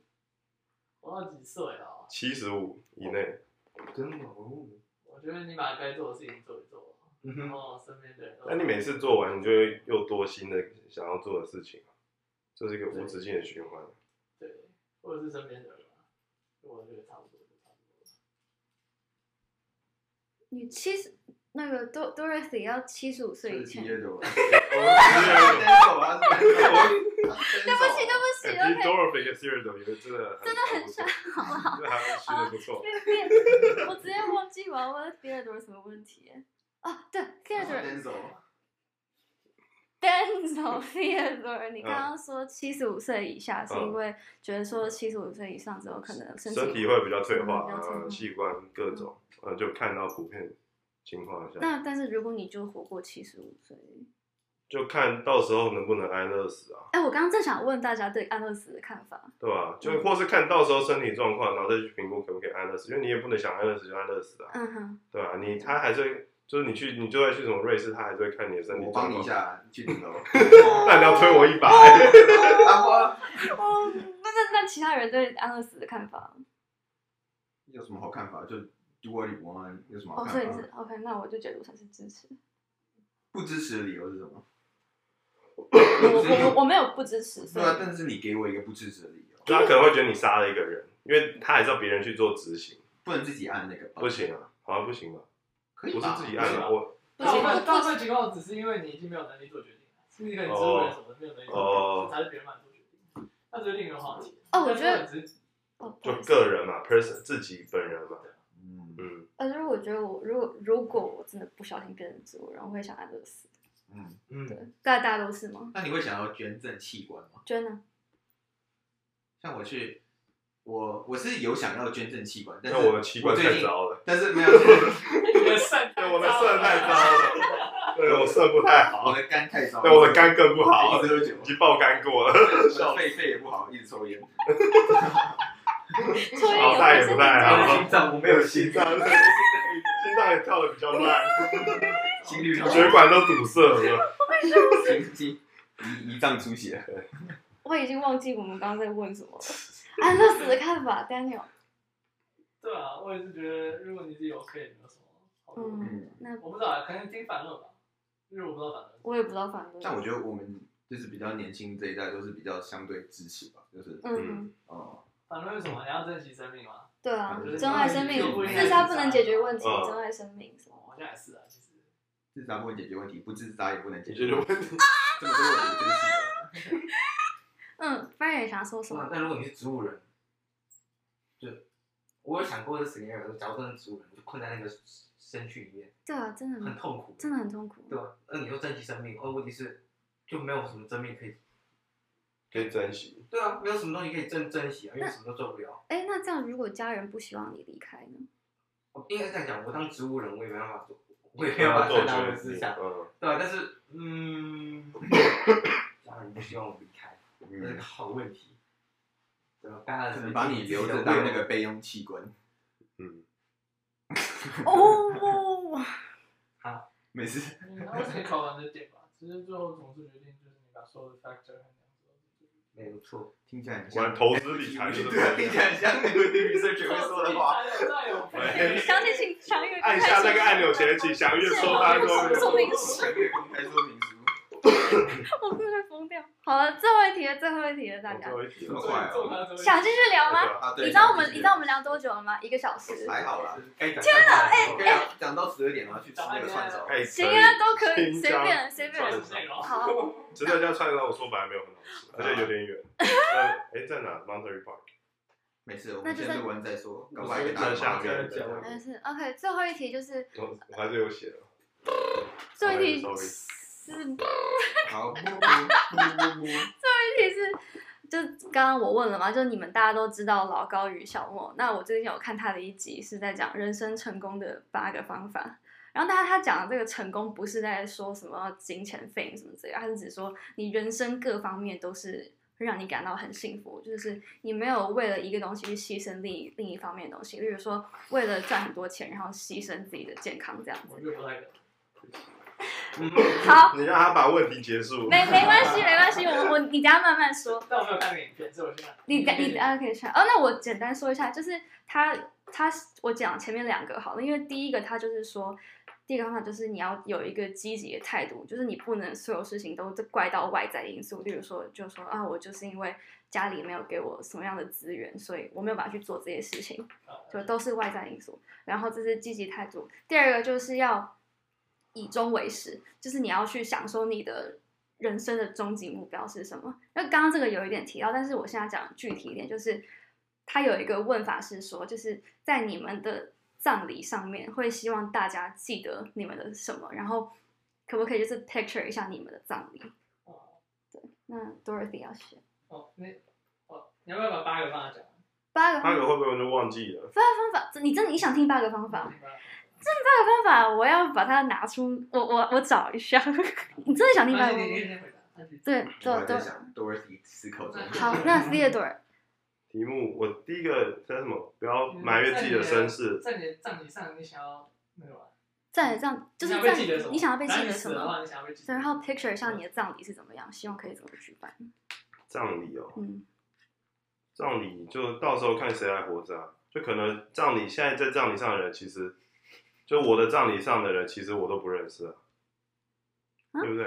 [SPEAKER 5] 我到几岁了？
[SPEAKER 2] 七十五以内。
[SPEAKER 6] 真哦猛！
[SPEAKER 5] 我觉得你把该做的事情做一做，
[SPEAKER 6] 嗯
[SPEAKER 5] 然
[SPEAKER 6] 哼，
[SPEAKER 5] 后身边的人都。
[SPEAKER 2] 那你每次做完，你就会又多新的想要做的事情，啊这是一个无止境的循环。
[SPEAKER 5] 对，或者是身边的人吧，我觉得差不多，差不多。
[SPEAKER 3] 你七十那个 Do Dorothy 要七十五岁以前。[laughs]
[SPEAKER 4] 第
[SPEAKER 3] 对
[SPEAKER 4] 二种。
[SPEAKER 2] 对
[SPEAKER 4] 对
[SPEAKER 3] 不起，对不起
[SPEAKER 2] 哎，其实
[SPEAKER 3] ，OK。
[SPEAKER 2] Dorothy 跟 Siri 的，我觉得真的真的很像， [laughs] 好不好？还学的不
[SPEAKER 3] 啊
[SPEAKER 2] 错。
[SPEAKER 3] [laughs] 我直接忘记我要 [laughs] 问 Theodore 什么问题。啊，对，Theodore
[SPEAKER 4] 走。
[SPEAKER 3] Denzel [laughs] Theodore，你刚刚说七十五岁以下，是因为觉得说七十五岁以上之后可能啊身体
[SPEAKER 2] 身体会比较退化，
[SPEAKER 3] 嗯比较退化
[SPEAKER 2] 呃，器官各种，呃，就看到普遍情况下，
[SPEAKER 3] 那但是如果你就活过七十五岁，
[SPEAKER 2] 就看到时候能不能安乐死啊，
[SPEAKER 3] 哎，我刚刚正想问大家对安乐死的看法。
[SPEAKER 2] 对吧？就或是看到时候身体状况，然后再去评估可不可以安乐死，因为你也不能想安乐死就安乐死啊，
[SPEAKER 3] 嗯 [laughs] 哼，
[SPEAKER 2] 对吧？你他还是会就是你去你就算去什么瑞士，他还是会看你的身体
[SPEAKER 4] 我
[SPEAKER 2] 状
[SPEAKER 4] 帮你一
[SPEAKER 2] 况。 [laughs]
[SPEAKER 4] 下，去顶楼。
[SPEAKER 2] 那你要推我一把、
[SPEAKER 4] 阿花
[SPEAKER 3] 哦，那那那其他人对安乐死的看法？
[SPEAKER 4] 有什么好看法？就 do what you want，有什么好
[SPEAKER 3] 哦，所
[SPEAKER 4] 看
[SPEAKER 3] 以
[SPEAKER 4] 法？
[SPEAKER 3] 是 OK，那我就觉得我才是支持。
[SPEAKER 4] 不支持的理由是什么？
[SPEAKER 3] [laughs] 我我我我没有不支持，所以
[SPEAKER 4] 对啊，但是你给我一个不支持的理由，
[SPEAKER 2] 那他可能会觉得你杀了一个人，因为他还是要别人去做执行，
[SPEAKER 4] 不能自己按那个吧？
[SPEAKER 2] 不行啊，好像不行吧？
[SPEAKER 4] 可
[SPEAKER 2] 不
[SPEAKER 4] 以
[SPEAKER 2] 是
[SPEAKER 4] 吧
[SPEAKER 2] 自己按
[SPEAKER 5] 不
[SPEAKER 2] 的，我
[SPEAKER 3] 啊
[SPEAKER 5] 行大部分大部分情况只是因为你已经没有能力做决定了，是一个你植物人什么都没有能力做决定，才是别人帮你做决定。那这是另一个话题。
[SPEAKER 3] 哦我觉得
[SPEAKER 5] 但是只是
[SPEAKER 3] 哦，不
[SPEAKER 2] 就
[SPEAKER 3] 好意思
[SPEAKER 2] 个人嘛，person 自己本人嘛，
[SPEAKER 4] 嗯
[SPEAKER 2] 嗯。
[SPEAKER 3] 呃但是我觉得我如果如果我真的不小心变成植物人，我会想安乐死。
[SPEAKER 4] 嗯。
[SPEAKER 6] 嗯，
[SPEAKER 3] 对，大大家都是吗？
[SPEAKER 4] 那你会想要捐赠器官吗？
[SPEAKER 3] 真 [laughs] 的？
[SPEAKER 4] 像我去，我我是有想要捐赠器官，但
[SPEAKER 2] 那
[SPEAKER 4] 是
[SPEAKER 2] 我的器官
[SPEAKER 4] 我最
[SPEAKER 2] 太
[SPEAKER 4] 近
[SPEAKER 2] 糟了，
[SPEAKER 4] 但是没有，
[SPEAKER 5] 的肾
[SPEAKER 2] 对我的肾太糟了，对我肾不太
[SPEAKER 4] 我 [laughs]
[SPEAKER 2] 好，
[SPEAKER 4] 的肝太
[SPEAKER 2] [laughs]
[SPEAKER 4] 糟，
[SPEAKER 2] 对我的肝更不好
[SPEAKER 4] 一，直喝酒
[SPEAKER 2] 已，经爆肝过了，
[SPEAKER 4] 我的肺肺也不好，一直抽烟。
[SPEAKER 2] 脑袋也不太
[SPEAKER 3] 抽烟有本身的
[SPEAKER 4] 哦
[SPEAKER 3] 健
[SPEAKER 2] 好，
[SPEAKER 3] 康
[SPEAKER 6] 心脏我没有心
[SPEAKER 2] 脏， [laughs] 心脏也跳的比较慢，
[SPEAKER 4] 心率超
[SPEAKER 2] 血管都堵塞了。
[SPEAKER 4] 心心胰胰脏出血，
[SPEAKER 3] 我已经忘记我们刚刚在问什么
[SPEAKER 4] [laughs]
[SPEAKER 3] 了。安乐死的看法，Daniel。
[SPEAKER 4] 嗯
[SPEAKER 5] 对啊，我也是觉得，如果你自己 OK，也没有什么好的。
[SPEAKER 3] 嗯，
[SPEAKER 4] 嗯，
[SPEAKER 3] 那
[SPEAKER 5] 我不知道，啊可能听反论吧，因为我不知道反论。
[SPEAKER 3] 我也不知道反论。
[SPEAKER 4] 但我觉得我们就是比较年轻这一代都是比较相对支持吧，就是
[SPEAKER 3] 嗯，
[SPEAKER 4] 哦，
[SPEAKER 5] 反论是什么？你要珍惜生命吗？
[SPEAKER 3] 对啊
[SPEAKER 4] 就是，
[SPEAKER 3] 珍爱生命
[SPEAKER 4] 就不，啊应该
[SPEAKER 3] 自杀不能解决问题，
[SPEAKER 2] 自杀
[SPEAKER 3] 珍爱生命什么？
[SPEAKER 5] 我好像也是啊，其实。
[SPEAKER 4] 自杀不能解决问题，不自杀也不能解
[SPEAKER 2] 你
[SPEAKER 4] 决
[SPEAKER 2] 觉得
[SPEAKER 4] 问
[SPEAKER 2] 问
[SPEAKER 4] 题，
[SPEAKER 2] 题？
[SPEAKER 4] 这么多问题真是的。
[SPEAKER 3] 嗯，发言人想说什
[SPEAKER 6] 哇
[SPEAKER 3] 么？
[SPEAKER 6] 那如果你是植物人，就我有想过这 scenario，假如真的植物人，就困在那个身躯里面，
[SPEAKER 3] 对啊，真的
[SPEAKER 6] 很
[SPEAKER 3] 很
[SPEAKER 6] 痛苦，
[SPEAKER 3] 真的很痛苦。
[SPEAKER 6] 对吧？那你说珍惜生命，而哦问题是就没有什么生命可以，
[SPEAKER 2] 可以珍惜，
[SPEAKER 6] 对啊，没有什么东西可以珍珍惜啊，因为什么都做不了。
[SPEAKER 3] 哎，那这样如果家人不希望你离开呢？
[SPEAKER 6] 我哦应该是这样讲，我当植物人，我也没办法做，我也没办
[SPEAKER 2] 要
[SPEAKER 6] 法
[SPEAKER 2] 做
[SPEAKER 6] 在他们
[SPEAKER 2] 决
[SPEAKER 6] 之
[SPEAKER 2] 定，
[SPEAKER 6] 下，
[SPEAKER 2] 嗯，
[SPEAKER 6] 对吧？但是，嗯， [coughs] 家人不希望我离开，这
[SPEAKER 4] [laughs]
[SPEAKER 6] 是
[SPEAKER 4] 嗯
[SPEAKER 6] 个，好问题，对吧？当然
[SPEAKER 4] 可
[SPEAKER 6] 是
[SPEAKER 4] 能把你留着当那个备用器官，
[SPEAKER 2] 嗯
[SPEAKER 3] 哦，
[SPEAKER 4] 没事。
[SPEAKER 3] [laughs]
[SPEAKER 5] 嗯， [laughs] 那我只是考完这点吧。其实最后总是决定就是你把所有的 factor 衡量之后。
[SPEAKER 6] 没有错，
[SPEAKER 4] 听起来很
[SPEAKER 2] 玩
[SPEAKER 4] 像
[SPEAKER 2] 投资理
[SPEAKER 4] [laughs]
[SPEAKER 2] 财就是这样
[SPEAKER 4] 对，啊听起来很像那个 research 会说的 [laughs] 话。
[SPEAKER 5] 再有
[SPEAKER 2] 对
[SPEAKER 3] 详情请详阅。
[SPEAKER 2] [laughs] 按下那个按钮前，请详阅收发说明
[SPEAKER 3] 说明书
[SPEAKER 4] 详阅公开说明书，
[SPEAKER 3] [laughs] 我真的快疯掉。好了，最后一题了，最后一题了，大家
[SPEAKER 2] 最后一题
[SPEAKER 4] 这么
[SPEAKER 2] 了
[SPEAKER 4] 快啊！
[SPEAKER 3] 想继续
[SPEAKER 2] [laughs]
[SPEAKER 3] 聊吗？
[SPEAKER 4] 啊，
[SPEAKER 3] 你
[SPEAKER 4] 对，
[SPEAKER 3] 知道我们你知道我们聊多久了吗？一个小时。
[SPEAKER 4] 还好啦，
[SPEAKER 6] 哎，天哪，
[SPEAKER 4] 可以
[SPEAKER 3] 哎
[SPEAKER 4] 啊，讲到十二点，然后去吃那个串烧。
[SPEAKER 2] 哎，
[SPEAKER 3] 行啊，都可以，
[SPEAKER 2] 新
[SPEAKER 3] 随
[SPEAKER 2] 疆
[SPEAKER 3] 便随便。好，
[SPEAKER 4] [laughs]
[SPEAKER 2] 其实那家串烧我说本来没有很好吃，而且有 [laughs] 点远。呃哎，在哪？Monterey Park。
[SPEAKER 4] 没事，我
[SPEAKER 3] 那
[SPEAKER 4] 们
[SPEAKER 3] 就
[SPEAKER 4] 先
[SPEAKER 3] 在
[SPEAKER 4] 录完再说，搞不好给大家
[SPEAKER 2] 下
[SPEAKER 4] 面
[SPEAKER 2] 面
[SPEAKER 6] 讲
[SPEAKER 3] 但是 OK，最后一题就是
[SPEAKER 2] 我我还是有写的。
[SPEAKER 3] 最后一题
[SPEAKER 2] Sorry，sorry
[SPEAKER 3] 是
[SPEAKER 4] 好，不不不不
[SPEAKER 3] 问
[SPEAKER 4] 不，
[SPEAKER 3] 题是，就刚刚我问了嘛，就你们大家都知道老高与小莫。那我最近有看他的一集，是在讲人生成功的八个方法。然后，但是他讲的这个成功，不是在说什么金钱、费用什么之类的，他是指说你人生各方面都是会让你感到很幸福，就是你没有为了一个东西去牺牲另一另一方面的东西，例如说为了赚很多钱，然后牺牲自己的健康这样
[SPEAKER 5] 我
[SPEAKER 3] 子。
[SPEAKER 5] 觉得不太可能。
[SPEAKER 3] 好，
[SPEAKER 2] 你让他把问题结束。
[SPEAKER 3] 没没关系，没关系，我我你等一下慢慢说。
[SPEAKER 5] 但我没有看那个影片，所以我现在
[SPEAKER 3] 你等你等下可以穿哦。那我简单说一下，就是他他我讲前面两个好了，因为第一个他就是说，第一个方法就是你要有一个积极的态度，就是你不能所有事情都怪到外在因素，例如说就说啊，我就是因为家里没有给我什么样的资源，所以我没有办法去做这些事情。就都是外在因素。然后这是积极态度。第二个就是要以终为始，就是你要去想说你的人生的终极目标是什么。那刚刚这个有一点提到，但是我现在讲具体一点，就是他有一个问法是说，就是在你们的葬礼上面会希望大家记得你们的什么，然后可不可以就是 picture 一下你们的葬礼？那 Dorothy 要选
[SPEAKER 5] 哦，那哦，你要不要把八个帮他讲？
[SPEAKER 3] 八个
[SPEAKER 2] 他
[SPEAKER 3] 方
[SPEAKER 2] 有会不会就忘记了？
[SPEAKER 3] 八个方法，你真的你想听八个方法？这个方法我要把它拿出，我我我找一下。 [laughs] 你真的想听八个
[SPEAKER 5] 啊你
[SPEAKER 3] 方
[SPEAKER 5] 你
[SPEAKER 3] 法？
[SPEAKER 5] 先回答。
[SPEAKER 3] 对，
[SPEAKER 4] 我
[SPEAKER 3] 对
[SPEAKER 4] 还在
[SPEAKER 3] 对。
[SPEAKER 4] 想 Dorothy 思考中。
[SPEAKER 3] 好，那 Theodore，
[SPEAKER 2] 题目我第一个叫什么？不要
[SPEAKER 5] 嗯
[SPEAKER 2] 埋怨自己的身世。
[SPEAKER 5] 在你的葬礼上，你想要那个吗？
[SPEAKER 3] 在这样就是
[SPEAKER 5] 你想要
[SPEAKER 3] 在
[SPEAKER 5] 被记得什么？
[SPEAKER 3] 你想要被记得什么？
[SPEAKER 5] 然后你死了的话你想要被记得
[SPEAKER 3] 对然后 picture 上你的葬礼是怎么样，希望可以怎么举办？
[SPEAKER 2] 葬礼哦，
[SPEAKER 3] 嗯，
[SPEAKER 2] 葬礼就到时候看谁还活着啊。就可能葬礼现在在葬礼上的人，其实就我的葬礼上的人，其实我都不认识啊，
[SPEAKER 3] 啊
[SPEAKER 2] 对不对？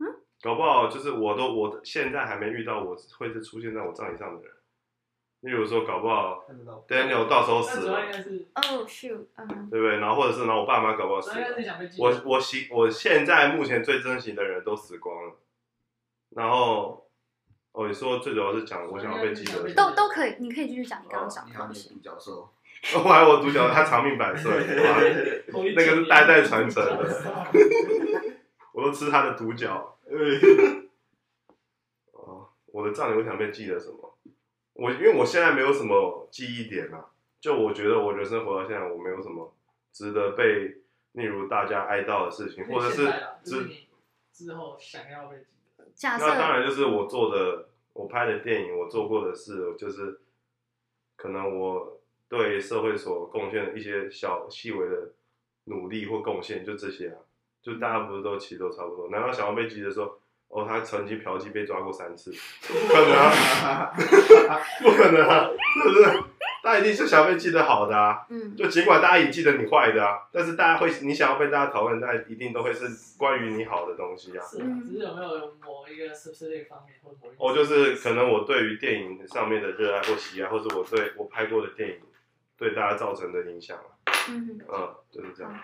[SPEAKER 3] 嗯，
[SPEAKER 2] 搞不好就是我都我现在还没遇到我会是出现在我葬礼上的人。例如说，搞不好
[SPEAKER 6] 看得到
[SPEAKER 2] Daniel 到时候
[SPEAKER 5] 那
[SPEAKER 2] 死
[SPEAKER 5] 主要应
[SPEAKER 2] 了，
[SPEAKER 5] 该是，
[SPEAKER 3] 哦、shoot，嗯，
[SPEAKER 2] 对不对？然后或者是然后我爸妈搞不好
[SPEAKER 5] 主
[SPEAKER 2] 死
[SPEAKER 5] 要应该
[SPEAKER 2] 了
[SPEAKER 5] 是。想被记得。
[SPEAKER 2] 我我喜我现在目前最珍惜的人都死光了，然后哦，你说最主要是讲我想要被记得，
[SPEAKER 3] 都都可以，你可以继续讲你刚刚讲
[SPEAKER 4] 你
[SPEAKER 3] 的
[SPEAKER 4] 好，
[SPEAKER 3] 东
[SPEAKER 4] 你
[SPEAKER 3] 西。
[SPEAKER 4] 独角兽。
[SPEAKER 2] 我还我独角他长命百岁，哇那
[SPEAKER 5] 那
[SPEAKER 2] 个是代代传承的。我都吃他的独角。哦，我的葬礼我想被记得什么？我因为我现在没有什么记忆点啊，就我觉得我人生活到现在，我没有什么值得被例如大家哀悼的事情，或者
[SPEAKER 5] 现
[SPEAKER 2] 是
[SPEAKER 5] 在嗯啦就是
[SPEAKER 2] 之
[SPEAKER 5] 你之后想要被记得，
[SPEAKER 3] 假
[SPEAKER 2] 那当
[SPEAKER 3] 设
[SPEAKER 2] 然就是我做的，我拍的电影，我做过的事，就是可能我对社会所贡献的一些小细微的努力或贡献，就这些啊。就大家不是都其实都差不多？难道想要被记得说，哦，他曾经嫖妓被抓过三次？不可能
[SPEAKER 3] [laughs]
[SPEAKER 2] 啊，不可能啊，是不是？大家一定是想要被记得好的啊。
[SPEAKER 3] 嗯，
[SPEAKER 2] 就尽管大家也记得你坏的啊，但是大家会，你想要被大家讨论，大家一定都会是关于你好的东西啊。
[SPEAKER 5] 是
[SPEAKER 1] 嗯
[SPEAKER 5] 啊，只是有没有某一个 specific 方面或者某一个，
[SPEAKER 2] 哦，就是可能我对于电影上面的热爱或喜爱，或者我对我拍过的电影对大家造成的影响啊，
[SPEAKER 3] 嗯
[SPEAKER 2] 嗯，就是这
[SPEAKER 1] 啊
[SPEAKER 2] 样。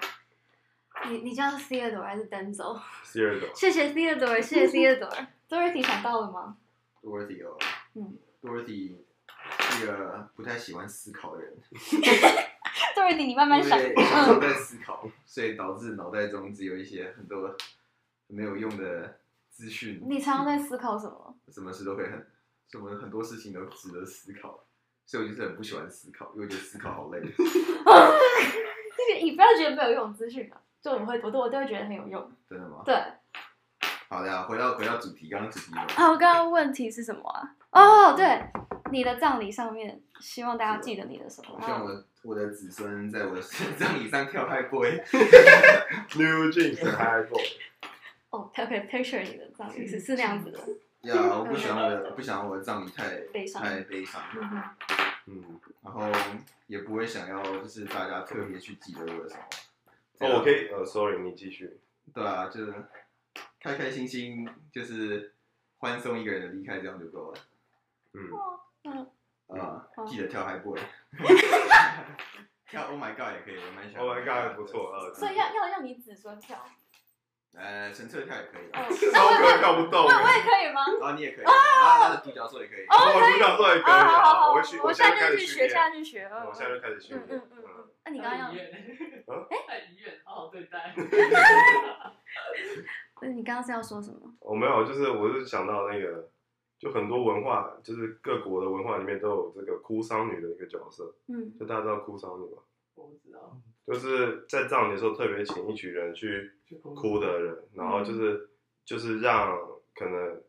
[SPEAKER 3] 哼，你你叫 Theodore 还是 Denzel？ [laughs]
[SPEAKER 2] 第二种，
[SPEAKER 3] 谢谢 Theodore，谢谢 Theodore。Dorothy 想到了吗？
[SPEAKER 4] Dorothy 哦，
[SPEAKER 3] 嗯
[SPEAKER 4] ，Dorothy 是个不太喜欢思考的人，
[SPEAKER 1] Dorothy，你慢慢
[SPEAKER 4] 因
[SPEAKER 1] 想。
[SPEAKER 3] [laughs]
[SPEAKER 4] 为常常在思考，所以导致脑袋中只有一些很多没有用的资讯。
[SPEAKER 1] 你常常在思考什么？
[SPEAKER 4] 什么事都会很，什么很多事情都值得思考，所以我就是很不喜欢思考，因为我觉得思考
[SPEAKER 3] [laughs]
[SPEAKER 4] 好累。
[SPEAKER 1] 这个你不要觉得没有用的资讯啊，就我们会，我都我都会觉得很有用。
[SPEAKER 4] 真的吗？
[SPEAKER 1] 对，
[SPEAKER 4] 好的啊呀，回到回到主题，刚刚主题了。
[SPEAKER 1] 啊，我刚刚问题是什么啊？哦，对，你的葬礼上面，希望大家记得你的什么
[SPEAKER 4] 我？希望我的我的子孙在我的葬礼上 [laughs] 跳嗨 boy，
[SPEAKER 2] New Jeans 的 High Boy，
[SPEAKER 3] 哦，他可以 picture 你的葬礼是是那样子的。
[SPEAKER 4] 呀我不喜欢我的不想我的葬礼太
[SPEAKER 3] 悲伤
[SPEAKER 2] 哎
[SPEAKER 4] 太悲伤，
[SPEAKER 3] 嗯哼，
[SPEAKER 2] [laughs] 嗯，
[SPEAKER 4] 然后也不会想要就是大家特别去记得我的什么。
[SPEAKER 2] 哦，我可以，呃，Sorry，你继续，
[SPEAKER 4] 对啊，就是开开心心，就是欢送一个人的离开，这样就够了。
[SPEAKER 2] 嗯，
[SPEAKER 1] 哦
[SPEAKER 4] 啊、记得跳嗨 boy，跳 Oh my God 也可以，我蛮喜欢。
[SPEAKER 2] Oh my God，不错呃
[SPEAKER 1] 所以要要让你子孙跳，哦
[SPEAKER 4] 呃，纯粹跳也可以啊。
[SPEAKER 3] 哦
[SPEAKER 2] 超哥跳不动，
[SPEAKER 1] 那我也可以吗？
[SPEAKER 4] 然后你也可以，然啊后他的独角兽也可以。
[SPEAKER 2] 我独角兽也可以
[SPEAKER 1] 哦好好
[SPEAKER 2] 啊，
[SPEAKER 1] 好，
[SPEAKER 2] 我去，我
[SPEAKER 1] 现
[SPEAKER 2] 在就开
[SPEAKER 1] 就去
[SPEAKER 2] 始
[SPEAKER 1] 学，
[SPEAKER 2] 训练
[SPEAKER 1] 现在，
[SPEAKER 2] 嗯
[SPEAKER 1] 就学。
[SPEAKER 2] 我现在就开始训练，
[SPEAKER 1] 嗯嗯
[SPEAKER 2] 嗯，
[SPEAKER 1] 那你刚刚要
[SPEAKER 5] 在医，院，
[SPEAKER 2] 啊
[SPEAKER 5] [laughs] 在医院好好对
[SPEAKER 2] [laughs]
[SPEAKER 5] 待，
[SPEAKER 3] 那你刚刚是要说什么？
[SPEAKER 2] 我哦没有，就是我是想到那个，就很多文化，就是各国的文化里面都有这个哭丧女的一个角色，
[SPEAKER 3] 嗯
[SPEAKER 2] 就大家知道哭丧女吗？
[SPEAKER 5] 我不知道，
[SPEAKER 2] 就是在葬礼的时候特别请一群人去
[SPEAKER 5] 去哭
[SPEAKER 2] 哭的人，然后
[SPEAKER 5] 嗯
[SPEAKER 2] 就是、就是让可能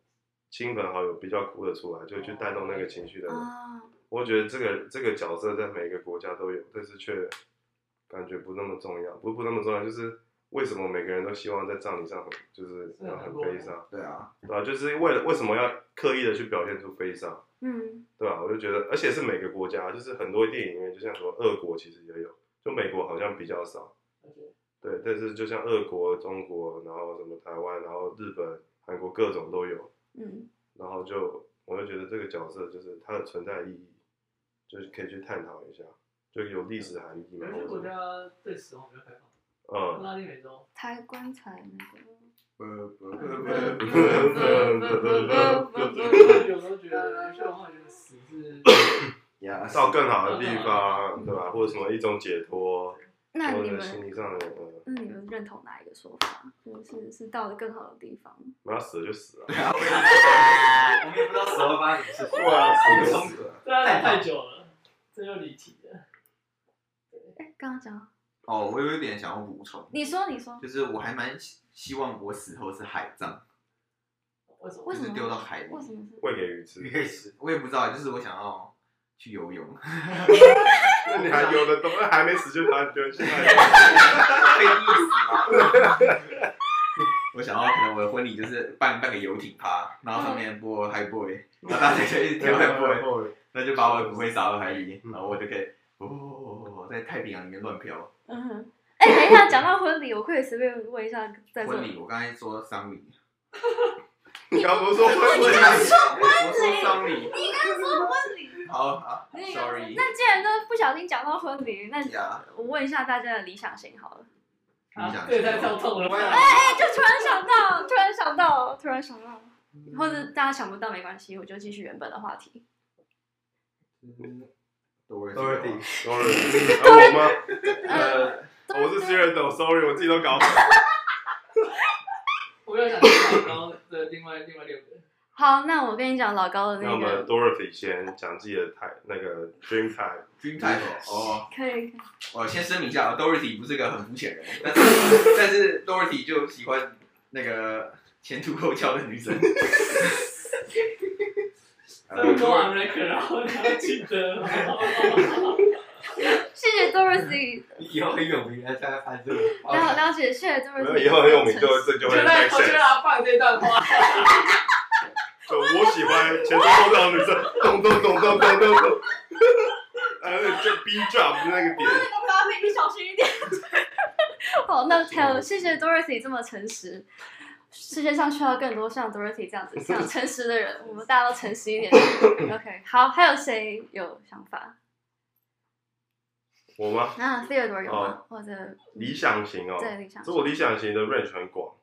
[SPEAKER 2] 亲朋好友比较哭得出来，就去带动那个情绪的人。
[SPEAKER 5] 哦
[SPEAKER 1] 哦
[SPEAKER 3] 啊，
[SPEAKER 2] 我觉得这个这个角色在每个国家都有，但是却感觉不那么重要，不不那么重要，就是为什么每个人都希望在葬礼上很就是
[SPEAKER 5] 是
[SPEAKER 2] 要
[SPEAKER 5] 很
[SPEAKER 2] 很
[SPEAKER 5] 多
[SPEAKER 2] 悲
[SPEAKER 5] 人
[SPEAKER 2] 伤，
[SPEAKER 4] 对啊，
[SPEAKER 2] 对吧、就是为了为什么要刻意的去表现出悲伤？
[SPEAKER 3] 嗯
[SPEAKER 2] 对吧、我就觉得，而且是每个国家，就是很多电影里面，就像什么俄国其实也有，就美国好像比较少，对，但是就像俄国、中国，然后什么台湾，然后日本、韩国各种都有，
[SPEAKER 3] 嗯
[SPEAKER 2] 然后就我就觉得这个角色就是它的存在意义，就是可以去探讨一下，就有历史含义嘛
[SPEAKER 5] 有。些
[SPEAKER 2] 或
[SPEAKER 5] 国
[SPEAKER 2] 者
[SPEAKER 5] 家对死亡比较开放，
[SPEAKER 2] 嗯，
[SPEAKER 5] 拉丁美
[SPEAKER 2] [laughs]
[SPEAKER 5] 洲，
[SPEAKER 3] 抬棺材那个。
[SPEAKER 4] 不不不
[SPEAKER 2] 嗯 [laughs]
[SPEAKER 5] 有时候觉得有些文化觉得死
[SPEAKER 2] [coughs]
[SPEAKER 5] 是
[SPEAKER 4] 呀，
[SPEAKER 2] 到更好的
[SPEAKER 4] [laughs]
[SPEAKER 2] 地方，对吧？或者什么一种解脱，
[SPEAKER 3] 嗯那
[SPEAKER 2] 或
[SPEAKER 3] 你
[SPEAKER 2] 者
[SPEAKER 3] 们，
[SPEAKER 2] 心理上的，呃，
[SPEAKER 3] 那你们认同哪一个说法？就是是到了更好的地方。
[SPEAKER 2] 我要死了就死了，
[SPEAKER 4] 然后
[SPEAKER 6] 我们也不知道死后发生什么事情。
[SPEAKER 4] 我
[SPEAKER 2] 哇
[SPEAKER 4] 们
[SPEAKER 2] 死
[SPEAKER 4] 冲
[SPEAKER 2] 了，
[SPEAKER 4] 死了。
[SPEAKER 5] 大家太久了，这又离题了。
[SPEAKER 3] 哎，刚刚讲，
[SPEAKER 4] 哦，我有一点想要补充，
[SPEAKER 3] 你说，你说，
[SPEAKER 4] 就是我还蛮希希望我死后是海葬，
[SPEAKER 5] 为什么？
[SPEAKER 3] 为
[SPEAKER 4] 就
[SPEAKER 3] 什么
[SPEAKER 4] 是丢到海里
[SPEAKER 3] 为。什么是？
[SPEAKER 2] 喂给鱼吃，
[SPEAKER 6] 鱼死，
[SPEAKER 4] 我也不知道，就是我想要去游泳， [laughs]
[SPEAKER 2] 那你还游得动？那还没死就把你丢进来。
[SPEAKER 4] 被溺死了。 [laughs] 我想要，可能我的婚礼就是办办个游艇趴，然后上面播 Hi Boy，然后大家就一直跳 Hi
[SPEAKER 2] [laughs]
[SPEAKER 4] Boy，那就把我的骨灰撒到海里，然后我就可以哦，在太平洋里面乱飘。
[SPEAKER 3] 嗯哼。哎，等一下，讲到婚礼，我可以随便问一下，在座
[SPEAKER 4] 婚礼，我刚才说丧礼，
[SPEAKER 2] 你刚不是说会
[SPEAKER 4] 我
[SPEAKER 2] 会
[SPEAKER 4] [laughs] 我说丧礼，
[SPEAKER 3] 你刚刚说婚礼，
[SPEAKER 4] 好好
[SPEAKER 2] [laughs]
[SPEAKER 3] 那个
[SPEAKER 4] ，sorry，
[SPEAKER 3] 那既然都不小心讲到婚礼，那
[SPEAKER 4] 呀，
[SPEAKER 3] 我问一下大家的理想型好了。
[SPEAKER 4] 你
[SPEAKER 5] 啊
[SPEAKER 4] 想，
[SPEAKER 5] 这也太跳痛了吧。
[SPEAKER 3] 哎，就突然想到，突然想到，突然想到，
[SPEAKER 2] 嗯
[SPEAKER 3] 或者大家想不到没关系，我就继续原本的话题。
[SPEAKER 4] 都会
[SPEAKER 6] 都会顶。
[SPEAKER 2] Sorry，啊我吗？
[SPEAKER 4] 呃，
[SPEAKER 2] 我是 s i r d o s o r r y 我自己都搞混。
[SPEAKER 5] 我又想到刚刚的另外另外六个，
[SPEAKER 3] 好，那我跟你讲老高的
[SPEAKER 2] 那我
[SPEAKER 3] 那
[SPEAKER 2] 们
[SPEAKER 3] 个，
[SPEAKER 2] Dorothy 先讲自己的台那个 dream time。
[SPEAKER 4] Dream Title 哦，
[SPEAKER 3] 可以，
[SPEAKER 4] 我先声明一下哦，Dorothy 不是个很肤浅的人，但是但是 Dorothy 就喜欢那个前凸后翘的女生。
[SPEAKER 5] 这么多 American，然后你要记得，
[SPEAKER 3] 谢谢 Dorothy，
[SPEAKER 2] [laughs]
[SPEAKER 6] 以后很有名的才会发这个。
[SPEAKER 3] 了了解，谢谢 Dorothy
[SPEAKER 2] 没有
[SPEAKER 3] 的诚实。
[SPEAKER 2] 以后很有名就这就
[SPEAKER 5] 就
[SPEAKER 2] 会
[SPEAKER 5] 在
[SPEAKER 2] make
[SPEAKER 5] 我就
[SPEAKER 2] sense。
[SPEAKER 5] 要放这段话，
[SPEAKER 2] 就我喜欢前凸后翘的女生，咚咚咚咚咚咚咚。呃，就 B drop 那个点，
[SPEAKER 3] 搭配你小心一点。 [laughs] 好，那
[SPEAKER 2] 啊
[SPEAKER 3] 还有谢谢 Dorothy 这么诚实。世界上需要更多像 Dorothy 这样子、
[SPEAKER 2] [laughs]
[SPEAKER 3] 这样诚实的人，我们大家都诚实一点。OK，好，还有谁有想法？
[SPEAKER 2] 我吗？
[SPEAKER 3] 啊，Theodore 有吗？
[SPEAKER 2] 哦
[SPEAKER 3] 或者
[SPEAKER 2] 理想型哦，
[SPEAKER 3] 对理想
[SPEAKER 2] 所以我理想型的 range 很广，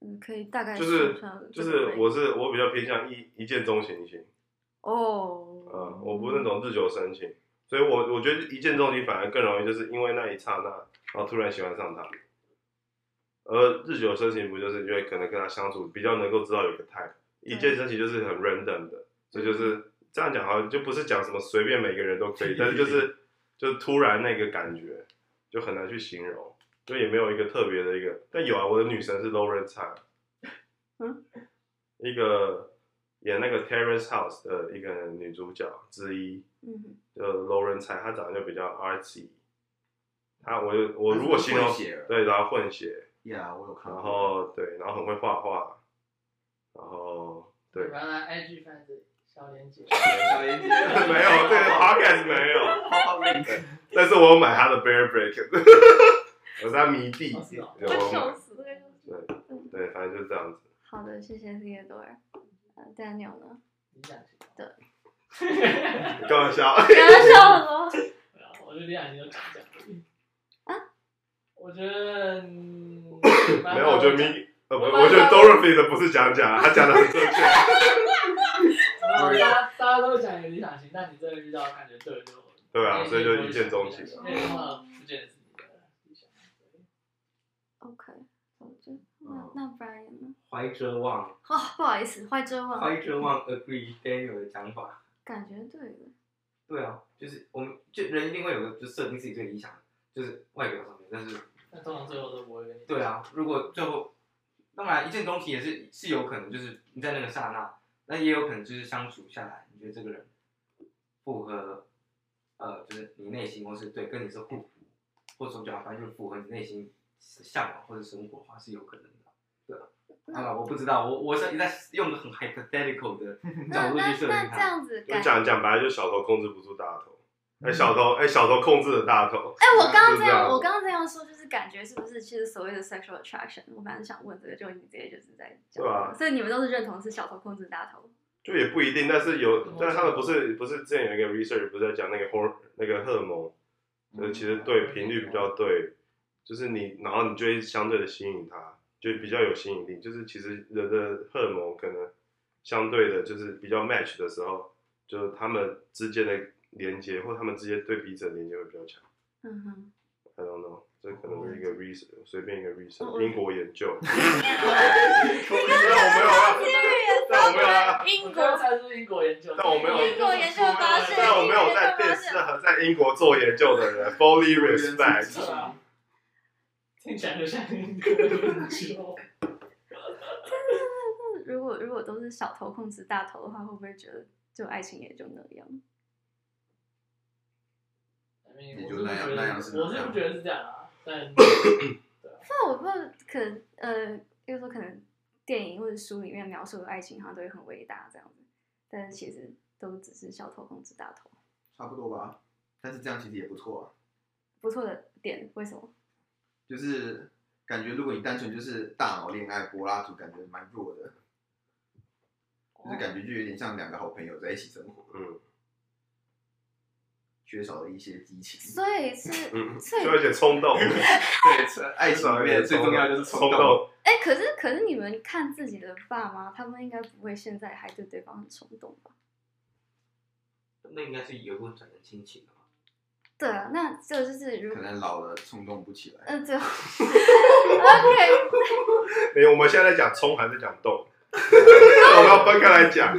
[SPEAKER 3] 嗯，可以大概
[SPEAKER 2] 就是
[SPEAKER 3] 说说
[SPEAKER 2] 就是我是我比较偏向一一见钟情型，
[SPEAKER 3] 哦，
[SPEAKER 2] 呃，我不是那种日久生情，所以我我觉得一见钟情反而更容易，就是因为那一刹那，然后突然喜欢上他。而日久生情不就是因为可能跟他相处比较能够知道有个 type，一见钟情就是很 random 的，所以就是这样讲好像就不是讲什么随便每个人都可以，但是就是就突然那个感觉就很难去形容，就也没有一个特别的一个，但有啊，我的女神是 Lauren c h a
[SPEAKER 3] 嗯，
[SPEAKER 2] 一个演那个 Terrace House 的一个女主角之一，
[SPEAKER 3] 嗯，
[SPEAKER 2] 就 Lauren c h a 她长得就比较 artsy，她我就我如果形容
[SPEAKER 4] 她是混血儿
[SPEAKER 2] 对，
[SPEAKER 4] 嗯
[SPEAKER 2] 然后混血，
[SPEAKER 4] Yeah，我有看
[SPEAKER 2] 然
[SPEAKER 4] 过。
[SPEAKER 6] 哦
[SPEAKER 2] 后对，然后很会画画，然
[SPEAKER 4] [laughs]
[SPEAKER 2] 后对，没
[SPEAKER 5] 原来 IG 翻的小莲姐，
[SPEAKER 4] 小燕
[SPEAKER 2] 有
[SPEAKER 4] 姐
[SPEAKER 2] 这个 podcast 没有，
[SPEAKER 4] 泡泡 link，
[SPEAKER 2] [laughs] 但是我有买他的 Bear Break，我是 [laughs] 他迷弟
[SPEAKER 5] 哦是哦，
[SPEAKER 2] 对我有
[SPEAKER 3] 笑
[SPEAKER 2] 买
[SPEAKER 3] 死了。
[SPEAKER 2] 对，反正就是这样子。
[SPEAKER 3] 好的，谢谢 Theodore。呃，Daniel 呢？ [laughs]
[SPEAKER 5] 理想型。
[SPEAKER 2] 你干嘛笑？
[SPEAKER 3] 刚刚笑了吗？
[SPEAKER 5] 对啊，我觉得理想型都讲讲而已
[SPEAKER 3] 啊
[SPEAKER 5] 我觉得嗯
[SPEAKER 2] 没有，我觉得 Mi，呃，不，
[SPEAKER 5] 我
[SPEAKER 2] 我觉得 Dorothy 的不是讲讲，他讲的很正确。
[SPEAKER 5] 大家大家都讲有理想型，但你真的遇到感觉对的就
[SPEAKER 2] 对
[SPEAKER 5] [laughs]
[SPEAKER 2] 啊，所以就一见钟情。
[SPEAKER 5] 那个话不见得是你的理想型
[SPEAKER 3] OK，我就
[SPEAKER 2] 嗯
[SPEAKER 3] 那那 Brian 呢？
[SPEAKER 6] 怀哲望，
[SPEAKER 3] 哦，不好意思，坏遮忘了，
[SPEAKER 6] 怀哲望 agree Daniel 的讲法。
[SPEAKER 3] 感觉对了。
[SPEAKER 6] 对啊，就是我们就人一定会有个就设定自己最理想的，就是外表上面，但是
[SPEAKER 5] 但通常最后都不会跟你。
[SPEAKER 6] 对啊，如果最后，当然一见钟情也是是有可能，就是你在那个刹那，那也有可能就是相处下来，你觉得这个人符合，呃，就是你内心或是对跟你是互补，或者说讲反正就是符合你内心向往或者生活的话是有可能的。对啊当然我不知道，我我是在用很
[SPEAKER 3] [laughs]
[SPEAKER 6] hypothetical 的角
[SPEAKER 3] 那
[SPEAKER 6] 度
[SPEAKER 3] 那
[SPEAKER 6] 去设
[SPEAKER 3] 那
[SPEAKER 6] 定
[SPEAKER 3] 这
[SPEAKER 6] 它。
[SPEAKER 3] 样子
[SPEAKER 2] 就
[SPEAKER 3] 感，
[SPEAKER 2] 讲讲白了，就小头控制不住大头，哎，小头，哎，小头控制了大头。
[SPEAKER 3] 哎，我刚刚
[SPEAKER 2] 啊就
[SPEAKER 3] 这
[SPEAKER 2] 这
[SPEAKER 3] 样，
[SPEAKER 2] 样
[SPEAKER 3] 我刚刚这样说，就是感觉是不是其实所谓的 sexual attraction？我本来想问这个，就你直接就是在讲，
[SPEAKER 2] 对啊
[SPEAKER 3] 所以你们都是认同是小头控制大头，
[SPEAKER 2] 就也不一定，但是有，但是他们不是不是之前有一个 research 不是在讲那个 hor 那个荷尔蒙，呃，其实对频率比较对，就是你，然后你就会相对的吸引他，就比较有吸引力。就是其实人的荷尔蒙可能相对的，就是比较 match 的时候，就是他们之间的连接，或他们之间对彼此的连接会比较强。
[SPEAKER 3] 嗯哼，
[SPEAKER 2] I don't know，这可能是一个 research，随便一个
[SPEAKER 3] 哦
[SPEAKER 2] research，
[SPEAKER 3] 我
[SPEAKER 2] 英国研 [laughs] 究。但我没有啊， [laughs] 但我没有啊。
[SPEAKER 5] 英国才是英国研究，
[SPEAKER 2] 但我没有
[SPEAKER 3] 英国研究
[SPEAKER 5] 啊
[SPEAKER 3] 发现
[SPEAKER 2] 但我没有在电视和在英国做研究的
[SPEAKER 4] [laughs]
[SPEAKER 2] 人，fully respect。
[SPEAKER 5] 是啊听起来就像英国研究。
[SPEAKER 3] 那如果如果都是小头控制大头的话，会不会觉得就爱情也就那样？
[SPEAKER 5] 也我是不觉得是这样啊，但
[SPEAKER 3] 那我不知道，可能呃，比如说可能电影或者书里面描述的爱情好像都会很伟大这样子，但是其实都只是小头控制大头，
[SPEAKER 4] 差不多吧。但是这样其实也不错啊，
[SPEAKER 3] 不错的点，为什么？
[SPEAKER 4] 就是感觉如果你单纯就是大脑恋爱柏拉图，感觉蛮弱的，
[SPEAKER 3] 哦
[SPEAKER 4] 就是感觉就有点像两个好朋友在一起生活，
[SPEAKER 2] 嗯
[SPEAKER 4] 缺少了一些激情。
[SPEAKER 3] 所以
[SPEAKER 4] [laughs]
[SPEAKER 3] 是，啊
[SPEAKER 2] 嗯，
[SPEAKER 3] 所以
[SPEAKER 2] 就有点冲动，
[SPEAKER 4] 对，啊爱情里面最重要就是
[SPEAKER 2] 冲
[SPEAKER 4] 冲动。
[SPEAKER 2] 动。
[SPEAKER 3] 哎、可是可是你们看自己的爸妈，他们应该不会现在还对对方很冲动吧？
[SPEAKER 6] 那应该是由温转成亲情的嘛？
[SPEAKER 3] 对啊，那这就是如
[SPEAKER 4] 可能老了冲动不起来，
[SPEAKER 3] 呃，
[SPEAKER 4] [laughs]
[SPEAKER 3] 最后 OK，
[SPEAKER 2] 没有，我们现在在讲冲还是讲动？我们要分开来讲。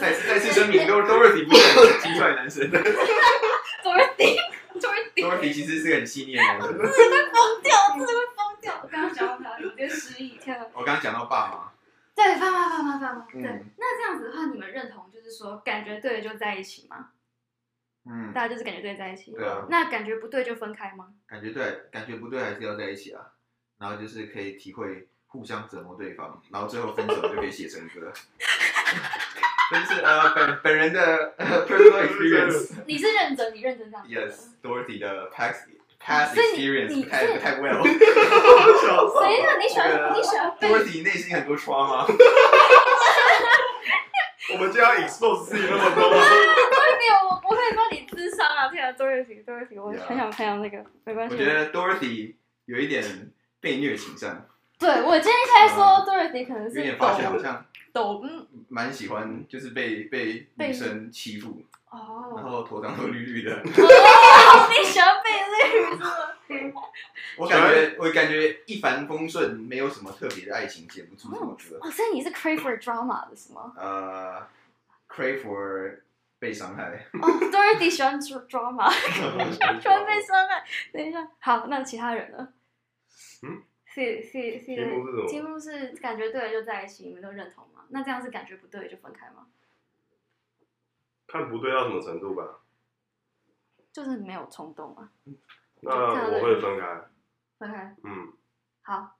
[SPEAKER 4] 再次再次
[SPEAKER 3] [laughs]
[SPEAKER 4] 声明，都 Dorothy 不是很奇怪的男生
[SPEAKER 1] Dorothy，Dorothy，
[SPEAKER 4] ，Dorothy 其实是个很细腻的男生。
[SPEAKER 1] 疯掉，我真的会疯掉。
[SPEAKER 3] 我嗯刚刚想到他，有点失忆。
[SPEAKER 1] 天啊！
[SPEAKER 4] 我刚刚讲到爸妈，
[SPEAKER 3] 对，发发发发发发。对
[SPEAKER 4] 嗯，
[SPEAKER 3] 那这样子的话，你们认同就是说，感觉对就在一起吗？
[SPEAKER 4] 嗯，
[SPEAKER 3] 大家就是感觉对在一起。
[SPEAKER 4] 对啊，
[SPEAKER 3] 那感觉不对就分开吗？
[SPEAKER 4] 感觉对，感觉不对还是要在一起啊。然后就是可以体会互相折磨对方，然后最后分手就可以写成歌。 [laughs] 真是呃，本本人的呃
[SPEAKER 3] [laughs]
[SPEAKER 4] personal experience，yes，Dorothy
[SPEAKER 1] [laughs] 你是认真，你认真这样觉得。
[SPEAKER 4] 的 past past
[SPEAKER 3] 所以你
[SPEAKER 4] experience
[SPEAKER 3] 你
[SPEAKER 4] 不太
[SPEAKER 3] 是
[SPEAKER 4] 不太 well。
[SPEAKER 3] [laughs]
[SPEAKER 1] 谁让你喜
[SPEAKER 4] 对啊
[SPEAKER 1] 欢你喜欢被
[SPEAKER 4] Dorothy 内心很多创吗？
[SPEAKER 2] 我们就要 expose 自己那么多吗？
[SPEAKER 1] 没有，我我可以帮你智商啊！天啊，Dorothy，Dorothy，我
[SPEAKER 4] Yeah
[SPEAKER 1] 很想看到那个，没关系
[SPEAKER 4] 我。觉得 Dorothy 有一点被虐倾
[SPEAKER 3] [laughs]
[SPEAKER 4] 向，
[SPEAKER 1] 对我今天开始说
[SPEAKER 4] 嗯
[SPEAKER 1] Dorothy 可能
[SPEAKER 4] 有
[SPEAKER 3] 哦
[SPEAKER 4] 点
[SPEAKER 1] 是
[SPEAKER 4] 发现好
[SPEAKER 1] 抖
[SPEAKER 4] 像
[SPEAKER 1] 抖嗯
[SPEAKER 4] 蛮喜欢，就是被被
[SPEAKER 1] 被
[SPEAKER 4] 女生欺负，然 [laughs]
[SPEAKER 3] 哦，
[SPEAKER 4] 后头上都绿绿的。
[SPEAKER 1] 你喜欢被那个
[SPEAKER 4] 我感觉我感觉一帆风顺，没有什么特别的爱情，写不出什么
[SPEAKER 3] 嗯
[SPEAKER 4] 歌。
[SPEAKER 1] [laughs] 哦，所以你是 crave for drama 的是吗？
[SPEAKER 4] 呃，crave for 被伤害，
[SPEAKER 1] 哦，Dorothy 喜欢 dra- drama，喜欢被伤害。等一下，好，那其他人呢？
[SPEAKER 2] 嗯
[SPEAKER 1] 是是是
[SPEAKER 2] 题目是什么
[SPEAKER 3] 题目是感觉对就在一起，你们都认同吗？那这样是感觉不对就分开吗？
[SPEAKER 2] 看不对到什么程度吧。
[SPEAKER 3] 就是没有冲动啊，
[SPEAKER 2] 那我会分开，
[SPEAKER 3] 分开。
[SPEAKER 2] 嗯，
[SPEAKER 3] 好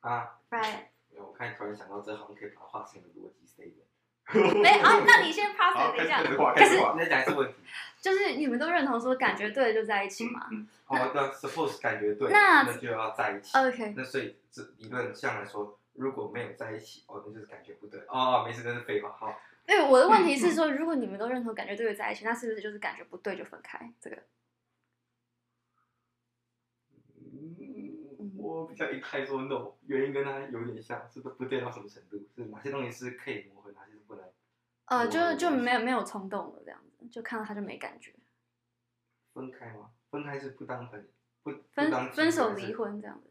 [SPEAKER 6] 啊，
[SPEAKER 3] ，Right。
[SPEAKER 6] 我看突然想到，这好像可以把它画成一个逻辑 statement。
[SPEAKER 3] 没啊，那你先 pass
[SPEAKER 4] 好，
[SPEAKER 3] it，等一
[SPEAKER 4] 开始
[SPEAKER 3] 下
[SPEAKER 4] 开。始画，开始画。
[SPEAKER 6] 那还是问题。
[SPEAKER 3] 就是你们都认同说感觉对就在一起嘛
[SPEAKER 6] 哦，那 suppose 感觉对，
[SPEAKER 3] 那呃
[SPEAKER 6] 那就要在一起。
[SPEAKER 3] 啊？OK，
[SPEAKER 6] 那所以这理论上来说，如果没有在一起，哦，那就是感觉不对。哦，没事，那是废话。好，
[SPEAKER 3] 因为我的问题是说，如果你们都认同感觉对就在一起，那是不是就是感觉不对就分开？这个
[SPEAKER 6] 嗯我比较一开说 no，原因跟他有点像，是不不对到什么程度，是哪些东西是可以磨合，哪些是不能。
[SPEAKER 3] 呃，
[SPEAKER 6] 我
[SPEAKER 3] 就就没有没有冲动了，这样子就看到他就没感觉，
[SPEAKER 6] 分开吗？分开是不当朋友，不不当
[SPEAKER 3] 分分手
[SPEAKER 6] 情侣还是
[SPEAKER 3] 离。婚这样子，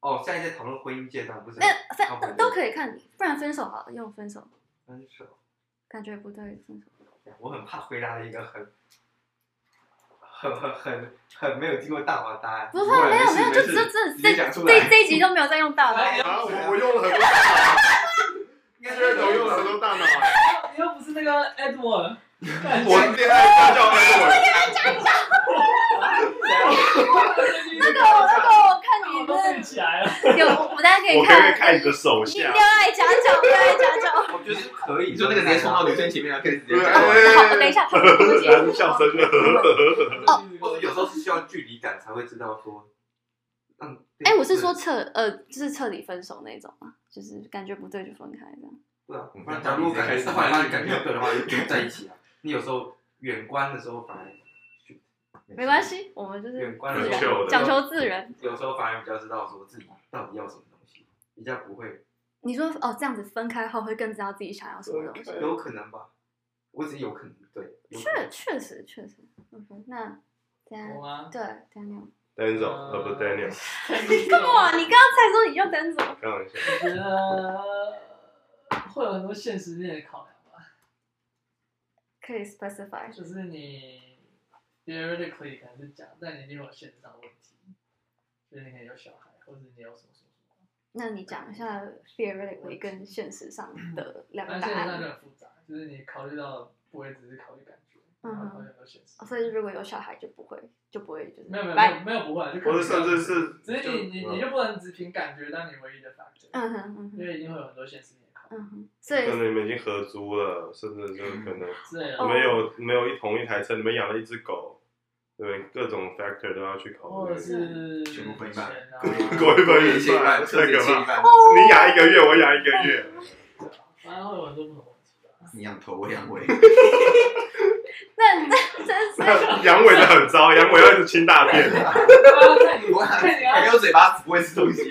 [SPEAKER 6] 哦，现在在讨论婚姻阶段，不是？
[SPEAKER 3] 那
[SPEAKER 6] 好吧
[SPEAKER 3] 分都可以看，不然分手好了，用分手
[SPEAKER 6] 分手。哎
[SPEAKER 3] 感觉不对分手，
[SPEAKER 6] 我很怕回答了一个很。很很很很没有经过大脑的答案，
[SPEAKER 3] 不是
[SPEAKER 4] 不然
[SPEAKER 3] 没有
[SPEAKER 4] 没事
[SPEAKER 3] 没有，就
[SPEAKER 4] 没事
[SPEAKER 3] 这这
[SPEAKER 4] 直接
[SPEAKER 3] 这
[SPEAKER 4] 讲出来
[SPEAKER 3] 这这一集都没有在用大脑，
[SPEAKER 5] 哎
[SPEAKER 2] 啊，我我用了很多大脑，虽然我用了很多大脑，
[SPEAKER 5] 你又不是那个 Edward，
[SPEAKER 2] 我恋爱家教班
[SPEAKER 1] 那个
[SPEAKER 5] 那
[SPEAKER 1] 那个，我看你
[SPEAKER 5] 我都背
[SPEAKER 1] 们
[SPEAKER 5] 起来了。
[SPEAKER 1] 有，我大家可
[SPEAKER 2] 我
[SPEAKER 1] 以
[SPEAKER 2] 我可不可以
[SPEAKER 1] 看
[SPEAKER 2] 看你的手
[SPEAKER 1] 你恋
[SPEAKER 2] 相？
[SPEAKER 1] 爱家教，恋爱家教。
[SPEAKER 6] [laughs] 我觉得是可以。
[SPEAKER 4] 你说那个直接冲到女生前面，然后啊开始直接讲话。
[SPEAKER 1] 好，等一下，他们不接。
[SPEAKER 2] 男笑声就
[SPEAKER 6] 或者有时候是需要距离感才会知道说，嗯，
[SPEAKER 3] 哎、我是说，彻呃，就是彻底分手那种啊，就是感觉不对就分开这样。
[SPEAKER 6] 对啊
[SPEAKER 4] 嗯，
[SPEAKER 6] 不然假如感 [laughs] 觉是后来让你感觉对 [laughs] 的话，就在一起啊。你有时候远观的时候反而，
[SPEAKER 3] 没关，系，我们就是
[SPEAKER 6] 远观
[SPEAKER 3] 自
[SPEAKER 6] 的
[SPEAKER 3] 然
[SPEAKER 6] 时候
[SPEAKER 3] 讲求自然。
[SPEAKER 6] 有时候反而比较知道说自己到底要什么东西，比较不会，
[SPEAKER 3] 你说哦，这样子分开后会更知道自己想要什么东西。
[SPEAKER 6] 有可能吧？我只是有可能对，有可
[SPEAKER 3] 确
[SPEAKER 6] 能
[SPEAKER 3] 确实确实，OK，那等下
[SPEAKER 5] 我吗？
[SPEAKER 3] 对 Daniel，
[SPEAKER 2] Daniel，呃不 Daniel，
[SPEAKER 5] 干
[SPEAKER 3] 哇，你刚刚才说你要 Daniel，
[SPEAKER 2] 开玩笑，
[SPEAKER 5] 我觉得会有很多现实面的考量吧，
[SPEAKER 3] 可以 specify
[SPEAKER 5] 就是你 theoretically 可能是讲，但你一定有现实上的问题，就是你可能有小孩，或者你有什么什么什么，
[SPEAKER 3] 那你讲一下 theoretically 跟现实上的两个
[SPEAKER 5] 但
[SPEAKER 3] 答
[SPEAKER 5] 现实上就
[SPEAKER 3] 案。
[SPEAKER 5] 很复杂，就是你考虑到不会只是考虑感觉，
[SPEAKER 3] 嗯
[SPEAKER 5] 然
[SPEAKER 3] 哼
[SPEAKER 5] 后考虑很多现实。
[SPEAKER 3] 哦所以如果有小孩就不会就不会就是
[SPEAKER 5] 没有没有没
[SPEAKER 3] 拜
[SPEAKER 5] 有没有不会，就
[SPEAKER 2] 或者甚至
[SPEAKER 5] 是
[SPEAKER 2] 是
[SPEAKER 5] 只是你你你就不能只凭感觉当你唯一的 factor，、
[SPEAKER 3] 嗯哼嗯哼
[SPEAKER 5] 因为一定会有很多现实面的考量
[SPEAKER 3] 嗯哼，所
[SPEAKER 2] 可
[SPEAKER 3] 以
[SPEAKER 2] 能你们已经合租了，甚至就可能
[SPEAKER 5] 之类的。
[SPEAKER 2] 你们有没有一同一台车，你们养了一只狗，对，各种 factor 都要去考
[SPEAKER 5] 或
[SPEAKER 2] 虑
[SPEAKER 5] 者。哦是
[SPEAKER 4] 全部分一半
[SPEAKER 5] 钱啊
[SPEAKER 4] [laughs]
[SPEAKER 2] 各位
[SPEAKER 4] 我
[SPEAKER 2] 朋友
[SPEAKER 4] 也切一半，彻底切一半。
[SPEAKER 3] 哦
[SPEAKER 2] 你养一个月，我养一个月，
[SPEAKER 5] 反正会有很多不同的问题吧。
[SPEAKER 4] 你养头，我养 [laughs] 尾。
[SPEAKER 3] 那那 [laughs] 真是
[SPEAKER 2] 阳痿的很糟，阳痿要一直清大便。
[SPEAKER 5] 看你
[SPEAKER 4] 我
[SPEAKER 5] 看你要
[SPEAKER 3] 啊
[SPEAKER 4] 还有嘴巴不会吃 [laughs] 东西。啊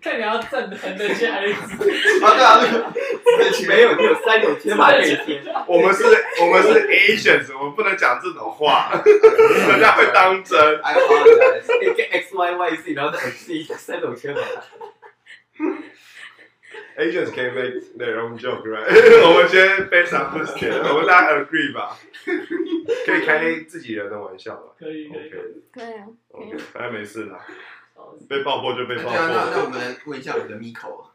[SPEAKER 5] 看你要正横的切还是直的
[SPEAKER 4] 啊，对啊，那个
[SPEAKER 6] 没有，你
[SPEAKER 4] [laughs]
[SPEAKER 6] 有三种天马可以贴。
[SPEAKER 2] 我们是，我们是 Asians，我们不能讲这种话，人家会当真。
[SPEAKER 4] 哎 I apologize。
[SPEAKER 6] 一个 X Y Y Z，然后再 X 三种天马。
[SPEAKER 2] Asians can make their own joke, right？我 [laughs] 们先非常不解，我们大家 agree 吧？可以开自己人的玩笑吧
[SPEAKER 5] 可以可以，
[SPEAKER 2] ？OK
[SPEAKER 3] 对啊，
[SPEAKER 2] OK，反正没事啦，哎
[SPEAKER 5] 超级
[SPEAKER 2] 被爆破就被
[SPEAKER 4] 对
[SPEAKER 2] 爆
[SPEAKER 4] 啊，那那
[SPEAKER 2] 破。
[SPEAKER 4] 我们来问一下我们的 Miko，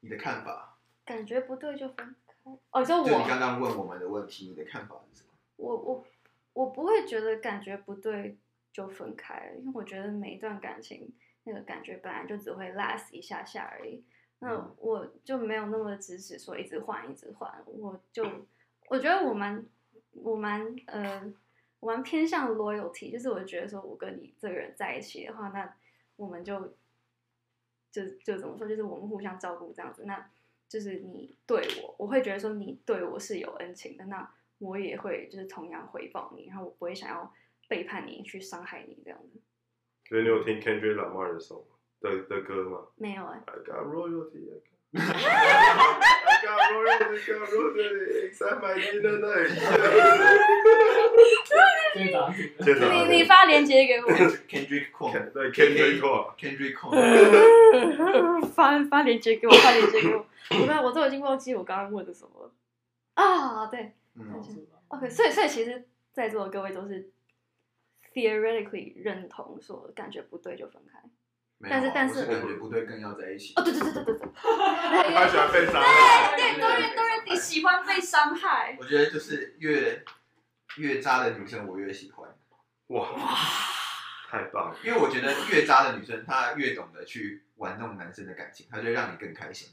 [SPEAKER 4] 你的看法？
[SPEAKER 3] 感觉不对就分开。哦，就
[SPEAKER 4] 就你刚
[SPEAKER 3] 我，
[SPEAKER 4] 刚问我们的问题，你的看法是什么？
[SPEAKER 3] 我我我不会觉得感觉不对就分开，因为我觉得每一段感情那个感觉本来就只会 last 一下下而已。那
[SPEAKER 4] 嗯
[SPEAKER 3] 我就没有那么执着说一直换一直换，我就我觉得我蛮我蛮呃我蛮偏向 loyalty，就是我觉得说我跟你这个人在一起的话，那我们就就就怎么说，就是我们互相照顾这样子。那就是你对我，我会觉得说你对我是有恩情的，那我也会就是同样回报你，然后我不会想要背叛你去伤害你这样子。
[SPEAKER 2] 所以你有听 Kendrick Lamar 的 song 的的歌吗
[SPEAKER 3] 没有哎、
[SPEAKER 2] ？I got royalty. [laughs] I got I got royalty, got royalty, inside my dinner night. [laughs]
[SPEAKER 5] 最打紧的
[SPEAKER 2] 接着啊
[SPEAKER 1] 你你发链接给
[SPEAKER 3] [laughs]
[SPEAKER 1] 我，
[SPEAKER 4] [laughs] Kendrick Cole，
[SPEAKER 2] 对 Kendrick Cole，
[SPEAKER 3] [laughs]
[SPEAKER 4] Kendrick Cole，
[SPEAKER 1] 发发链接给我，发链接给我。
[SPEAKER 3] 我刚我都已经忘记我刚刚问的什么了啊！对，
[SPEAKER 4] 嗯，
[SPEAKER 3] OK，所以所以其实在座的各位都是 theoretically 认同说感觉不对就分开。
[SPEAKER 4] 没有啊
[SPEAKER 3] 但是但是
[SPEAKER 4] 我感觉不对，更要在一起
[SPEAKER 3] 哦，。对对对对对对，
[SPEAKER 1] 哎
[SPEAKER 2] 他喜欢被杀害。
[SPEAKER 1] 对，都是都是你喜欢被伤害。
[SPEAKER 4] 我觉得就是越越渣的女生我越喜欢，
[SPEAKER 2] 哇，太棒了！
[SPEAKER 4] 因为我觉得越渣的女生她越懂得去玩弄男生的感情，她就会让你更开心。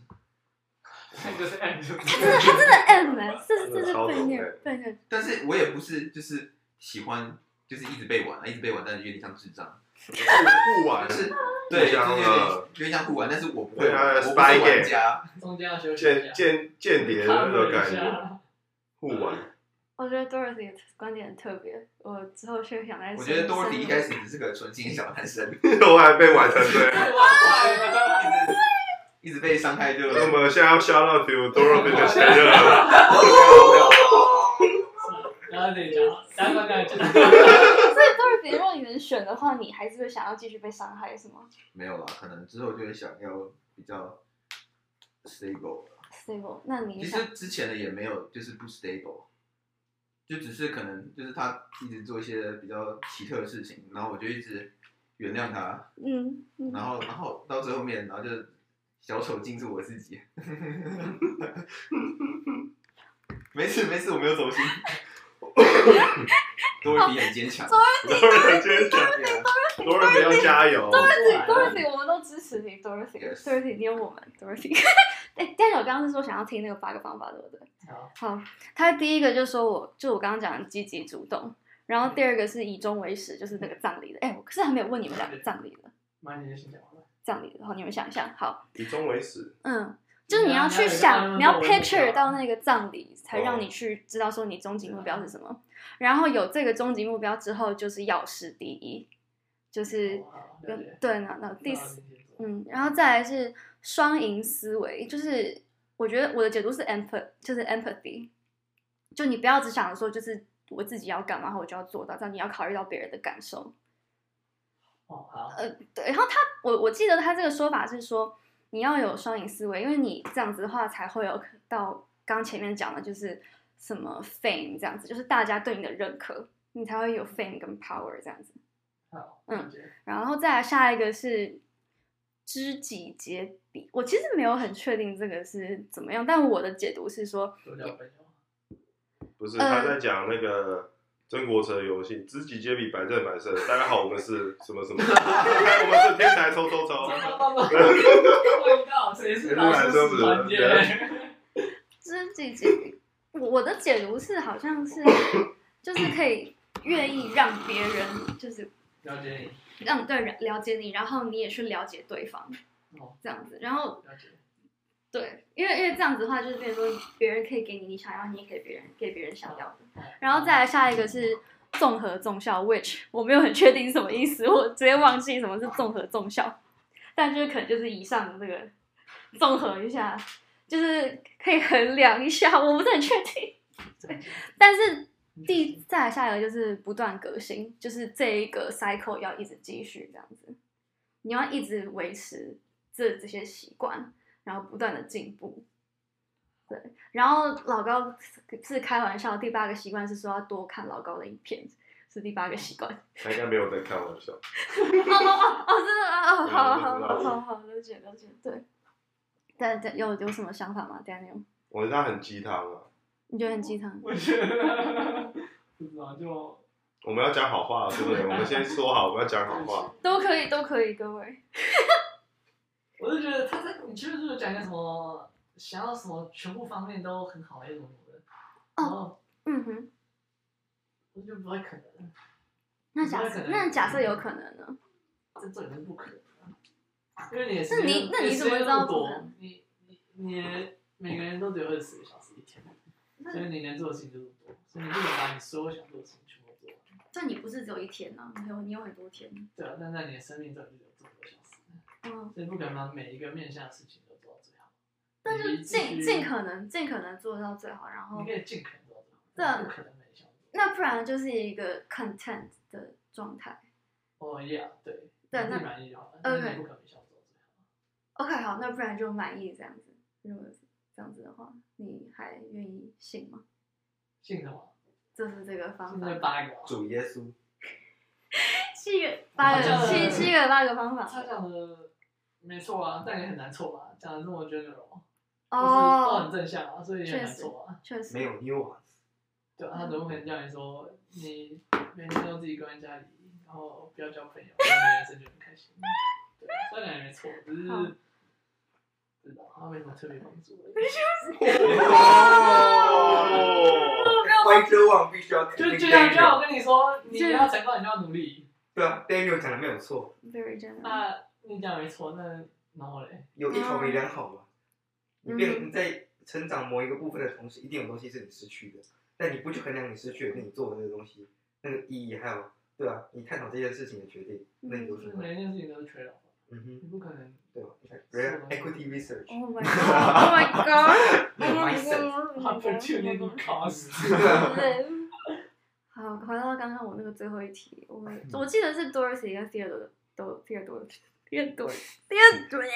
[SPEAKER 5] 那就是 M 就是
[SPEAKER 3] 他真的 M 哎、这是
[SPEAKER 2] 真
[SPEAKER 3] 这
[SPEAKER 2] 的
[SPEAKER 3] 是
[SPEAKER 2] 超
[SPEAKER 3] 被
[SPEAKER 2] 懂
[SPEAKER 3] 虐
[SPEAKER 2] 哎
[SPEAKER 3] 被虐，
[SPEAKER 4] 但是我也不是就是喜欢就是一直被玩，啊一直被玩，但是有点像智障，
[SPEAKER 2] 不玩
[SPEAKER 4] 但是对，就是有点
[SPEAKER 2] 了
[SPEAKER 4] 有点像互玩，但是我不会玩，我
[SPEAKER 2] 对她
[SPEAKER 4] 不是
[SPEAKER 2] spy
[SPEAKER 4] 玩家，
[SPEAKER 5] 中间要休息一
[SPEAKER 2] 间
[SPEAKER 5] 下，
[SPEAKER 2] 间间谍的那种感觉，互玩。 [laughs]
[SPEAKER 3] 我觉得 Dorothy 的观点很特别，我之后就想来。
[SPEAKER 4] 我觉得 Dorothy 一开始只是个纯情的小男生，
[SPEAKER 2] 我还被玩成这样。
[SPEAKER 4] [laughs] 一直被伤害就
[SPEAKER 2] 那么现在要 shout out to Dorothy 的前任
[SPEAKER 1] [laughs]
[SPEAKER 2] [laughs] 了，
[SPEAKER 5] 然后这里讲好，大家大家讲，
[SPEAKER 3] [laughs] 所以 Dorothy，如果你能选的话，你还是会想要继续被伤害是吗
[SPEAKER 4] 没有啦，可能之后就会想要比较 stable。
[SPEAKER 3] ？Stable，那你
[SPEAKER 4] 其
[SPEAKER 3] 想
[SPEAKER 4] 实之前的也没有，就是不 stable，就只是可能就是他一直做一些比较奇特的事情，然后我就一直原谅他，
[SPEAKER 3] 嗯嗯
[SPEAKER 4] 然后然后到最后面，然后就小丑竟是我自己。 [laughs] 没事没事，我没有走心。多一点很坚强。
[SPEAKER 2] Dorothy 坚强
[SPEAKER 4] 对啊
[SPEAKER 2] ，Dorothy 要加油。
[SPEAKER 3] Dorothy，我们都支持你，Dorothy。
[SPEAKER 4] Yes
[SPEAKER 3] Dorothy，你有我们，Dorothy。哎、 [laughs] 但是我刚刚是说想要听那个八个方法，对不对？
[SPEAKER 5] 好，
[SPEAKER 3] 好，他第一个就说我，就我刚刚讲的积极主动，然后第二个是以终为始，就是那个葬礼的。哎、我可是还没有问你们两个葬礼的，
[SPEAKER 5] 蛮你的先讲完了。
[SPEAKER 3] 葬礼的，好，你们想一下，好，
[SPEAKER 2] 以终为始，
[SPEAKER 3] 嗯，就是你
[SPEAKER 5] 你
[SPEAKER 3] 要
[SPEAKER 5] 要
[SPEAKER 3] 去
[SPEAKER 5] 你
[SPEAKER 3] 想，
[SPEAKER 5] 要
[SPEAKER 3] 你要
[SPEAKER 5] 有一个目标
[SPEAKER 3] picture 到那个葬礼，才让
[SPEAKER 2] 哦
[SPEAKER 3] 你去知道说你终极目标是什么。然后有这个终极目标之后，就是要事第一，就是
[SPEAKER 5] 好哦了解
[SPEAKER 3] 对，那那第四。
[SPEAKER 5] 嗯，
[SPEAKER 3] 嗯，然后再来是双赢思维，就是我觉得我的解读是 empath，就是 empathy，就你不要只想说就是我自己要干嘛，然后我就要做到，但你要考虑到别人的感受。
[SPEAKER 5] 哦好，
[SPEAKER 3] 呃，对，然后他我我记得他这个说法是说你要有双赢思维，因为你这样子的话才会有到刚前面讲的就是什么 fame 这样子，就是大家对你的认可，你才会有 fame 跟 power 这样子。
[SPEAKER 5] 好，
[SPEAKER 3] 嗯
[SPEAKER 5] 了解，
[SPEAKER 3] 然后再来下一个是知己解彼，我其实没有很确定这个是怎么样，但我的解读是说，
[SPEAKER 5] 多交朋友，
[SPEAKER 2] 不是
[SPEAKER 3] 嗯
[SPEAKER 2] 他在讲那个曾国城的游戏，知己皆比百战百胜。大家好，我们是什么什
[SPEAKER 3] [laughs]
[SPEAKER 2] 么？我们是天才抽抽抽。
[SPEAKER 5] 味道，谁是老师环节？
[SPEAKER 3] 知己解彼，我我的解读是好像是就是可以愿意让别人就是
[SPEAKER 5] 了解
[SPEAKER 3] 让对人了解你，然后你也去了解对方
[SPEAKER 5] 你，哦，
[SPEAKER 3] 这样子，然后
[SPEAKER 5] 了解，
[SPEAKER 3] 对，因为因为这样子的话，就是变成说别人可以给你你想要，你也可以别人给别人想要的。然后再来下一个是综合综效，which 我没有很确定是什么意思，我直接忘记什么是综合综效，但就是可能就是以上的这个综合一下，就是可以衡量一下，我不是很确定。
[SPEAKER 5] 对，
[SPEAKER 3] 但是第再来下一个就是不断革新，就是这一个 cycle 要一直继续这样子，你要一直维持这这些习惯，然后不断的进步。对，然后老高是开玩笑，第八个习惯是说要多看老高的影片，是第八个习惯。
[SPEAKER 2] 他应该没有在开玩笑。
[SPEAKER 3] 哦哦哦哦，真的啊！哦，
[SPEAKER 2] 对
[SPEAKER 3] 好
[SPEAKER 2] 我
[SPEAKER 3] 好
[SPEAKER 2] 知道
[SPEAKER 3] 好好好，了解了解，对。但但有有什么想法吗，Daniel？
[SPEAKER 2] 我觉得他很鸡汤啊，
[SPEAKER 3] 你觉得很鸡汤？
[SPEAKER 5] 我觉得不知道就
[SPEAKER 2] 我们要讲好话，对不对？我们先说好，我们要讲好
[SPEAKER 3] [laughs]
[SPEAKER 2] 话。
[SPEAKER 3] 都可以，都可以，各位。
[SPEAKER 5] 我是觉得他在你其实就是讲一个什么想要什么全部方面都很好还是什么什么的，然后
[SPEAKER 3] 嗯哼，
[SPEAKER 5] 我就不太可能，
[SPEAKER 3] 那假设那假设有可能呢？
[SPEAKER 5] 这这人不可能啊，因为你也是
[SPEAKER 3] 那你那你怎么知道不可能
[SPEAKER 5] 你你你每个人都只有二十四个小时一天，所以你能做的事情就是多，所以你不能把你所有想做的事情全部做完。
[SPEAKER 3] 就你不是只有一天呢、你有你有很多天。
[SPEAKER 5] 对啊，但在你的生命中你就有这么多小时，
[SPEAKER 3] 嗯，
[SPEAKER 5] 所以不可能把每一个面向的事情都做到最好。
[SPEAKER 3] 但
[SPEAKER 5] 你
[SPEAKER 3] 是
[SPEAKER 5] 必
[SPEAKER 3] 尽
[SPEAKER 5] 须
[SPEAKER 3] 尽可能尽可能做到最好，然后
[SPEAKER 5] 你可以尽可能做到最好，
[SPEAKER 3] 对啊
[SPEAKER 5] 但不可能每一项都做到。
[SPEAKER 3] 那不然就是一个 content 的状态。
[SPEAKER 5] 哦，yeah，对，
[SPEAKER 3] 对
[SPEAKER 5] 你
[SPEAKER 3] 那
[SPEAKER 5] 满意就好了，但是
[SPEAKER 3] OK
[SPEAKER 5] 你不可能想做最好。
[SPEAKER 3] OK，好，那不然就满意这样子。如果是这样子的话，你还愿意信吗？
[SPEAKER 5] 信什么？
[SPEAKER 3] 就是这个方
[SPEAKER 5] 现在
[SPEAKER 3] 法，
[SPEAKER 5] 八个啊，
[SPEAKER 6] 主耶稣，
[SPEAKER 3] 七个八个
[SPEAKER 5] 好
[SPEAKER 3] 七
[SPEAKER 5] 像
[SPEAKER 3] 七个八个方
[SPEAKER 5] 他
[SPEAKER 3] 法。
[SPEAKER 5] 讲的没错啊，但也很难错啊，讲的这么 general，就是都很
[SPEAKER 3] 哦，
[SPEAKER 5] 正向啊，所以也很难错啊。
[SPEAKER 3] 确实嗯
[SPEAKER 6] 没有 nuance，
[SPEAKER 5] 对啊，他怎么可能叫你说你每天都自己关在家里，然后不要交
[SPEAKER 3] [laughs]
[SPEAKER 5] 朋友，你人生就很开心？对，啊虽然也没错，只是
[SPEAKER 3] 好
[SPEAKER 5] 不知道他没什么特别帮助而
[SPEAKER 3] [laughs]
[SPEAKER 5] 已。
[SPEAKER 2] 哦，
[SPEAKER 6] 怀奢望必须要肯
[SPEAKER 5] 就
[SPEAKER 6] 定
[SPEAKER 5] 就像就像我
[SPEAKER 6] Daniel。
[SPEAKER 5] 跟你说，你
[SPEAKER 3] 就是
[SPEAKER 5] 要成功，你就要努力。
[SPEAKER 6] 对啊，Daniel 讲的没有错，
[SPEAKER 3] very general。
[SPEAKER 5] 那你讲没错，那然后嘞，
[SPEAKER 6] 有一好没两好嘛。你变
[SPEAKER 3] 嗯
[SPEAKER 6] 你在成长某一个部分的同时，一定有东西是你失去的，但你不去衡量你失去的，那你做的那个东西，那个意义还有对啊，你探讨这件事情的决定，
[SPEAKER 3] 嗯
[SPEAKER 6] 那你
[SPEAKER 5] 就
[SPEAKER 6] 有什
[SPEAKER 5] 是
[SPEAKER 6] 么？
[SPEAKER 5] 每一件事情都是 trade off，
[SPEAKER 6] 嗯哼，
[SPEAKER 5] 你不可能。
[SPEAKER 6] 对吧？Real
[SPEAKER 4] 啊
[SPEAKER 6] equity research，
[SPEAKER 3] Oh my god! Oh my
[SPEAKER 5] [laughs]
[SPEAKER 3] god! Oh my
[SPEAKER 6] Mindset
[SPEAKER 3] god! Oh my god!
[SPEAKER 5] opportunity cost。
[SPEAKER 3] 对。 [laughs] 好，回到刚刚我那个最后一题，我我记得是 Dorothy 跟 Theodore 都 Theodore [laughs] Theodore Theodore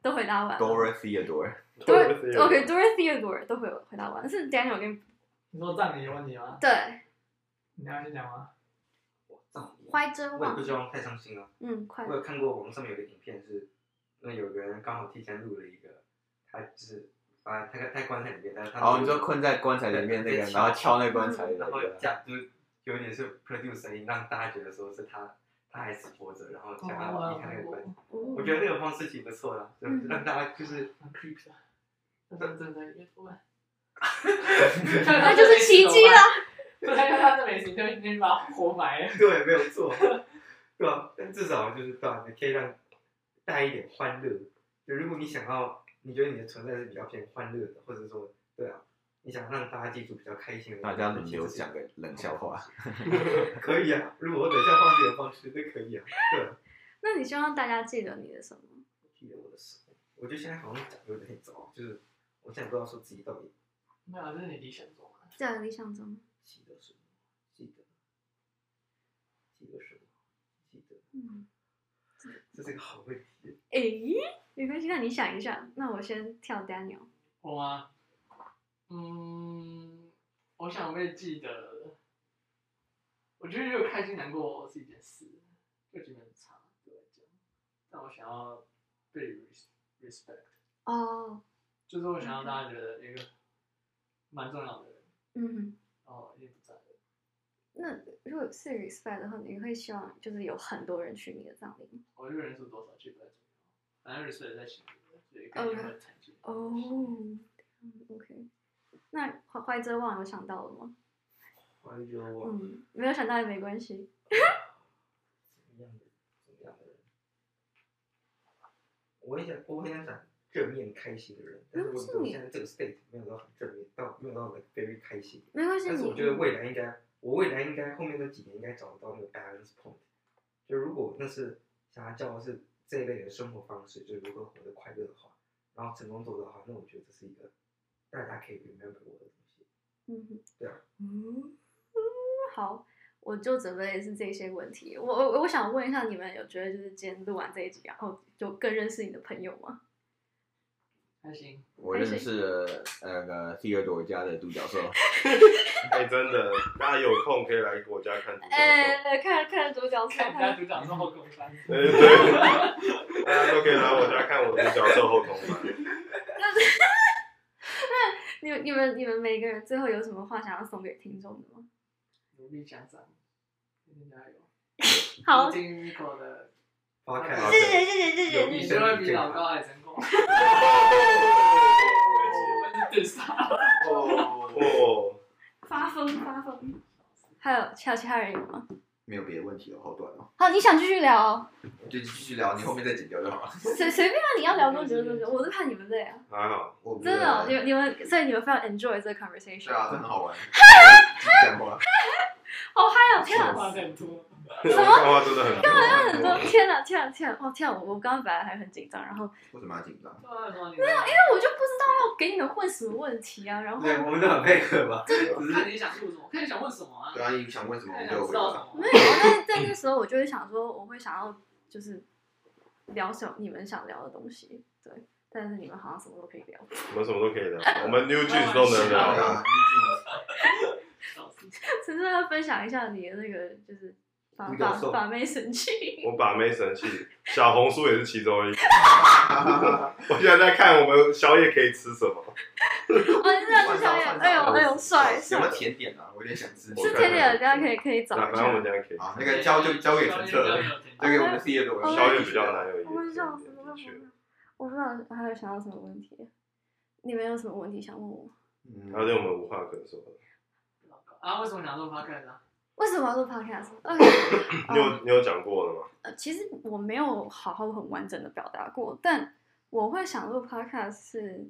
[SPEAKER 3] 都回答完了。
[SPEAKER 4] Dorothy Adore，
[SPEAKER 3] Dor OK Dorothy Theodore 都回回答完，是 Daniel 跟
[SPEAKER 5] 你说葬礼有问题吗？
[SPEAKER 3] 对
[SPEAKER 5] 你要先讲吗？
[SPEAKER 6] 造孽
[SPEAKER 3] 怀真
[SPEAKER 6] 我也
[SPEAKER 3] 望
[SPEAKER 6] 不，希望太伤心了。
[SPEAKER 3] 嗯，快
[SPEAKER 6] 我有看过网上面有个影片是，那有个人刚好提前录了一个，他就是把他在棺材里面，但是他
[SPEAKER 4] 哦，你说困在棺材里面那个，然后敲那棺材的那
[SPEAKER 6] 然后
[SPEAKER 4] 个，
[SPEAKER 6] 加就是有点是 produce 声音，让大家觉得说是他他还是活着，然后
[SPEAKER 5] 哦
[SPEAKER 6] 想要离开那个棺材。
[SPEAKER 3] 哦
[SPEAKER 6] 我觉得那个方式挺不错的，就
[SPEAKER 3] 嗯
[SPEAKER 6] 让大家就是 [laughs]
[SPEAKER 5] 很 creepy 的。那真的在里面突然，
[SPEAKER 3] 那
[SPEAKER 5] 那
[SPEAKER 3] 就是奇迹啦。
[SPEAKER 5] 对，他他的美食就已经把它活埋了。
[SPEAKER 6] 对没有错，对吧？但至少就是对吧？你可以让带一点欢乐。就如果你想要，你觉得你的存在是比较偏欢乐的，或者说对啊，你想让大家记住比较开心的，
[SPEAKER 4] 大家轮流讲个冷笑话。
[SPEAKER 6] [laughs] 可以啊，如果我等笑话是有方式，那可以啊。对啊，
[SPEAKER 3] 那你希望大家记得你的什么？
[SPEAKER 6] 记得我的时候，我觉得现在好像讲有点早，就是我现在不知道说自己到底
[SPEAKER 5] 没有，这是你理想中啊。
[SPEAKER 3] 在理想中，
[SPEAKER 6] 记得什么，记得记得什么，记得，
[SPEAKER 3] 嗯，
[SPEAKER 6] 这是个好问题。
[SPEAKER 3] 诶，没关系，那你想一下，那我先跳 Daniel。
[SPEAKER 5] 我吗？嗯，我想被记得。我觉得就开心难过是一件事，就基本差对我来讲。但我想要被 res- respect，
[SPEAKER 3] 哦，
[SPEAKER 5] 就是我想要大家觉得一个蛮重要的人，
[SPEAKER 3] 嗯，
[SPEAKER 5] 然后也不在了。
[SPEAKER 3] 那如果是 respect 的话，你会希望就是有很多人去你的葬礼吗？
[SPEAKER 5] 我这个人数多少其实不太重要，反正 respect 在心里面，所以跟你没有产生。
[SPEAKER 3] 哦、o k 那怀怀哲望有想到了吗？
[SPEAKER 6] 怀柔啊，
[SPEAKER 3] 嗯，没有想到也没关系。
[SPEAKER 6] 怎么样的，怎么样的人？我也想，我也想讲正面开心的人，但是
[SPEAKER 3] 嗯
[SPEAKER 6] 我
[SPEAKER 3] 是
[SPEAKER 6] 觉得我
[SPEAKER 3] 你
[SPEAKER 6] 现在这个 state 没有到很正面，到没有到 like very 开心。
[SPEAKER 3] 没关系，
[SPEAKER 6] 但是
[SPEAKER 3] 你
[SPEAKER 6] 我觉得未来应该，我未来应该后面那几年应该找得到那个 balance point。就如果那是想要教的是这一类的生活方式，就是如何活得快乐的话，然后成功做到的话，那我觉得这是一个大家可以 remember 我的东西。
[SPEAKER 3] 嗯哼，
[SPEAKER 6] 对啊
[SPEAKER 3] 嗯，好，我就准备是这些问题。我我我想问一下，你们有觉得就是今天录完这一集，然后就更认识你的朋友吗？
[SPEAKER 5] 还行，
[SPEAKER 4] 我认识了那个 Theodore 家的独角兽，
[SPEAKER 2] 哎，真的，大家有空可以来我家看独角兽。
[SPEAKER 3] 哎，看看独角兽，
[SPEAKER 5] 看人家独角兽后空翻，
[SPEAKER 3] 嗯
[SPEAKER 2] 对对哎对，大家都可以来我家看我独角兽后空
[SPEAKER 3] [laughs]
[SPEAKER 2] 翻。
[SPEAKER 3] 你们、你们、你们每个人最后有什么话想要送给听众的吗？
[SPEAKER 5] 努力向上，努力加油。
[SPEAKER 3] 好，谢
[SPEAKER 5] 听 Nico 的，
[SPEAKER 6] Podcast
[SPEAKER 2] 谢
[SPEAKER 3] 谢谢谢谢谢
[SPEAKER 6] 有
[SPEAKER 3] 谢
[SPEAKER 5] 你
[SPEAKER 6] 意
[SPEAKER 5] 就
[SPEAKER 6] 见
[SPEAKER 5] 会比老高还成
[SPEAKER 3] [laughs]
[SPEAKER 5] 功。我一直傻
[SPEAKER 2] 哦，
[SPEAKER 3] 发疯发疯。还有还有其他人有吗？
[SPEAKER 4] 没有别的问题了，好短哦，
[SPEAKER 3] 好，你想继续聊，哦
[SPEAKER 4] 就继续聊，你后面再剪掉就好了。
[SPEAKER 3] [laughs] 随随便啊，你要聊多久就多久，我是怕你们累啊。
[SPEAKER 2] 还好，
[SPEAKER 4] 我不
[SPEAKER 3] 真的哦、
[SPEAKER 4] 知
[SPEAKER 3] 你
[SPEAKER 4] 道
[SPEAKER 3] 们你们，所以你们非常 enjoy 这个 conversation。
[SPEAKER 4] 对啊，这很好玩，讲话，
[SPEAKER 3] 哦，还有天啊，
[SPEAKER 5] 话很多。
[SPEAKER 2] [laughs] 我看话啊真的
[SPEAKER 3] [laughs]
[SPEAKER 2] 很多。
[SPEAKER 3] 很多啊天啊天啊天啊！哦天啊，我我刚刚本来还很紧张，然后
[SPEAKER 4] 为什么要紧张？
[SPEAKER 5] 没有，因为
[SPEAKER 3] 那我就不知道要给你们问什么问题啊，然后
[SPEAKER 6] 对，我们都很配合吧，只是
[SPEAKER 5] 看你想录什么，看你想问什么啊，
[SPEAKER 4] 对啊，你想问什么
[SPEAKER 5] 看
[SPEAKER 4] 我
[SPEAKER 5] 你
[SPEAKER 4] 就
[SPEAKER 5] 想
[SPEAKER 4] 回
[SPEAKER 5] 知道什
[SPEAKER 4] 答。
[SPEAKER 5] 么
[SPEAKER 3] 没。有，在在那时候我就会想说，我会想要就是聊什么你们想聊的东西，对。但是你们好像什么都可以聊， [laughs]
[SPEAKER 2] 我们什么都可以聊，我们 new juice 都能
[SPEAKER 4] 对
[SPEAKER 2] 聊。
[SPEAKER 4] 啊，你
[SPEAKER 3] 只是要分享一下你的那个就是把
[SPEAKER 6] 独
[SPEAKER 3] 把
[SPEAKER 6] 角兽
[SPEAKER 3] 把妹神器。
[SPEAKER 2] 我把妹神器，小红书也是其
[SPEAKER 3] [laughs]
[SPEAKER 2] 中一个。
[SPEAKER 4] 进
[SPEAKER 2] 我现在在看我们宵夜可以吃什么。
[SPEAKER 3] 哦，你知道是小野，哎呦哎呦，帅
[SPEAKER 4] 有没
[SPEAKER 3] 帅
[SPEAKER 4] 有！甜点啊？我有点想吃。
[SPEAKER 3] 是甜点，大家可以可以找
[SPEAKER 2] 那
[SPEAKER 3] 一
[SPEAKER 2] 反正我
[SPEAKER 3] 下
[SPEAKER 2] 们。家可以，
[SPEAKER 4] 啊，那个交就交给陈策了，交给我们 C
[SPEAKER 3] 哦
[SPEAKER 4] 的，我们
[SPEAKER 2] 宵夜比较难有一
[SPEAKER 3] 我不
[SPEAKER 2] 点
[SPEAKER 3] 知道什
[SPEAKER 2] 点，的
[SPEAKER 3] 么问
[SPEAKER 2] 确
[SPEAKER 3] 题，。我不知道还有想到什么问题，你们有什么问题想问我？
[SPEAKER 4] 嗯
[SPEAKER 2] 然后对我们无话可说。
[SPEAKER 5] 啊，为什么想做 podcast 啊？
[SPEAKER 3] 为什么要做 podcast？OK，、
[SPEAKER 2] 你有你有讲过了吗？
[SPEAKER 3] 呃，其实我没有好好很完整的表达过，但我会想做 podcast 是，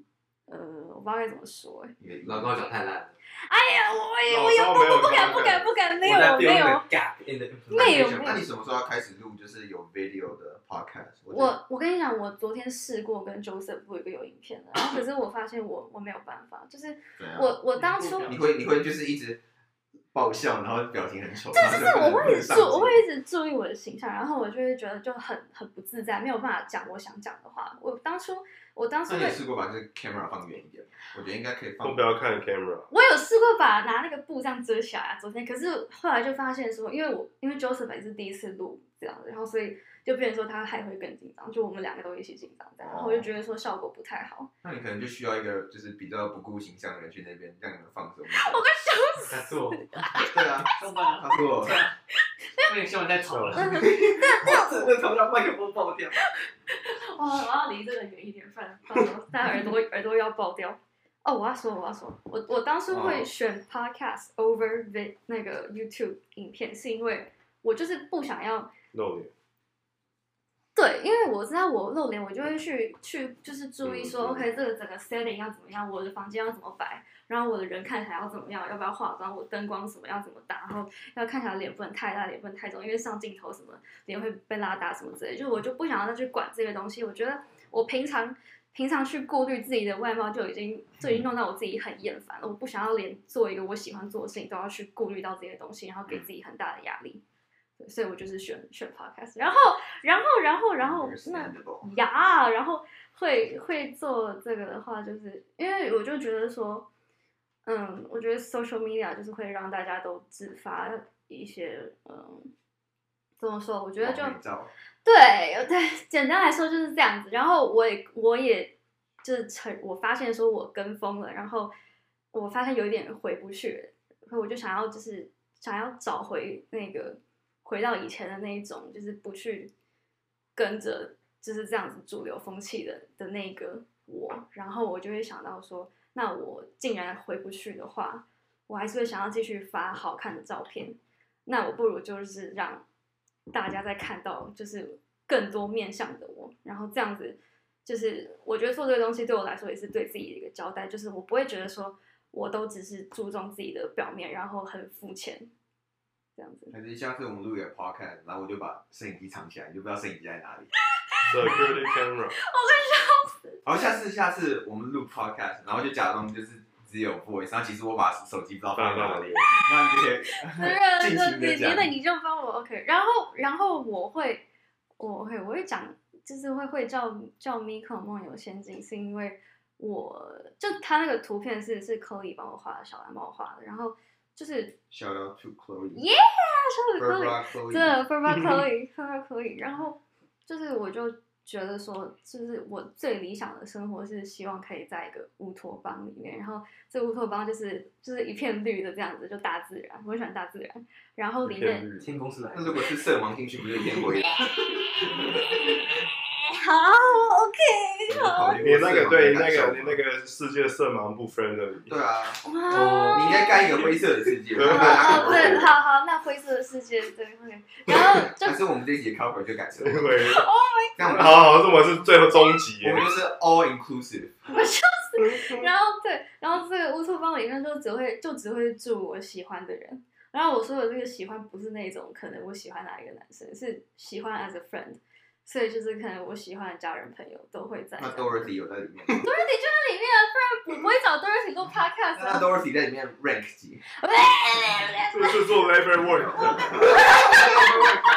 [SPEAKER 3] 呃，我不知道该怎么说、欸。
[SPEAKER 6] 老高讲太烂了，
[SPEAKER 3] 哎呀，我也
[SPEAKER 2] 老
[SPEAKER 3] 我也
[SPEAKER 2] 高
[SPEAKER 3] 不
[SPEAKER 2] 没有
[SPEAKER 3] 不敢
[SPEAKER 2] podcast
[SPEAKER 3] 不敢不敢，没
[SPEAKER 6] 我在
[SPEAKER 3] 有
[SPEAKER 6] fill in
[SPEAKER 3] 没
[SPEAKER 6] the
[SPEAKER 3] 有，
[SPEAKER 6] gap in the [laughs]
[SPEAKER 3] 没有
[SPEAKER 6] information
[SPEAKER 4] 那你什么时候要开始录就是有 video 的 podcast？
[SPEAKER 3] 我我跟你讲，我昨天试过跟 Joseph 录一个有影片的，然后可是我发现我我没有办法，就是
[SPEAKER 4] 怎样？
[SPEAKER 3] 我我当初
[SPEAKER 5] 你不
[SPEAKER 4] 你会你会就是一直爆笑，然后表情很丑。
[SPEAKER 3] 就是我会一直注，我会一直注意我的形象，然后我就会觉得就很很不自在，没有办法讲我想讲的话。我当初，我当初
[SPEAKER 4] 那你
[SPEAKER 3] 会
[SPEAKER 4] 也，试过把这个 camera 放远一点吗？我觉得应该可以
[SPEAKER 2] 都
[SPEAKER 4] 放
[SPEAKER 2] 不。要看 camera。
[SPEAKER 3] 我有试过把拿那个布这样遮起来、啊，昨天，可是后来就发现说，因为我因为 Joseph 也是第一次录这样，然后所以就变成说他还会更紧张，就我们两个都一起紧张这样，然后我就
[SPEAKER 4] 哦
[SPEAKER 3] 觉得说效果不太好。
[SPEAKER 4] [laughs] 那你可能就需要一个就是比较不顾形象的人去那边让你们放松。
[SPEAKER 6] 他做
[SPEAKER 4] 对啊，
[SPEAKER 5] 上班啊，
[SPEAKER 4] 他
[SPEAKER 3] [laughs]
[SPEAKER 4] 说
[SPEAKER 5] 不行，新闻啊太吵了。
[SPEAKER 6] 那头让麦克风爆掉，
[SPEAKER 3] 哦，我要离这个远一点，不然不然大家耳朵耳朵要爆掉。哦，我要说，我要说，我我当初会
[SPEAKER 4] 哦
[SPEAKER 3] 选 podcast over vid 那个 YouTube 影片，是因为我就是不想要
[SPEAKER 2] 露脸，
[SPEAKER 3] 对，因为我知道我露脸，我就会去去就是注意说、
[SPEAKER 2] 嗯嗯
[SPEAKER 3] o k 这个整个 setting 要怎么样，我的房间要怎么摆，然后我的人看起来要怎么样，要不要化妆，我灯光什么要怎么打，然后要看起来脸不能太大，脸不能太重，因为上镜头什么脸会被拉大什么之类，就我就不想要再去管这些东西。我觉得我平常平常去顾虑自己的外貌就已经就已经弄到我自己很厌烦了，我不想要连做一个我喜欢做的事情都要去顾虑到这些东西，然后给自己很大的压力。对，所以我就是选选 podcast，然后然后然后然后那呀，啊然后会会做这个的话，就是因为我就觉得说，嗯，我觉得 social media 就是会让大家都自发一些，嗯，怎么说？我觉得
[SPEAKER 4] 哦
[SPEAKER 3] 就对对，简单来说就是这样子。然后我也我也就是承，我发现说我跟风了，然后我发现有一点回不去了，所以我就想要就是想要找回那个回到以前的那一种，就是不去跟着就是这样子主流风气的的那个我。然后我就会想到说，那我竟然回不去的话，我还是会想要继续发好看的照片。那我不如就是让大家再看到就是更多面向的我，然后这样子，就是我觉得做这个东西对我来说也是对自己的一个交代，就是我不会觉得说我都只是注重自己的表面，然后很肤浅这样子。
[SPEAKER 4] 还是下次我们录一个 podcast，然后我就把摄影机藏起来，你就不知道摄影机在哪里。
[SPEAKER 2] security camera，
[SPEAKER 4] 然后下次下次我们录 podcast，然后就假装就是只有 voice，然后其实我把手机不知道放
[SPEAKER 2] 放
[SPEAKER 4] 在哪
[SPEAKER 2] 到
[SPEAKER 4] 里，
[SPEAKER 2] 脸。
[SPEAKER 4] 然后你就可
[SPEAKER 3] [laughs]
[SPEAKER 4] 以
[SPEAKER 3] 那
[SPEAKER 4] 尽
[SPEAKER 3] 个
[SPEAKER 4] 情
[SPEAKER 3] 你
[SPEAKER 4] 的
[SPEAKER 3] 你
[SPEAKER 4] 讲
[SPEAKER 3] 那。你就帮我 OK，然后然后我会我会我会讲，就是会会叫叫 Miko 梦游仙境，是因为我就他那个图片是是 Chloe 帮我画的，小兰帮我画的，然后就是
[SPEAKER 4] ，shout out to Chloe。
[SPEAKER 3] Yeah，
[SPEAKER 4] b
[SPEAKER 3] 小
[SPEAKER 4] r
[SPEAKER 3] Chloe
[SPEAKER 4] b r a Chloe。
[SPEAKER 3] 真的 f u r b
[SPEAKER 4] [laughs]
[SPEAKER 3] a Chloe f u r b a Chloe，然后就是我就觉得说，就是我最理想的生活是希望可以在一个乌托邦里面，然后这乌托邦就是就是一片绿的这样子，就大自然，我很喜欢大自然，然后里 [laughs] 面
[SPEAKER 2] 绿
[SPEAKER 6] 听公司来
[SPEAKER 4] 那如果是色盲进去，不就烟灰？
[SPEAKER 3] 好 OK
[SPEAKER 4] 考虑
[SPEAKER 2] 你
[SPEAKER 4] 过
[SPEAKER 2] 那个
[SPEAKER 4] 色盲的
[SPEAKER 2] 对那
[SPEAKER 4] 感受
[SPEAKER 2] 个你
[SPEAKER 4] 吗
[SPEAKER 2] 那个世界色盲不 friendly，
[SPEAKER 4] 对啊，
[SPEAKER 3] 哇
[SPEAKER 4] 你应该盖一个灰色的世界。
[SPEAKER 2] 对
[SPEAKER 3] 哦，对，好好，那灰色的世界，对，OK，然后就
[SPEAKER 4] [laughs] 但是我们这一集 cover 就改成
[SPEAKER 2] 因为
[SPEAKER 4] 这样我们
[SPEAKER 2] 好好，这我是最后终极耶
[SPEAKER 4] 我，们就是 all inclusive。
[SPEAKER 3] 然后对，然后这个乌托邦里面就只会就只会住我喜欢的人。然后我说的这个喜欢不是那种可能我喜欢哪一个男生，是喜欢 as a friend，所以就是可能我喜欢的家人朋友都会在。
[SPEAKER 4] 那
[SPEAKER 3] 那
[SPEAKER 4] Dorothy 有在里面吗，
[SPEAKER 3] 里面啊，不然我不会找 Dorothy 做 podcast
[SPEAKER 4] 那
[SPEAKER 3] 啊。
[SPEAKER 4] Dorothy 在里面 rank 几？ [laughs]
[SPEAKER 2] 这个是做 level [laughs] work，的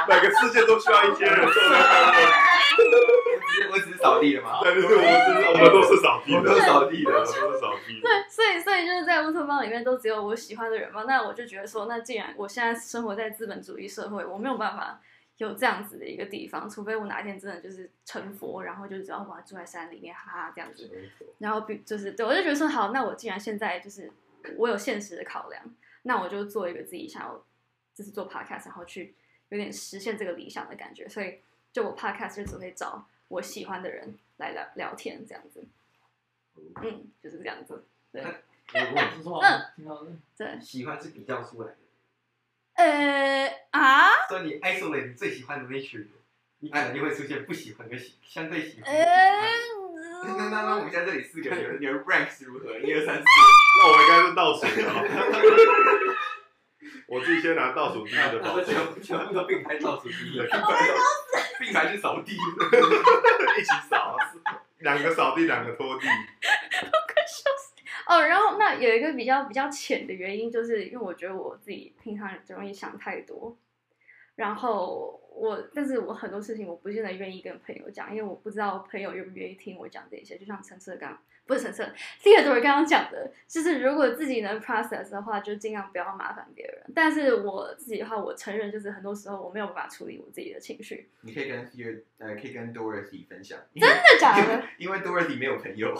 [SPEAKER 2] 每个世界都需要一些人做 level work，
[SPEAKER 4] 我只是我只是扫地的吗？
[SPEAKER 2] 但是我们是我们都是扫地
[SPEAKER 4] 我都是
[SPEAKER 2] 的，
[SPEAKER 4] 扫地
[SPEAKER 2] 我们
[SPEAKER 4] 的。
[SPEAKER 2] 都是扫地的
[SPEAKER 3] 对，，所以所以就是在乌托邦里面都只有我喜欢的人嘛。那我就觉得说，那既然我现在生活在资本主义社会，我没有办法有这样子的一个地方，除非我哪一天真的就是成佛，然后就只要我要住在山里面，哈哈这样子。然后比就是对我就觉得说好，那我既然现在就是我有现实的考量，那我就做一个自己想要就是做 podcast，然后去有点实现这个理想的感觉，所以就我 podcast 就只会找我喜欢的人来聊聊天这样子，嗯，就是这样子，
[SPEAKER 5] 不错啊，挺好的。
[SPEAKER 3] 对，
[SPEAKER 6] 喜欢是比较出来的，
[SPEAKER 3] 呃啊
[SPEAKER 6] 所以你 isolate 你最喜欢的那群人，你肯定会出现不喜欢跟喜相对喜欢的。
[SPEAKER 3] 呃。
[SPEAKER 4] 哎那那那那我们现在这里四个人，你们你们 rank 是如何？一二三四，
[SPEAKER 2] 那我应该是倒数的哦，我自己先拿倒数第一的
[SPEAKER 6] 我
[SPEAKER 2] 宝
[SPEAKER 6] 说
[SPEAKER 2] 剑，
[SPEAKER 6] 全部全部都并排倒数第一，
[SPEAKER 4] 并排去扫地。
[SPEAKER 2] 一起扫，两个扫地，两个拖地，
[SPEAKER 3] 哦，然后那有一个比较比较浅的原因，就是因为我觉得我自己平常容易想太多，然后我，但是我很多事情我不见得愿意跟朋友讲，因为我不知道朋友愿不愿意听我讲这些。就像陈澈刚不是陈澈 t h e o d o r 刚刚讲的，就是如果自己能 process 的话，就尽量不要麻烦别人。但是我自己的话，我承认就是很多时候我没有办法处理我自己的情绪，
[SPEAKER 4] 你可以跟 Theo 呃，可以跟 Dorothy 分 [laughs] 享。
[SPEAKER 3] 真的假的？
[SPEAKER 4] 因为 Dorothy 没有朋 [laughs] 友。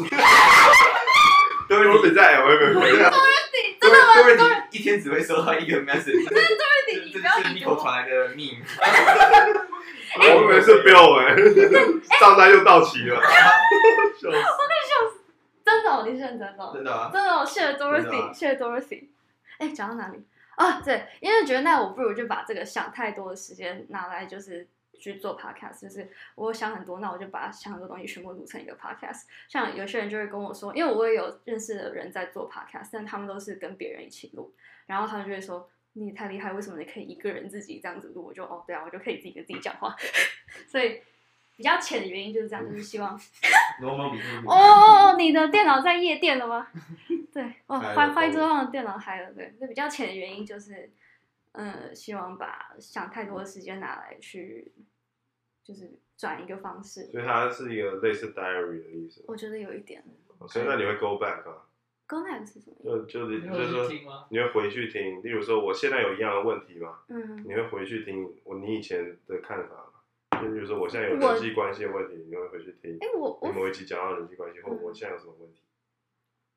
[SPEAKER 2] 对，我比在 L A 没有，
[SPEAKER 4] 真的吗？Dorothy 一天只会收到一个 message。
[SPEAKER 3] 对你
[SPEAKER 4] 这
[SPEAKER 3] 不
[SPEAKER 4] 这
[SPEAKER 3] 要
[SPEAKER 4] 是
[SPEAKER 3] 理
[SPEAKER 4] Nico
[SPEAKER 3] 我。
[SPEAKER 4] 传来的 meme。
[SPEAKER 3] [laughs]
[SPEAKER 2] 我以为是 Bill 哎，账单又到齐了，笑死。
[SPEAKER 3] 真的、哦，你是认真的哦、
[SPEAKER 4] 真的啊。
[SPEAKER 3] 真的、哦，谢谢
[SPEAKER 4] 真的啊
[SPEAKER 3] Dorothy，谢谢 Dorothy。哎，讲到哪里？啊，对，因为觉得那我不如就把这个想太多的时间拿来就是去做 podcast，就是我想很多，那我就把想很多东西全部录成一个 podcast。像有些人就会跟我说，因为我也有认识的人在做 podcast，但他们都是跟别人一起录，然后他们就会说。你也太厉害，为什么你可以一个人自己这样子录？我就哦，对啊，我就可以自己跟自己讲话，所以比较浅的原因就是这样，就是希望
[SPEAKER 6] 罗毛比例
[SPEAKER 3] 哦哦哦，你的电脑在夜店了吗？对，哦，
[SPEAKER 4] 嗨了
[SPEAKER 3] 欢欢迎桌上的电脑嗨了。对，那比较浅的原因就是，嗯，希望把想太多的时间拿来去，就是转一个方式。
[SPEAKER 2] 所以它是一个类似 diary 的意思。
[SPEAKER 3] 我觉得有一点
[SPEAKER 2] 所以那你会 go back 啊？
[SPEAKER 3] ，go back 是什么意思？
[SPEAKER 2] 就就是
[SPEAKER 5] 你
[SPEAKER 2] 就
[SPEAKER 5] 有
[SPEAKER 2] 是
[SPEAKER 5] 去
[SPEAKER 2] 说，
[SPEAKER 5] 听吗？
[SPEAKER 2] 你会回去听，例如说我现在有一样的问题嘛，
[SPEAKER 3] 嗯，
[SPEAKER 2] 你会回去听我你以前的看法嘛？就比如说我现在有人际关系的问题，你会回去听
[SPEAKER 3] 哎，我
[SPEAKER 2] 你
[SPEAKER 3] 我
[SPEAKER 2] 某一集讲到人际关系，或
[SPEAKER 3] 嗯
[SPEAKER 2] 我现在有什么问题？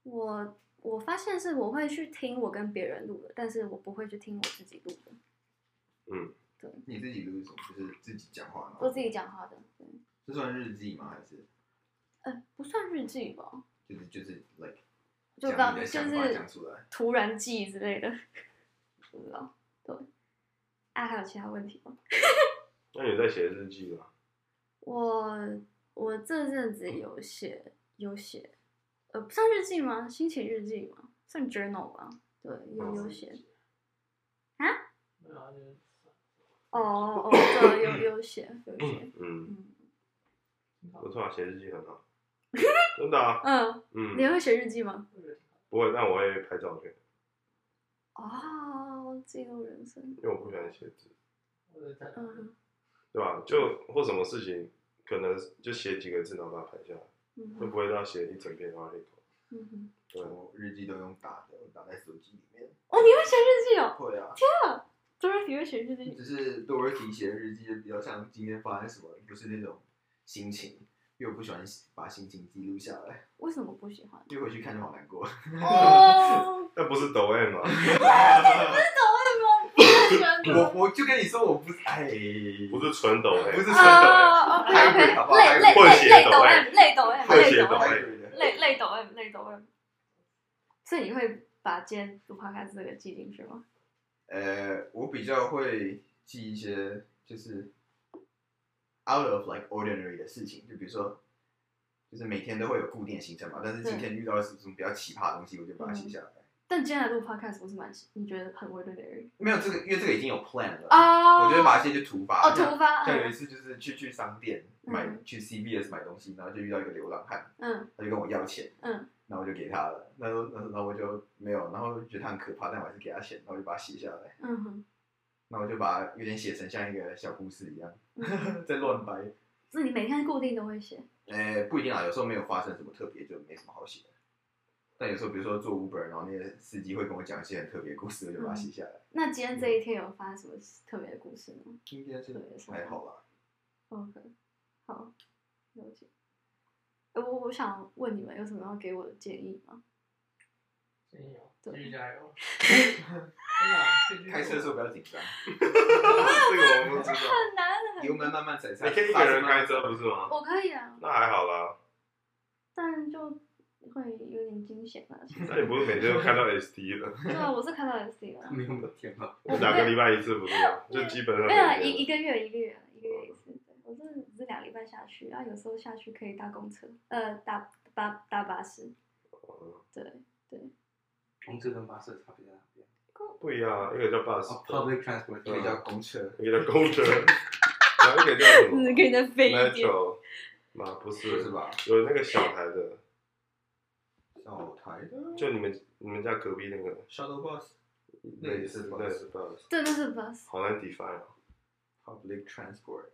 [SPEAKER 3] 我我发现是我会去听我跟别人录的，但是我不会去听我自己录的，
[SPEAKER 4] 你自己录什么？就是自己讲话吗？
[SPEAKER 3] 我自己讲话的。对，
[SPEAKER 4] 这算日记吗？还是
[SPEAKER 3] 呃，不算日记吧，
[SPEAKER 4] 就是就是 like
[SPEAKER 3] 就
[SPEAKER 4] 讲
[SPEAKER 3] 刚
[SPEAKER 4] 你
[SPEAKER 3] 就
[SPEAKER 4] 的想法
[SPEAKER 3] 是
[SPEAKER 4] 讲出来？
[SPEAKER 3] 突然记之类的，不知道。对，啊，还有其他问题吗？
[SPEAKER 2] 那你在写日记吗？
[SPEAKER 3] 我我这阵子有写有写，呃，不算日记吗？心情日记吗？算 journal 吧。对，有
[SPEAKER 4] 哦
[SPEAKER 3] 有写。
[SPEAKER 5] 没有啊，就是
[SPEAKER 3] 哦哦，对，有有写有写。
[SPEAKER 2] 嗯，
[SPEAKER 3] 嗯
[SPEAKER 2] 我突然写日记很
[SPEAKER 3] [laughs]
[SPEAKER 2] 好，真的啊，
[SPEAKER 3] 嗯，你
[SPEAKER 2] 嗯，
[SPEAKER 3] 会写日记吗？
[SPEAKER 2] 不会，但我会拍照片，
[SPEAKER 3] 哦，记录人生。
[SPEAKER 2] 因为我不喜欢写字，
[SPEAKER 5] 我的在
[SPEAKER 3] 嗯
[SPEAKER 2] 对吧？就或什么事情，可能就写几个字，然后把它拍下来，
[SPEAKER 3] 嗯
[SPEAKER 2] 会
[SPEAKER 3] 哼
[SPEAKER 2] 不会到写一整篇的话那种？
[SPEAKER 3] 嗯哼，
[SPEAKER 2] 对，
[SPEAKER 4] 我日记都用打的，我打在手机里面。
[SPEAKER 3] 哦，你会写日记哦？
[SPEAKER 4] 会啊，
[SPEAKER 3] 多瑞迪会写日记，
[SPEAKER 4] 只是多尔提写的日记就比较像今天发生什么，不是那种心情，因为我不喜欢把心情记录下来，
[SPEAKER 3] 为什么不喜欢？
[SPEAKER 4] 因为回去看就好难过。
[SPEAKER 3] 哦，
[SPEAKER 2] 那不是抖 M 啊吗？
[SPEAKER 4] 我我就跟你说，我不是哎，
[SPEAKER 2] 不是纯抖 M，
[SPEAKER 4] 不是真的，
[SPEAKER 3] 啊，OK
[SPEAKER 4] 还
[SPEAKER 3] OK，
[SPEAKER 4] 会好不好
[SPEAKER 3] 累累
[SPEAKER 2] 混血
[SPEAKER 3] 累累
[SPEAKER 2] 抖
[SPEAKER 3] 抖
[SPEAKER 2] M
[SPEAKER 3] M，累抖 M，
[SPEAKER 2] 混
[SPEAKER 3] 累
[SPEAKER 2] 血
[SPEAKER 3] 抖
[SPEAKER 2] 抖
[SPEAKER 3] M，
[SPEAKER 4] M
[SPEAKER 3] 累累抖 M，累抖 M。所以你会把今天读花开这个记进去吗？
[SPEAKER 4] 呃，我比较会记一些就是 out of like ordinary 的事情，就比如说，就是每天都会有固定的行程嘛，但是今天遇到什么比较奇葩的东西，我就把它写
[SPEAKER 3] 嗯
[SPEAKER 4] 下来。
[SPEAKER 3] 但今天来录 podcast 不是蛮，你觉得很 ordinary
[SPEAKER 4] 没有这个，因为这个已经有 plan 了，
[SPEAKER 3] 啊
[SPEAKER 4] 我就会把一些就突发。
[SPEAKER 3] 哦
[SPEAKER 4] 像
[SPEAKER 3] 突发，
[SPEAKER 4] 像有一
[SPEAKER 3] 嗯
[SPEAKER 4] 次就是去去商店买、
[SPEAKER 3] 嗯
[SPEAKER 4] 去 CVS 买东西，然后就遇到一个流浪汉，
[SPEAKER 3] 嗯
[SPEAKER 4] 他就跟我要钱，
[SPEAKER 3] 嗯，
[SPEAKER 4] 然后我就给他了，那时候那时候然后我就没有，然后我就觉得他很可怕，但我还是给他钱，然后我就把它写下来。
[SPEAKER 3] 嗯哼，
[SPEAKER 4] 那我就把它有点写成像一个小故事一样，
[SPEAKER 3] 嗯
[SPEAKER 4] [laughs] 在乱掰。
[SPEAKER 3] 那你每天固定都会写，
[SPEAKER 4] 呃，不一定啊，有时候没有发生什么特别，就没什么好写的。但有时候，比如说做 Uber，然后那些司机会跟我讲一些很特别的故事，我就把它写下来。
[SPEAKER 3] 那今天这一天有发生什么特别的故事吗
[SPEAKER 4] 今天是还好啦，
[SPEAKER 3] ？OK，好，了解。呃我我想问你们有什么要给我的建议吗？
[SPEAKER 5] 真有，
[SPEAKER 3] 对
[SPEAKER 5] 继续加油。真的啊，继续
[SPEAKER 4] 开车的时
[SPEAKER 5] 做
[SPEAKER 4] 候不要紧张，
[SPEAKER 2] 这个我们知道。
[SPEAKER 3] 很难啊很
[SPEAKER 4] 油门慢慢
[SPEAKER 2] [laughs]
[SPEAKER 4] 踩
[SPEAKER 2] 你
[SPEAKER 4] 踩。
[SPEAKER 2] 可以一个人开车不是吗？
[SPEAKER 3] 我可以啊，
[SPEAKER 2] 那还好啦，
[SPEAKER 3] 但就会有点惊险啊。其
[SPEAKER 2] 那
[SPEAKER 3] 实
[SPEAKER 2] 你不是每天都看到 ST 的？
[SPEAKER 3] 对啊，我是看到
[SPEAKER 2] [laughs]
[SPEAKER 3] SD 了。
[SPEAKER 4] 没有我的天哪！
[SPEAKER 3] 我
[SPEAKER 2] 两个礼拜一次不是吗？就基本上
[SPEAKER 3] 没有啊
[SPEAKER 2] 每
[SPEAKER 3] 一一
[SPEAKER 2] 天。
[SPEAKER 3] 个月一个月啊一个月一
[SPEAKER 2] 哦
[SPEAKER 3] 次，对我是只是两礼拜下去，然后有时候下去可以搭公车，呃，搭搭搭巴士，
[SPEAKER 2] 哦
[SPEAKER 3] 对，
[SPEAKER 6] 公车跟巴士的差别在哪边？
[SPEAKER 2] 不一样啊，一个叫 bus，
[SPEAKER 6] 哦，public transport，
[SPEAKER 4] 一个叫公车，
[SPEAKER 2] 一个叫公车，然后一个叫什么
[SPEAKER 3] 嗯，可以再飞一点。
[SPEAKER 2] ？metro 吗？不是，
[SPEAKER 4] 是？吧？
[SPEAKER 2] 有那个小台的，
[SPEAKER 4] 小台
[SPEAKER 2] [laughs]
[SPEAKER 4] 的
[SPEAKER 2] 就你们你们家隔壁那个，
[SPEAKER 4] shuttle bus 那
[SPEAKER 2] 也
[SPEAKER 4] 也
[SPEAKER 2] 是
[SPEAKER 4] 是
[SPEAKER 2] 那也是 bus，
[SPEAKER 3] 对，那是巴士，
[SPEAKER 2] 好难 define 啊。
[SPEAKER 4] public transport，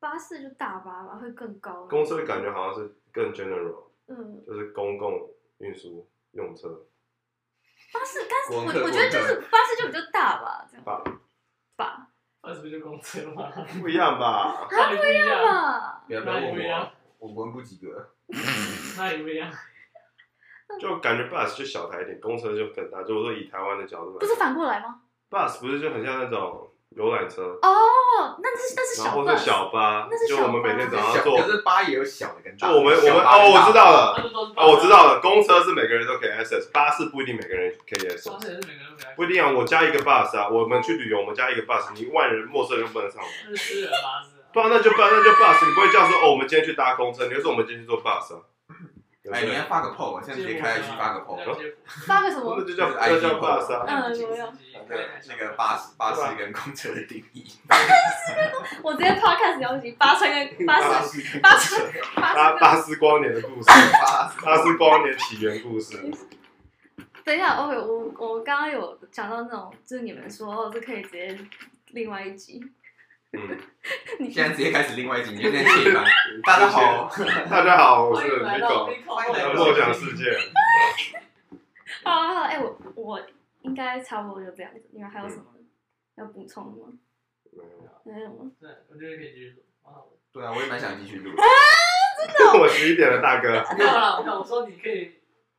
[SPEAKER 3] 巴士就大巴吧，会更高。
[SPEAKER 2] 公车感觉好像是更 general，
[SPEAKER 3] 嗯，
[SPEAKER 2] 就是公共运输用车
[SPEAKER 3] 巴士，但是
[SPEAKER 4] 光客
[SPEAKER 3] 我我觉得就
[SPEAKER 4] 光
[SPEAKER 3] 是巴士就比较大吧，这样
[SPEAKER 2] 吧，
[SPEAKER 3] 吧
[SPEAKER 5] 二十不就公车吗？
[SPEAKER 2] 不一样吧？
[SPEAKER 5] 哪里不一样？
[SPEAKER 3] 吧，
[SPEAKER 4] 不要不要
[SPEAKER 5] 哪里不
[SPEAKER 4] 问
[SPEAKER 5] 一
[SPEAKER 4] 我
[SPEAKER 5] 样
[SPEAKER 4] 啊，我文不及格。
[SPEAKER 5] 哪里不一样？
[SPEAKER 2] 就感觉 bus 就小台一点，公车就更大。就我说以台湾的角度来
[SPEAKER 3] 不
[SPEAKER 2] 看，
[SPEAKER 3] 是反过来吗？
[SPEAKER 2] bus 不是就很像那种游览车，
[SPEAKER 3] 哦，那是那是
[SPEAKER 2] 然
[SPEAKER 3] 小
[SPEAKER 2] 后或
[SPEAKER 3] 巴
[SPEAKER 2] 是小巴
[SPEAKER 3] 那，是
[SPEAKER 2] 就我
[SPEAKER 3] 小
[SPEAKER 2] 们每天早上
[SPEAKER 4] 小
[SPEAKER 2] 坐
[SPEAKER 4] 可，是八也有小的跟
[SPEAKER 2] 就
[SPEAKER 4] 大的。
[SPEAKER 2] 我们我
[SPEAKER 4] 小
[SPEAKER 2] 们
[SPEAKER 4] 八
[SPEAKER 2] 哦，
[SPEAKER 4] 跟大
[SPEAKER 2] 我
[SPEAKER 4] 的
[SPEAKER 2] 知道了，
[SPEAKER 5] 那都是
[SPEAKER 2] 哦，我知道了，公车是每个人都可以 access，巴士不一定每个人可以
[SPEAKER 5] 巴
[SPEAKER 2] access。
[SPEAKER 5] 士也是每个人都来，
[SPEAKER 2] 不一定啊，我加一个 bus 啊，我们去旅游，我们加一个 bus，你外人陌生人就不能上。
[SPEAKER 5] 那是私人巴士啊。
[SPEAKER 2] 不然那就不然那就 bus，你不会叫说哦，我们今天去搭公车，你会说我们今天去坐 bus 啊？对不
[SPEAKER 4] 哎，你
[SPEAKER 2] 对
[SPEAKER 4] 要发个 PO，我现在直接开下去发个 PO。
[SPEAKER 3] 发个什
[SPEAKER 2] 那
[SPEAKER 3] 么？
[SPEAKER 2] 就叫
[SPEAKER 4] 就是
[SPEAKER 2] 那
[SPEAKER 4] IG
[SPEAKER 2] 叫 bus 啊。
[SPEAKER 3] 嗯有有
[SPEAKER 4] 对，那个巴士巴士跟公车的定义，
[SPEAKER 3] 我直接 podcast 了不起，巴士跟巴
[SPEAKER 4] 巴
[SPEAKER 3] 士
[SPEAKER 4] 士跟公
[SPEAKER 3] 巴士
[SPEAKER 4] 车，
[SPEAKER 3] 巴
[SPEAKER 2] 巴
[SPEAKER 3] 士跟。
[SPEAKER 2] 巴斯光年的故事，
[SPEAKER 4] 巴士
[SPEAKER 2] 巴斯光年起源故事，
[SPEAKER 3] 等一下，OK，我我刚刚有讲到那种，就是你们说哦，这可以直接另外一集。
[SPEAKER 2] 嗯，
[SPEAKER 3] 你
[SPEAKER 4] 现在直接开始另外一集，你就在切
[SPEAKER 2] [laughs]
[SPEAKER 4] 吧。大家好，
[SPEAKER 2] 大家好，我
[SPEAKER 5] 欢
[SPEAKER 2] 是
[SPEAKER 5] 迎来到
[SPEAKER 2] Nico，呃
[SPEAKER 5] Nico
[SPEAKER 2] 梦想世界，
[SPEAKER 3] 好好好，哎、我我应该差不多就这样子。你们还有什么要补充的吗？没有 [laughs] 吗？
[SPEAKER 5] 对，我觉得可以继续录。啊
[SPEAKER 4] 对啊，我也蛮想继续录。
[SPEAKER 2] 我十一点了，大哥，
[SPEAKER 5] 没有啦，没有，我说你可以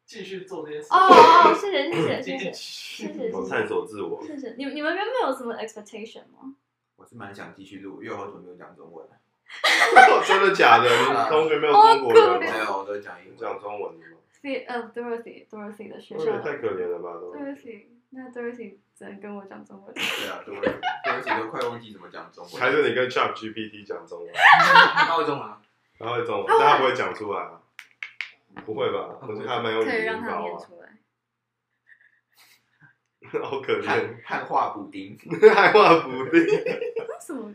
[SPEAKER 5] 继续做这件事。
[SPEAKER 3] 哦哦，谢谢谢谢
[SPEAKER 5] 继
[SPEAKER 3] 谢
[SPEAKER 5] 续
[SPEAKER 3] 谢谢谢
[SPEAKER 2] 嗯我探索自我，
[SPEAKER 3] 谢谢。你你们原本有什么 expectation 吗？
[SPEAKER 4] 我是蛮想继续录，因为我好久没有讲中文了。
[SPEAKER 2] [laughs] 真的假的？你同学没有中国人
[SPEAKER 4] 没
[SPEAKER 2] 吗？
[SPEAKER 4] 啊有，我都讲英文。
[SPEAKER 2] 讲中文的吗？
[SPEAKER 3] 对，呃，Dorothy Dorothy 的学
[SPEAKER 2] 有点
[SPEAKER 3] 校
[SPEAKER 2] 太可怜了吧，都
[SPEAKER 3] Dorothy，那 Dorothy 只能跟我讲中文。
[SPEAKER 4] 对啊，对，而且都快忘记怎么讲中文。
[SPEAKER 2] 还是你跟 Chat GPT 讲中文，
[SPEAKER 6] 他会中文啊？
[SPEAKER 2] 他会中文，但他不会讲出来啊，不会吧？我觉得他蛮有
[SPEAKER 3] 可以
[SPEAKER 2] 礼
[SPEAKER 3] 让他
[SPEAKER 2] 貌
[SPEAKER 3] 念
[SPEAKER 2] 啊，
[SPEAKER 3] 出来。
[SPEAKER 2] [laughs] 好可怜
[SPEAKER 4] 汉，汉化补丁，
[SPEAKER 2] 还画不利。
[SPEAKER 3] 为什么？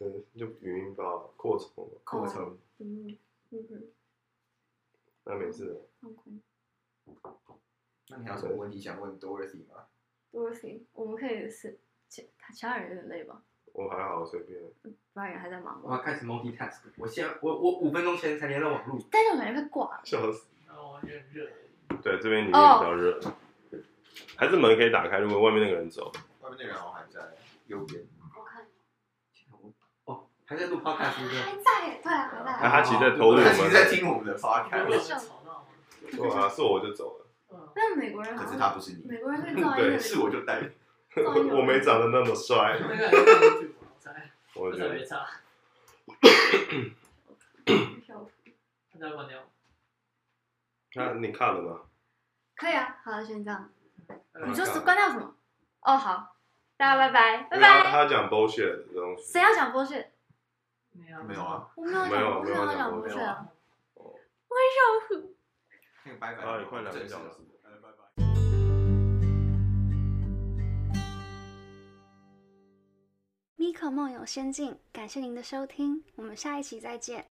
[SPEAKER 2] 嗯，就语音包扩充，
[SPEAKER 4] 扩充。
[SPEAKER 3] 嗯嗯嗯，
[SPEAKER 2] 那没事了。
[SPEAKER 3] 放空。
[SPEAKER 4] 那你还有什么问题想问 Dorothy 吗？
[SPEAKER 3] Dorothy，我们可以是其他其他人有点累吧？
[SPEAKER 2] 我还好，随便。
[SPEAKER 3] 发言还在忙
[SPEAKER 6] 我要开始 multitask。我现在我我五分钟前才连到网络，
[SPEAKER 3] 但是我感觉快挂了。
[SPEAKER 2] 笑死。
[SPEAKER 5] 然后我觉得很热，
[SPEAKER 2] 对，这边里面
[SPEAKER 3] 哦
[SPEAKER 2] 比较热。还是门可以打开，如果外面那个人走。
[SPEAKER 4] 外面那个人我还在右边，
[SPEAKER 3] 我看
[SPEAKER 6] 哦，还在录 podcast 是不是？
[SPEAKER 3] 还在，对啊，还在。
[SPEAKER 2] 哎，他其实在偷录我
[SPEAKER 4] 他其实在
[SPEAKER 2] 们。
[SPEAKER 4] 听我们的
[SPEAKER 5] 如果
[SPEAKER 4] podcast，
[SPEAKER 5] 吵到我，
[SPEAKER 2] 对啊，是我就走了。
[SPEAKER 5] 嗯，
[SPEAKER 3] 但美国人好
[SPEAKER 4] 可
[SPEAKER 3] 像
[SPEAKER 4] 是他不是你，
[SPEAKER 3] 美国人对噪音
[SPEAKER 2] 对
[SPEAKER 3] 的
[SPEAKER 4] 是我就带。
[SPEAKER 3] 噪音有
[SPEAKER 2] 我没长得那么帅，
[SPEAKER 5] 那个人就我猜，
[SPEAKER 2] 我
[SPEAKER 5] 我
[SPEAKER 2] 觉
[SPEAKER 5] 特
[SPEAKER 2] 得
[SPEAKER 5] 别差，
[SPEAKER 3] 漂浮
[SPEAKER 5] 他在关掉。
[SPEAKER 2] 那你看了吗？
[SPEAKER 3] 可以啊，好，先这样。
[SPEAKER 5] 嗯
[SPEAKER 3] 你说是关掉什么？哦，好，大家拜拜，拜
[SPEAKER 2] 因为他
[SPEAKER 3] 拜。
[SPEAKER 2] 他讲 bullshit 的东西
[SPEAKER 3] 谁。要讲剥削？
[SPEAKER 5] 没有
[SPEAKER 4] 没有啊，
[SPEAKER 3] 我没有
[SPEAKER 2] 没有
[SPEAKER 3] 讲，我没
[SPEAKER 2] 没有
[SPEAKER 3] 有
[SPEAKER 2] 讲
[SPEAKER 3] 讲
[SPEAKER 2] 剥
[SPEAKER 3] 剥
[SPEAKER 2] 削
[SPEAKER 3] 削啊。
[SPEAKER 4] 那个拜拜，
[SPEAKER 2] 啊也快两个小时
[SPEAKER 4] 呃，拜拜。
[SPEAKER 1] Miko 梦游仙境，感谢您的收听，我们下一期再见。